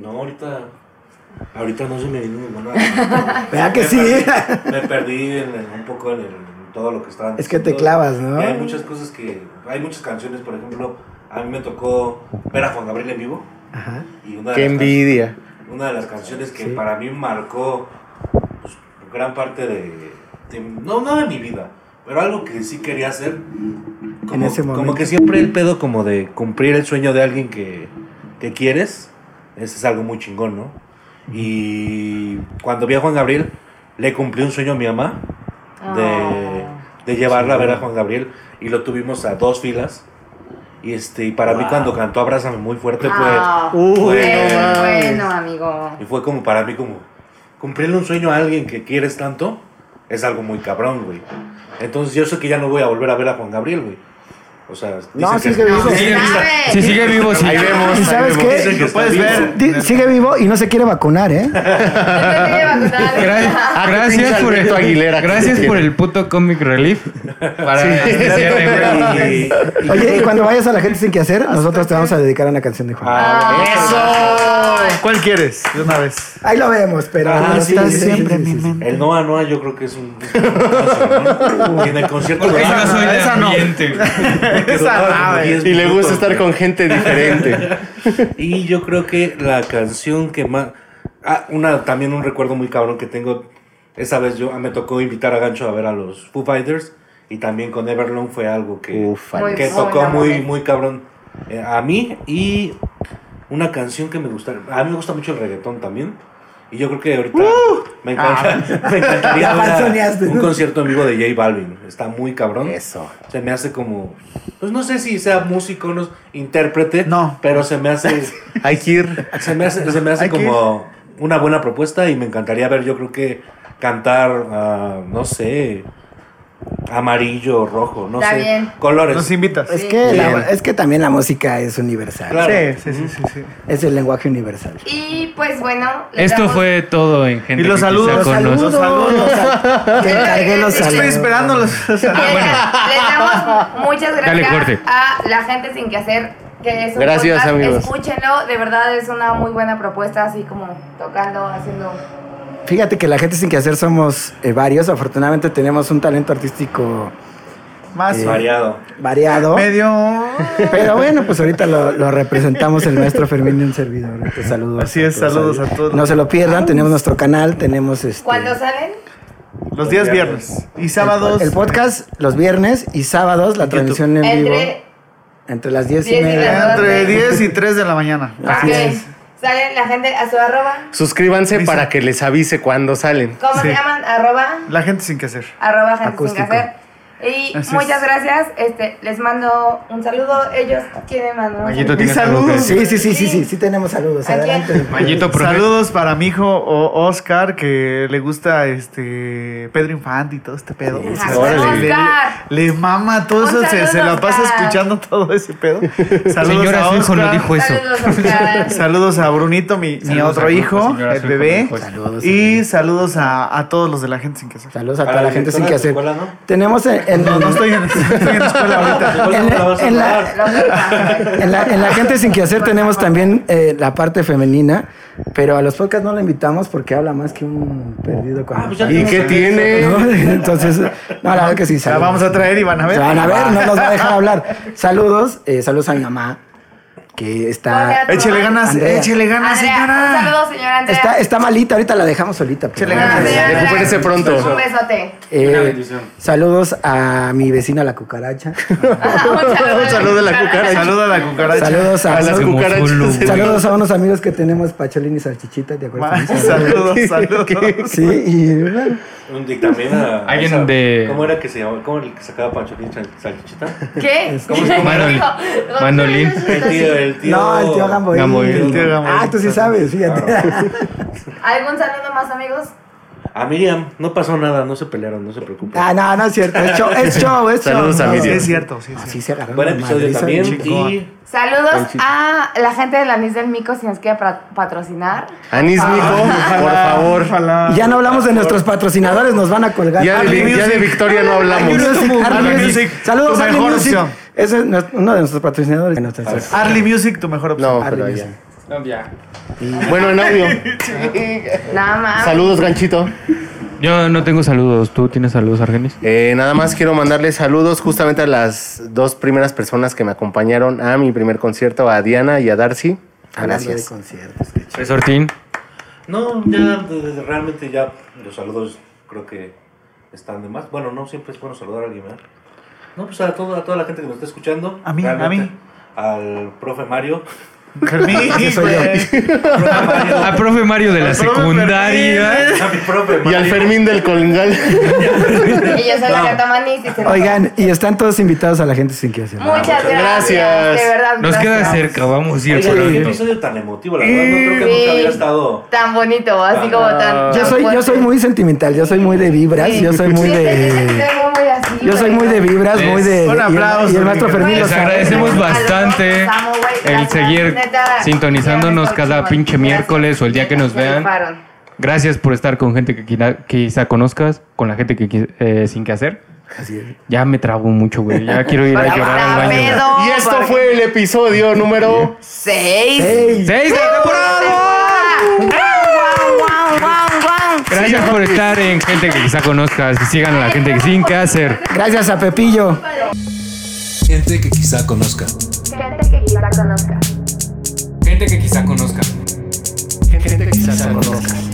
[SPEAKER 8] No, ahorita. Ahorita no se me vino ninguna.
[SPEAKER 2] Ah.
[SPEAKER 4] ¿Verdad <laughs> que
[SPEAKER 8] Me
[SPEAKER 4] sí?
[SPEAKER 8] perdí- Me perdí en el- un poco en, el- en todo lo que estaban
[SPEAKER 4] Es que te
[SPEAKER 8] diciendo.
[SPEAKER 4] clavas, ¿no?
[SPEAKER 8] Y hay muchas cosas que. Hay muchas canciones, por ejemplo, a mí me tocó ver a Juan Gabriel en vivo.
[SPEAKER 4] Ajá.
[SPEAKER 8] Y una de
[SPEAKER 5] Qué
[SPEAKER 8] las can-
[SPEAKER 5] envidia.
[SPEAKER 8] una de las canciones que
[SPEAKER 4] Sí.
[SPEAKER 8] para mí marcó pues, gran parte de, de- no no de mi vida pero algo que sí quería hacer como,
[SPEAKER 4] En ese
[SPEAKER 8] como
[SPEAKER 4] momento.
[SPEAKER 8] que siempre el pedo como de cumplir el sueño de alguien que
[SPEAKER 7] que quieres, eso es algo muy chingón, ¿no? Y cuando vi a Juan Gabriel, le cumplí un sueño a mi mamá de,
[SPEAKER 2] Ah.
[SPEAKER 7] de llevarla a ver a Juan Gabriel y lo tuvimos a dos filas. Y este y para mí cuando cantó Abrázame muy fuerte fue...
[SPEAKER 2] Ah,
[SPEAKER 5] Uy,
[SPEAKER 2] qué
[SPEAKER 5] no mames.
[SPEAKER 2] bueno, amigo.
[SPEAKER 7] Y fue como para mí como cumplirle un sueño a alguien que quieres tanto es algo muy cabrón, güey. Entonces yo sé que ya no voy a volver a ver a Juan Gabriel, güey. O sea,
[SPEAKER 4] No,
[SPEAKER 7] dicen
[SPEAKER 4] sí sigue vivo.
[SPEAKER 2] No,
[SPEAKER 3] Sí,
[SPEAKER 2] mames.
[SPEAKER 3] Si sigue vivo, sí.
[SPEAKER 5] Ahí vemos.
[SPEAKER 4] ¿Y sabes
[SPEAKER 5] ahí
[SPEAKER 4] qué?
[SPEAKER 5] vemos.
[SPEAKER 7] Dicen que está
[SPEAKER 6] Puedes
[SPEAKER 7] vivo.
[SPEAKER 6] ver.
[SPEAKER 4] Di- Sigue vivo y no se quiere vacunar, ¿eh?
[SPEAKER 2] No te quiere vacunar.
[SPEAKER 3] Gracias,
[SPEAKER 5] Ah, qué
[SPEAKER 3] gracias
[SPEAKER 5] pinche
[SPEAKER 3] por el
[SPEAKER 5] Alberto Aguilera que
[SPEAKER 3] gracias
[SPEAKER 5] te
[SPEAKER 3] por
[SPEAKER 5] quiere.
[SPEAKER 3] el puto comic relief para este cierre, güey.
[SPEAKER 7] Y- y-
[SPEAKER 4] Oye, y cuando vayas a la gente sin qué hacer, nosotros te vamos a dedicar a una canción de Juan.
[SPEAKER 7] Ah,
[SPEAKER 6] ¡Eso! ¿Cuál quieres? De una vez.
[SPEAKER 4] Ahí lo vemos, pero
[SPEAKER 7] Ah,
[SPEAKER 4] pero
[SPEAKER 7] sí, sí, sí,
[SPEAKER 4] sí, sí, sí.
[SPEAKER 7] el Noa Noa yo creo que es un... y en el concierto...
[SPEAKER 3] Porque yo
[SPEAKER 7] Ah,
[SPEAKER 3] Pues no soy de
[SPEAKER 6] esa no.
[SPEAKER 3] ambiente, güey.
[SPEAKER 7] que
[SPEAKER 6] esa
[SPEAKER 7] duraba como
[SPEAKER 6] nave.
[SPEAKER 7] 10
[SPEAKER 5] Y le gusta
[SPEAKER 7] minutos,
[SPEAKER 5] estar
[SPEAKER 7] güey.
[SPEAKER 5] con gente diferente.
[SPEAKER 7] Y yo creo que la canción que más... Ah, una, también un recuerdo muy cabrón que tengo. Esa vez yo ah, me tocó invitar a Gancho a ver a los Foo Fighters y también con Everlong fue algo que,
[SPEAKER 5] Ufa.
[SPEAKER 2] Muy-
[SPEAKER 5] no.
[SPEAKER 7] que
[SPEAKER 2] bueno,
[SPEAKER 7] tocó muy,
[SPEAKER 2] bueno.
[SPEAKER 7] muy cabrón eh, a mí y una canción que me gusta. A mí me gusta mucho el reggaetón también. Y yo creo que ahorita me, encanta- <laughs> me encantaría
[SPEAKER 4] ¡Uh! Ah. <laughs> Ya
[SPEAKER 7] ver a-
[SPEAKER 4] falsoneaste.
[SPEAKER 7] un concierto en vivo de J Balvin. Está muy cabrón
[SPEAKER 5] Eso.
[SPEAKER 7] se me hace como pues no sé si sea músico no intérprete
[SPEAKER 6] No.
[SPEAKER 7] pero se me hace
[SPEAKER 5] Hay que ir.
[SPEAKER 7] se me hace se me hace
[SPEAKER 6] Hay que-
[SPEAKER 7] como una buena propuesta y me encantaría ver yo creo que cantar ah, no sé amarillo rojo no
[SPEAKER 2] Está
[SPEAKER 7] sé
[SPEAKER 2] bien.
[SPEAKER 3] Pues,
[SPEAKER 7] colores
[SPEAKER 6] Nos invitas.
[SPEAKER 4] Es
[SPEAKER 6] Sí,
[SPEAKER 4] que, la-
[SPEAKER 7] Bien.
[SPEAKER 4] es que también la música es universal.
[SPEAKER 7] Claro.
[SPEAKER 6] sí, sí, sí. sí.
[SPEAKER 4] Es el lenguaje universal.
[SPEAKER 2] Y pues bueno. les
[SPEAKER 3] Esto
[SPEAKER 2] damos-
[SPEAKER 3] fue todo en gente
[SPEAKER 6] Y
[SPEAKER 3] que
[SPEAKER 6] los
[SPEAKER 3] quizá
[SPEAKER 6] saludos, los
[SPEAKER 3] conoce.
[SPEAKER 6] saludos.
[SPEAKER 4] Te encargué los
[SPEAKER 2] Estoy
[SPEAKER 4] saludos.
[SPEAKER 6] Estoy esperando los.
[SPEAKER 2] Les damos muchas
[SPEAKER 3] Dale,
[SPEAKER 2] gracias
[SPEAKER 3] Jorge.
[SPEAKER 2] a la gente sin que hacer. Que es un
[SPEAKER 5] Gracias, amigos.
[SPEAKER 2] Escúchenlo, de verdad es una muy buena propuesta, así como tocando, haciendo.
[SPEAKER 4] Fíjate que la gente sin que hacer somos eh, varios. Afortunadamente tenemos un talento artístico
[SPEAKER 6] Más.
[SPEAKER 4] Eh,
[SPEAKER 7] variado
[SPEAKER 4] variado.
[SPEAKER 6] Medio.
[SPEAKER 4] Pero bueno, pues ahorita lo, lo representamos el maestro Fermín de un servidor. Entonces, saludos.
[SPEAKER 6] Así es, saludos a todos.
[SPEAKER 4] No se lo pierdan, tenemos nuestro canal, tenemos este,
[SPEAKER 2] Cuando salen,
[SPEAKER 6] Los días viernes. Y sábados.
[SPEAKER 4] el podcast los viernes y sábados la transmisión en vivo
[SPEAKER 2] entre.
[SPEAKER 4] entre las 10 y
[SPEAKER 2] Diez y
[SPEAKER 4] media.
[SPEAKER 2] las
[SPEAKER 6] Entre 10 y 3 de la mañana.
[SPEAKER 2] ok, Salen la gente a su arroba.
[SPEAKER 5] Suscríbanse
[SPEAKER 6] Dice-
[SPEAKER 5] para que les avise cuando salen.
[SPEAKER 2] ¿Cómo
[SPEAKER 6] Sí.
[SPEAKER 2] se llaman? Arroba.
[SPEAKER 6] La gente sin que hacer.
[SPEAKER 2] Arroba gente
[SPEAKER 4] Acústico.
[SPEAKER 2] sin que hacer. Y
[SPEAKER 6] Así
[SPEAKER 2] muchas
[SPEAKER 6] es.
[SPEAKER 2] gracias. Este, les mando un saludo. Ellos quieren mandar un
[SPEAKER 3] Mayito
[SPEAKER 2] saludo.
[SPEAKER 3] tiene
[SPEAKER 6] Y
[SPEAKER 3] algo que
[SPEAKER 6] saludos.
[SPEAKER 3] decir.
[SPEAKER 4] Sí, sí, sí, sí, sí, sí tenemos saludos.
[SPEAKER 2] Aquí.
[SPEAKER 4] Adelante.
[SPEAKER 3] Mayito profe-
[SPEAKER 6] Eh, Saludos para mi hijo o- Oscar, que le gusta este Pedro Infante y todo este pedo.
[SPEAKER 2] Ajá,
[SPEAKER 5] órale.
[SPEAKER 6] Le,
[SPEAKER 2] Oscar.
[SPEAKER 6] le mama todo
[SPEAKER 2] Un
[SPEAKER 6] eso, se, se
[SPEAKER 2] saludo,
[SPEAKER 6] la pasa
[SPEAKER 2] Oscar.
[SPEAKER 6] escuchando todo
[SPEAKER 4] <laughs>
[SPEAKER 6] ese pedo. Saludos
[SPEAKER 3] Señora,
[SPEAKER 6] a
[SPEAKER 3] su hijo no
[SPEAKER 6] Oscar.
[SPEAKER 3] dijo eso.
[SPEAKER 2] Saludos,
[SPEAKER 6] <laughs>
[SPEAKER 2] Oscar.
[SPEAKER 6] Saludos a Brunito, mi, mi
[SPEAKER 3] Saludos
[SPEAKER 6] otro
[SPEAKER 3] al grupo,
[SPEAKER 6] hijo,
[SPEAKER 3] señora,
[SPEAKER 6] el
[SPEAKER 3] su hijo no
[SPEAKER 6] bebé.
[SPEAKER 3] dijo eso.
[SPEAKER 4] Saludos.
[SPEAKER 6] Y saludos a, a todos los de la gente sin que hacer.
[SPEAKER 4] Saludos a
[SPEAKER 7] Para
[SPEAKER 4] toda
[SPEAKER 7] la
[SPEAKER 4] la gente sin que
[SPEAKER 7] directora de
[SPEAKER 4] hacer.
[SPEAKER 7] tu escuela,
[SPEAKER 4] Tenemos en, en-
[SPEAKER 6] No, no estoy en, estoy en la escuela ahorita.
[SPEAKER 7] ¿Cuál
[SPEAKER 4] En la-
[SPEAKER 7] la vas a
[SPEAKER 4] en la-
[SPEAKER 7] pagar?
[SPEAKER 4] en la, en la gente sin que hacer tenemos también eh, la parte femenina, pero a los podcasts no la invitamos porque habla más que un perdido
[SPEAKER 7] Ah,
[SPEAKER 4] cuando.
[SPEAKER 7] pues ya
[SPEAKER 5] ¿Y
[SPEAKER 7] tenemos
[SPEAKER 5] qué
[SPEAKER 7] el-
[SPEAKER 5] tiene?
[SPEAKER 4] ¿no? <laughs> Entonces, no, la verdad que sí.
[SPEAKER 6] La
[SPEAKER 4] saludos.
[SPEAKER 6] vamos a traer y van a
[SPEAKER 4] Se
[SPEAKER 6] ver. Ah,
[SPEAKER 4] van a ver, no nos va a dejar hablar. Saludos, eh, saludos a mi mamá, que está,
[SPEAKER 2] Hola.
[SPEAKER 6] Échele ganas,
[SPEAKER 4] Andrea.
[SPEAKER 6] échele ganas,
[SPEAKER 2] Andrea,
[SPEAKER 6] señora.
[SPEAKER 2] Un saludo, señora Andrea.
[SPEAKER 4] está, está malita, ahorita la dejamos solita. pero
[SPEAKER 6] Chele,
[SPEAKER 4] bueno,
[SPEAKER 6] gracias.
[SPEAKER 4] eh,
[SPEAKER 2] Andrea, Andrea.
[SPEAKER 5] Recupérese
[SPEAKER 2] Un
[SPEAKER 5] pronto.
[SPEAKER 2] besote.
[SPEAKER 7] Una bendición.
[SPEAKER 4] saludos a mi vecina la cucaracha.
[SPEAKER 5] Un saludo a la cucaracha.
[SPEAKER 6] Saluda a la cucaracha.
[SPEAKER 4] Saludos a,
[SPEAKER 5] A las
[SPEAKER 4] unos,
[SPEAKER 5] cucarachas.
[SPEAKER 4] saludos a unos amigos que tenemos, Pacholín y Salchichita, ¿te
[SPEAKER 6] Ma-
[SPEAKER 4] acuerdas? <laughs>
[SPEAKER 6] Saludos, saludos.
[SPEAKER 4] Sí, y bueno,
[SPEAKER 7] un dictamen a-
[SPEAKER 3] <laughs> Alguien
[SPEAKER 7] esa-
[SPEAKER 3] de-
[SPEAKER 7] cómo era que se llamaba cómo era el que sacaba Pancholín Sal-
[SPEAKER 2] <laughs>
[SPEAKER 7] salchichita
[SPEAKER 2] ¿Qué?
[SPEAKER 7] ¿Cómo se llama?
[SPEAKER 2] Dijo,
[SPEAKER 3] Manolín.
[SPEAKER 7] el tío el tío
[SPEAKER 4] No, el tío Gamboín.
[SPEAKER 3] Gamboín.
[SPEAKER 6] El tío Gamboín.
[SPEAKER 4] Ah, tú sí sabes, fíjate.
[SPEAKER 2] ¿Algún saludo más, amigos?
[SPEAKER 7] A Miriam, no pasó nada, no se pelearon, no se preocupen.
[SPEAKER 4] Ah, no, no es cierto. Es show, es show. Es show.
[SPEAKER 5] Saludos a
[SPEAKER 4] No.
[SPEAKER 5] mi
[SPEAKER 6] Sí,
[SPEAKER 5] Dios.
[SPEAKER 6] es cierto, sí, es
[SPEAKER 4] Ah,
[SPEAKER 6] cierto.
[SPEAKER 4] Sí, se agarraron.
[SPEAKER 7] Buen
[SPEAKER 4] la
[SPEAKER 7] episodio
[SPEAKER 4] madriza
[SPEAKER 7] también.
[SPEAKER 4] bien
[SPEAKER 6] chingón.
[SPEAKER 7] Y
[SPEAKER 2] Saludos a la gente de la Miss del Mico si nos quiere pra- patrocinar.
[SPEAKER 5] Anís,
[SPEAKER 4] Ah.
[SPEAKER 5] mijo, por favor.
[SPEAKER 4] Y ya no hablamos de nuestros patrocinadores, nos van a colgar.
[SPEAKER 5] Ya de,
[SPEAKER 6] Army
[SPEAKER 5] Vic- ya de
[SPEAKER 6] Music.
[SPEAKER 5] Victoria no hablamos.
[SPEAKER 4] Army Music,
[SPEAKER 6] Army
[SPEAKER 4] Army
[SPEAKER 6] Music,
[SPEAKER 4] Music.
[SPEAKER 6] tu
[SPEAKER 4] Saludos a Army
[SPEAKER 6] mejor
[SPEAKER 4] Music.
[SPEAKER 6] opción.
[SPEAKER 4] Ese es nuestro- uno de nuestros patrocinadores. No, está-
[SPEAKER 6] Arly Music, tu mejor opción.
[SPEAKER 5] No,
[SPEAKER 4] Army
[SPEAKER 5] pero
[SPEAKER 4] Music.
[SPEAKER 5] ya.
[SPEAKER 3] No, ya.
[SPEAKER 5] Bueno, en audio.
[SPEAKER 2] Nada más.
[SPEAKER 5] Saludos, ganchito.
[SPEAKER 3] Yo no tengo saludos. ¿Tú tienes saludos, Argenis?
[SPEAKER 5] Eh, nada más quiero mandarles saludos justamente a las dos primeras personas que me acompañaron a mi primer concierto, a Diana y a Darcy.
[SPEAKER 4] Hablando de
[SPEAKER 5] Gracias.
[SPEAKER 4] conciertos.
[SPEAKER 3] Resortín.
[SPEAKER 7] no, ya eh, realmente ya los saludos creo que están de más. Bueno, no siempre es bueno saludar a alguien, ¿verdad? No, pues a, todo, a toda la gente que nos está escuchando.
[SPEAKER 6] A mí, a
[SPEAKER 7] realmente,
[SPEAKER 6] mí.
[SPEAKER 7] Al profe Mario, <laughs>
[SPEAKER 6] Fermín,
[SPEAKER 4] Ese soy yo.
[SPEAKER 6] güey.
[SPEAKER 3] A profe Mario de la secundaria.
[SPEAKER 8] A mi profe,
[SPEAKER 5] Y al
[SPEAKER 8] Mario.
[SPEAKER 5] Fermín del Colingal.
[SPEAKER 2] Y yo soy la Catamanís y se lo-
[SPEAKER 4] Oigan, y están todos invitados a la gente sin que hacer.
[SPEAKER 2] Muchas gracias.
[SPEAKER 5] gracias.
[SPEAKER 2] De verdad.
[SPEAKER 3] Nos queda
[SPEAKER 2] gracias.
[SPEAKER 3] cerca, vamos a ir
[SPEAKER 8] Oye, qué
[SPEAKER 3] pronto.
[SPEAKER 8] episodio tan emotivo, la verdad. No creo que nunca había estado.
[SPEAKER 2] Tan bonito, así como tan.
[SPEAKER 4] Yo
[SPEAKER 2] tan
[SPEAKER 4] soy, yo
[SPEAKER 2] fuerte.
[SPEAKER 4] soy muy sentimental, yo soy muy de vibras,
[SPEAKER 2] Sí.
[SPEAKER 4] yo soy muy
[SPEAKER 2] Sí, sí, sí, sí,
[SPEAKER 4] de.
[SPEAKER 2] soy muy así,
[SPEAKER 4] Yo soy
[SPEAKER 2] güey.
[SPEAKER 4] muy de vibras, muy de.
[SPEAKER 6] Un
[SPEAKER 4] y el-
[SPEAKER 6] aplauso,
[SPEAKER 4] Y el maestro
[SPEAKER 6] mi querido.
[SPEAKER 4] Fermín lo
[SPEAKER 3] Les
[SPEAKER 4] sabe.
[SPEAKER 3] agradecemos
[SPEAKER 2] A los dos
[SPEAKER 3] bastante
[SPEAKER 2] los amo, güey.
[SPEAKER 3] el
[SPEAKER 2] Gracias,
[SPEAKER 3] seguir
[SPEAKER 2] neta.
[SPEAKER 3] sintonizándonos
[SPEAKER 2] Ya,
[SPEAKER 3] cada
[SPEAKER 2] chingón.
[SPEAKER 3] pinche
[SPEAKER 2] Gracias.
[SPEAKER 3] miércoles o el día que nos
[SPEAKER 2] Se
[SPEAKER 3] vean.
[SPEAKER 2] rifaron.
[SPEAKER 3] Gracias por estar con gente que quina- quizá conozcas, con la gente que qui- eh, sin que hacer. Ya me trabo mucho, güey. Ya quiero ir a
[SPEAKER 2] Porque
[SPEAKER 3] llorar
[SPEAKER 2] está
[SPEAKER 3] al baño.
[SPEAKER 2] pedo,
[SPEAKER 5] Y esto
[SPEAKER 2] porque-
[SPEAKER 5] fue el episodio número
[SPEAKER 2] Seis.
[SPEAKER 4] Ey,
[SPEAKER 3] ¡Seis de temporada!
[SPEAKER 2] Guau, guau, guau, guau.
[SPEAKER 3] Gracias por estar en Gente que quizá conozcas. Y sigan a la gente que sin que hacer.
[SPEAKER 4] Gracias a Pepillo.
[SPEAKER 7] Gente que quizá conozca.
[SPEAKER 3] Gente que quizá conozcas.
[SPEAKER 5] Gente que quizá conozcas.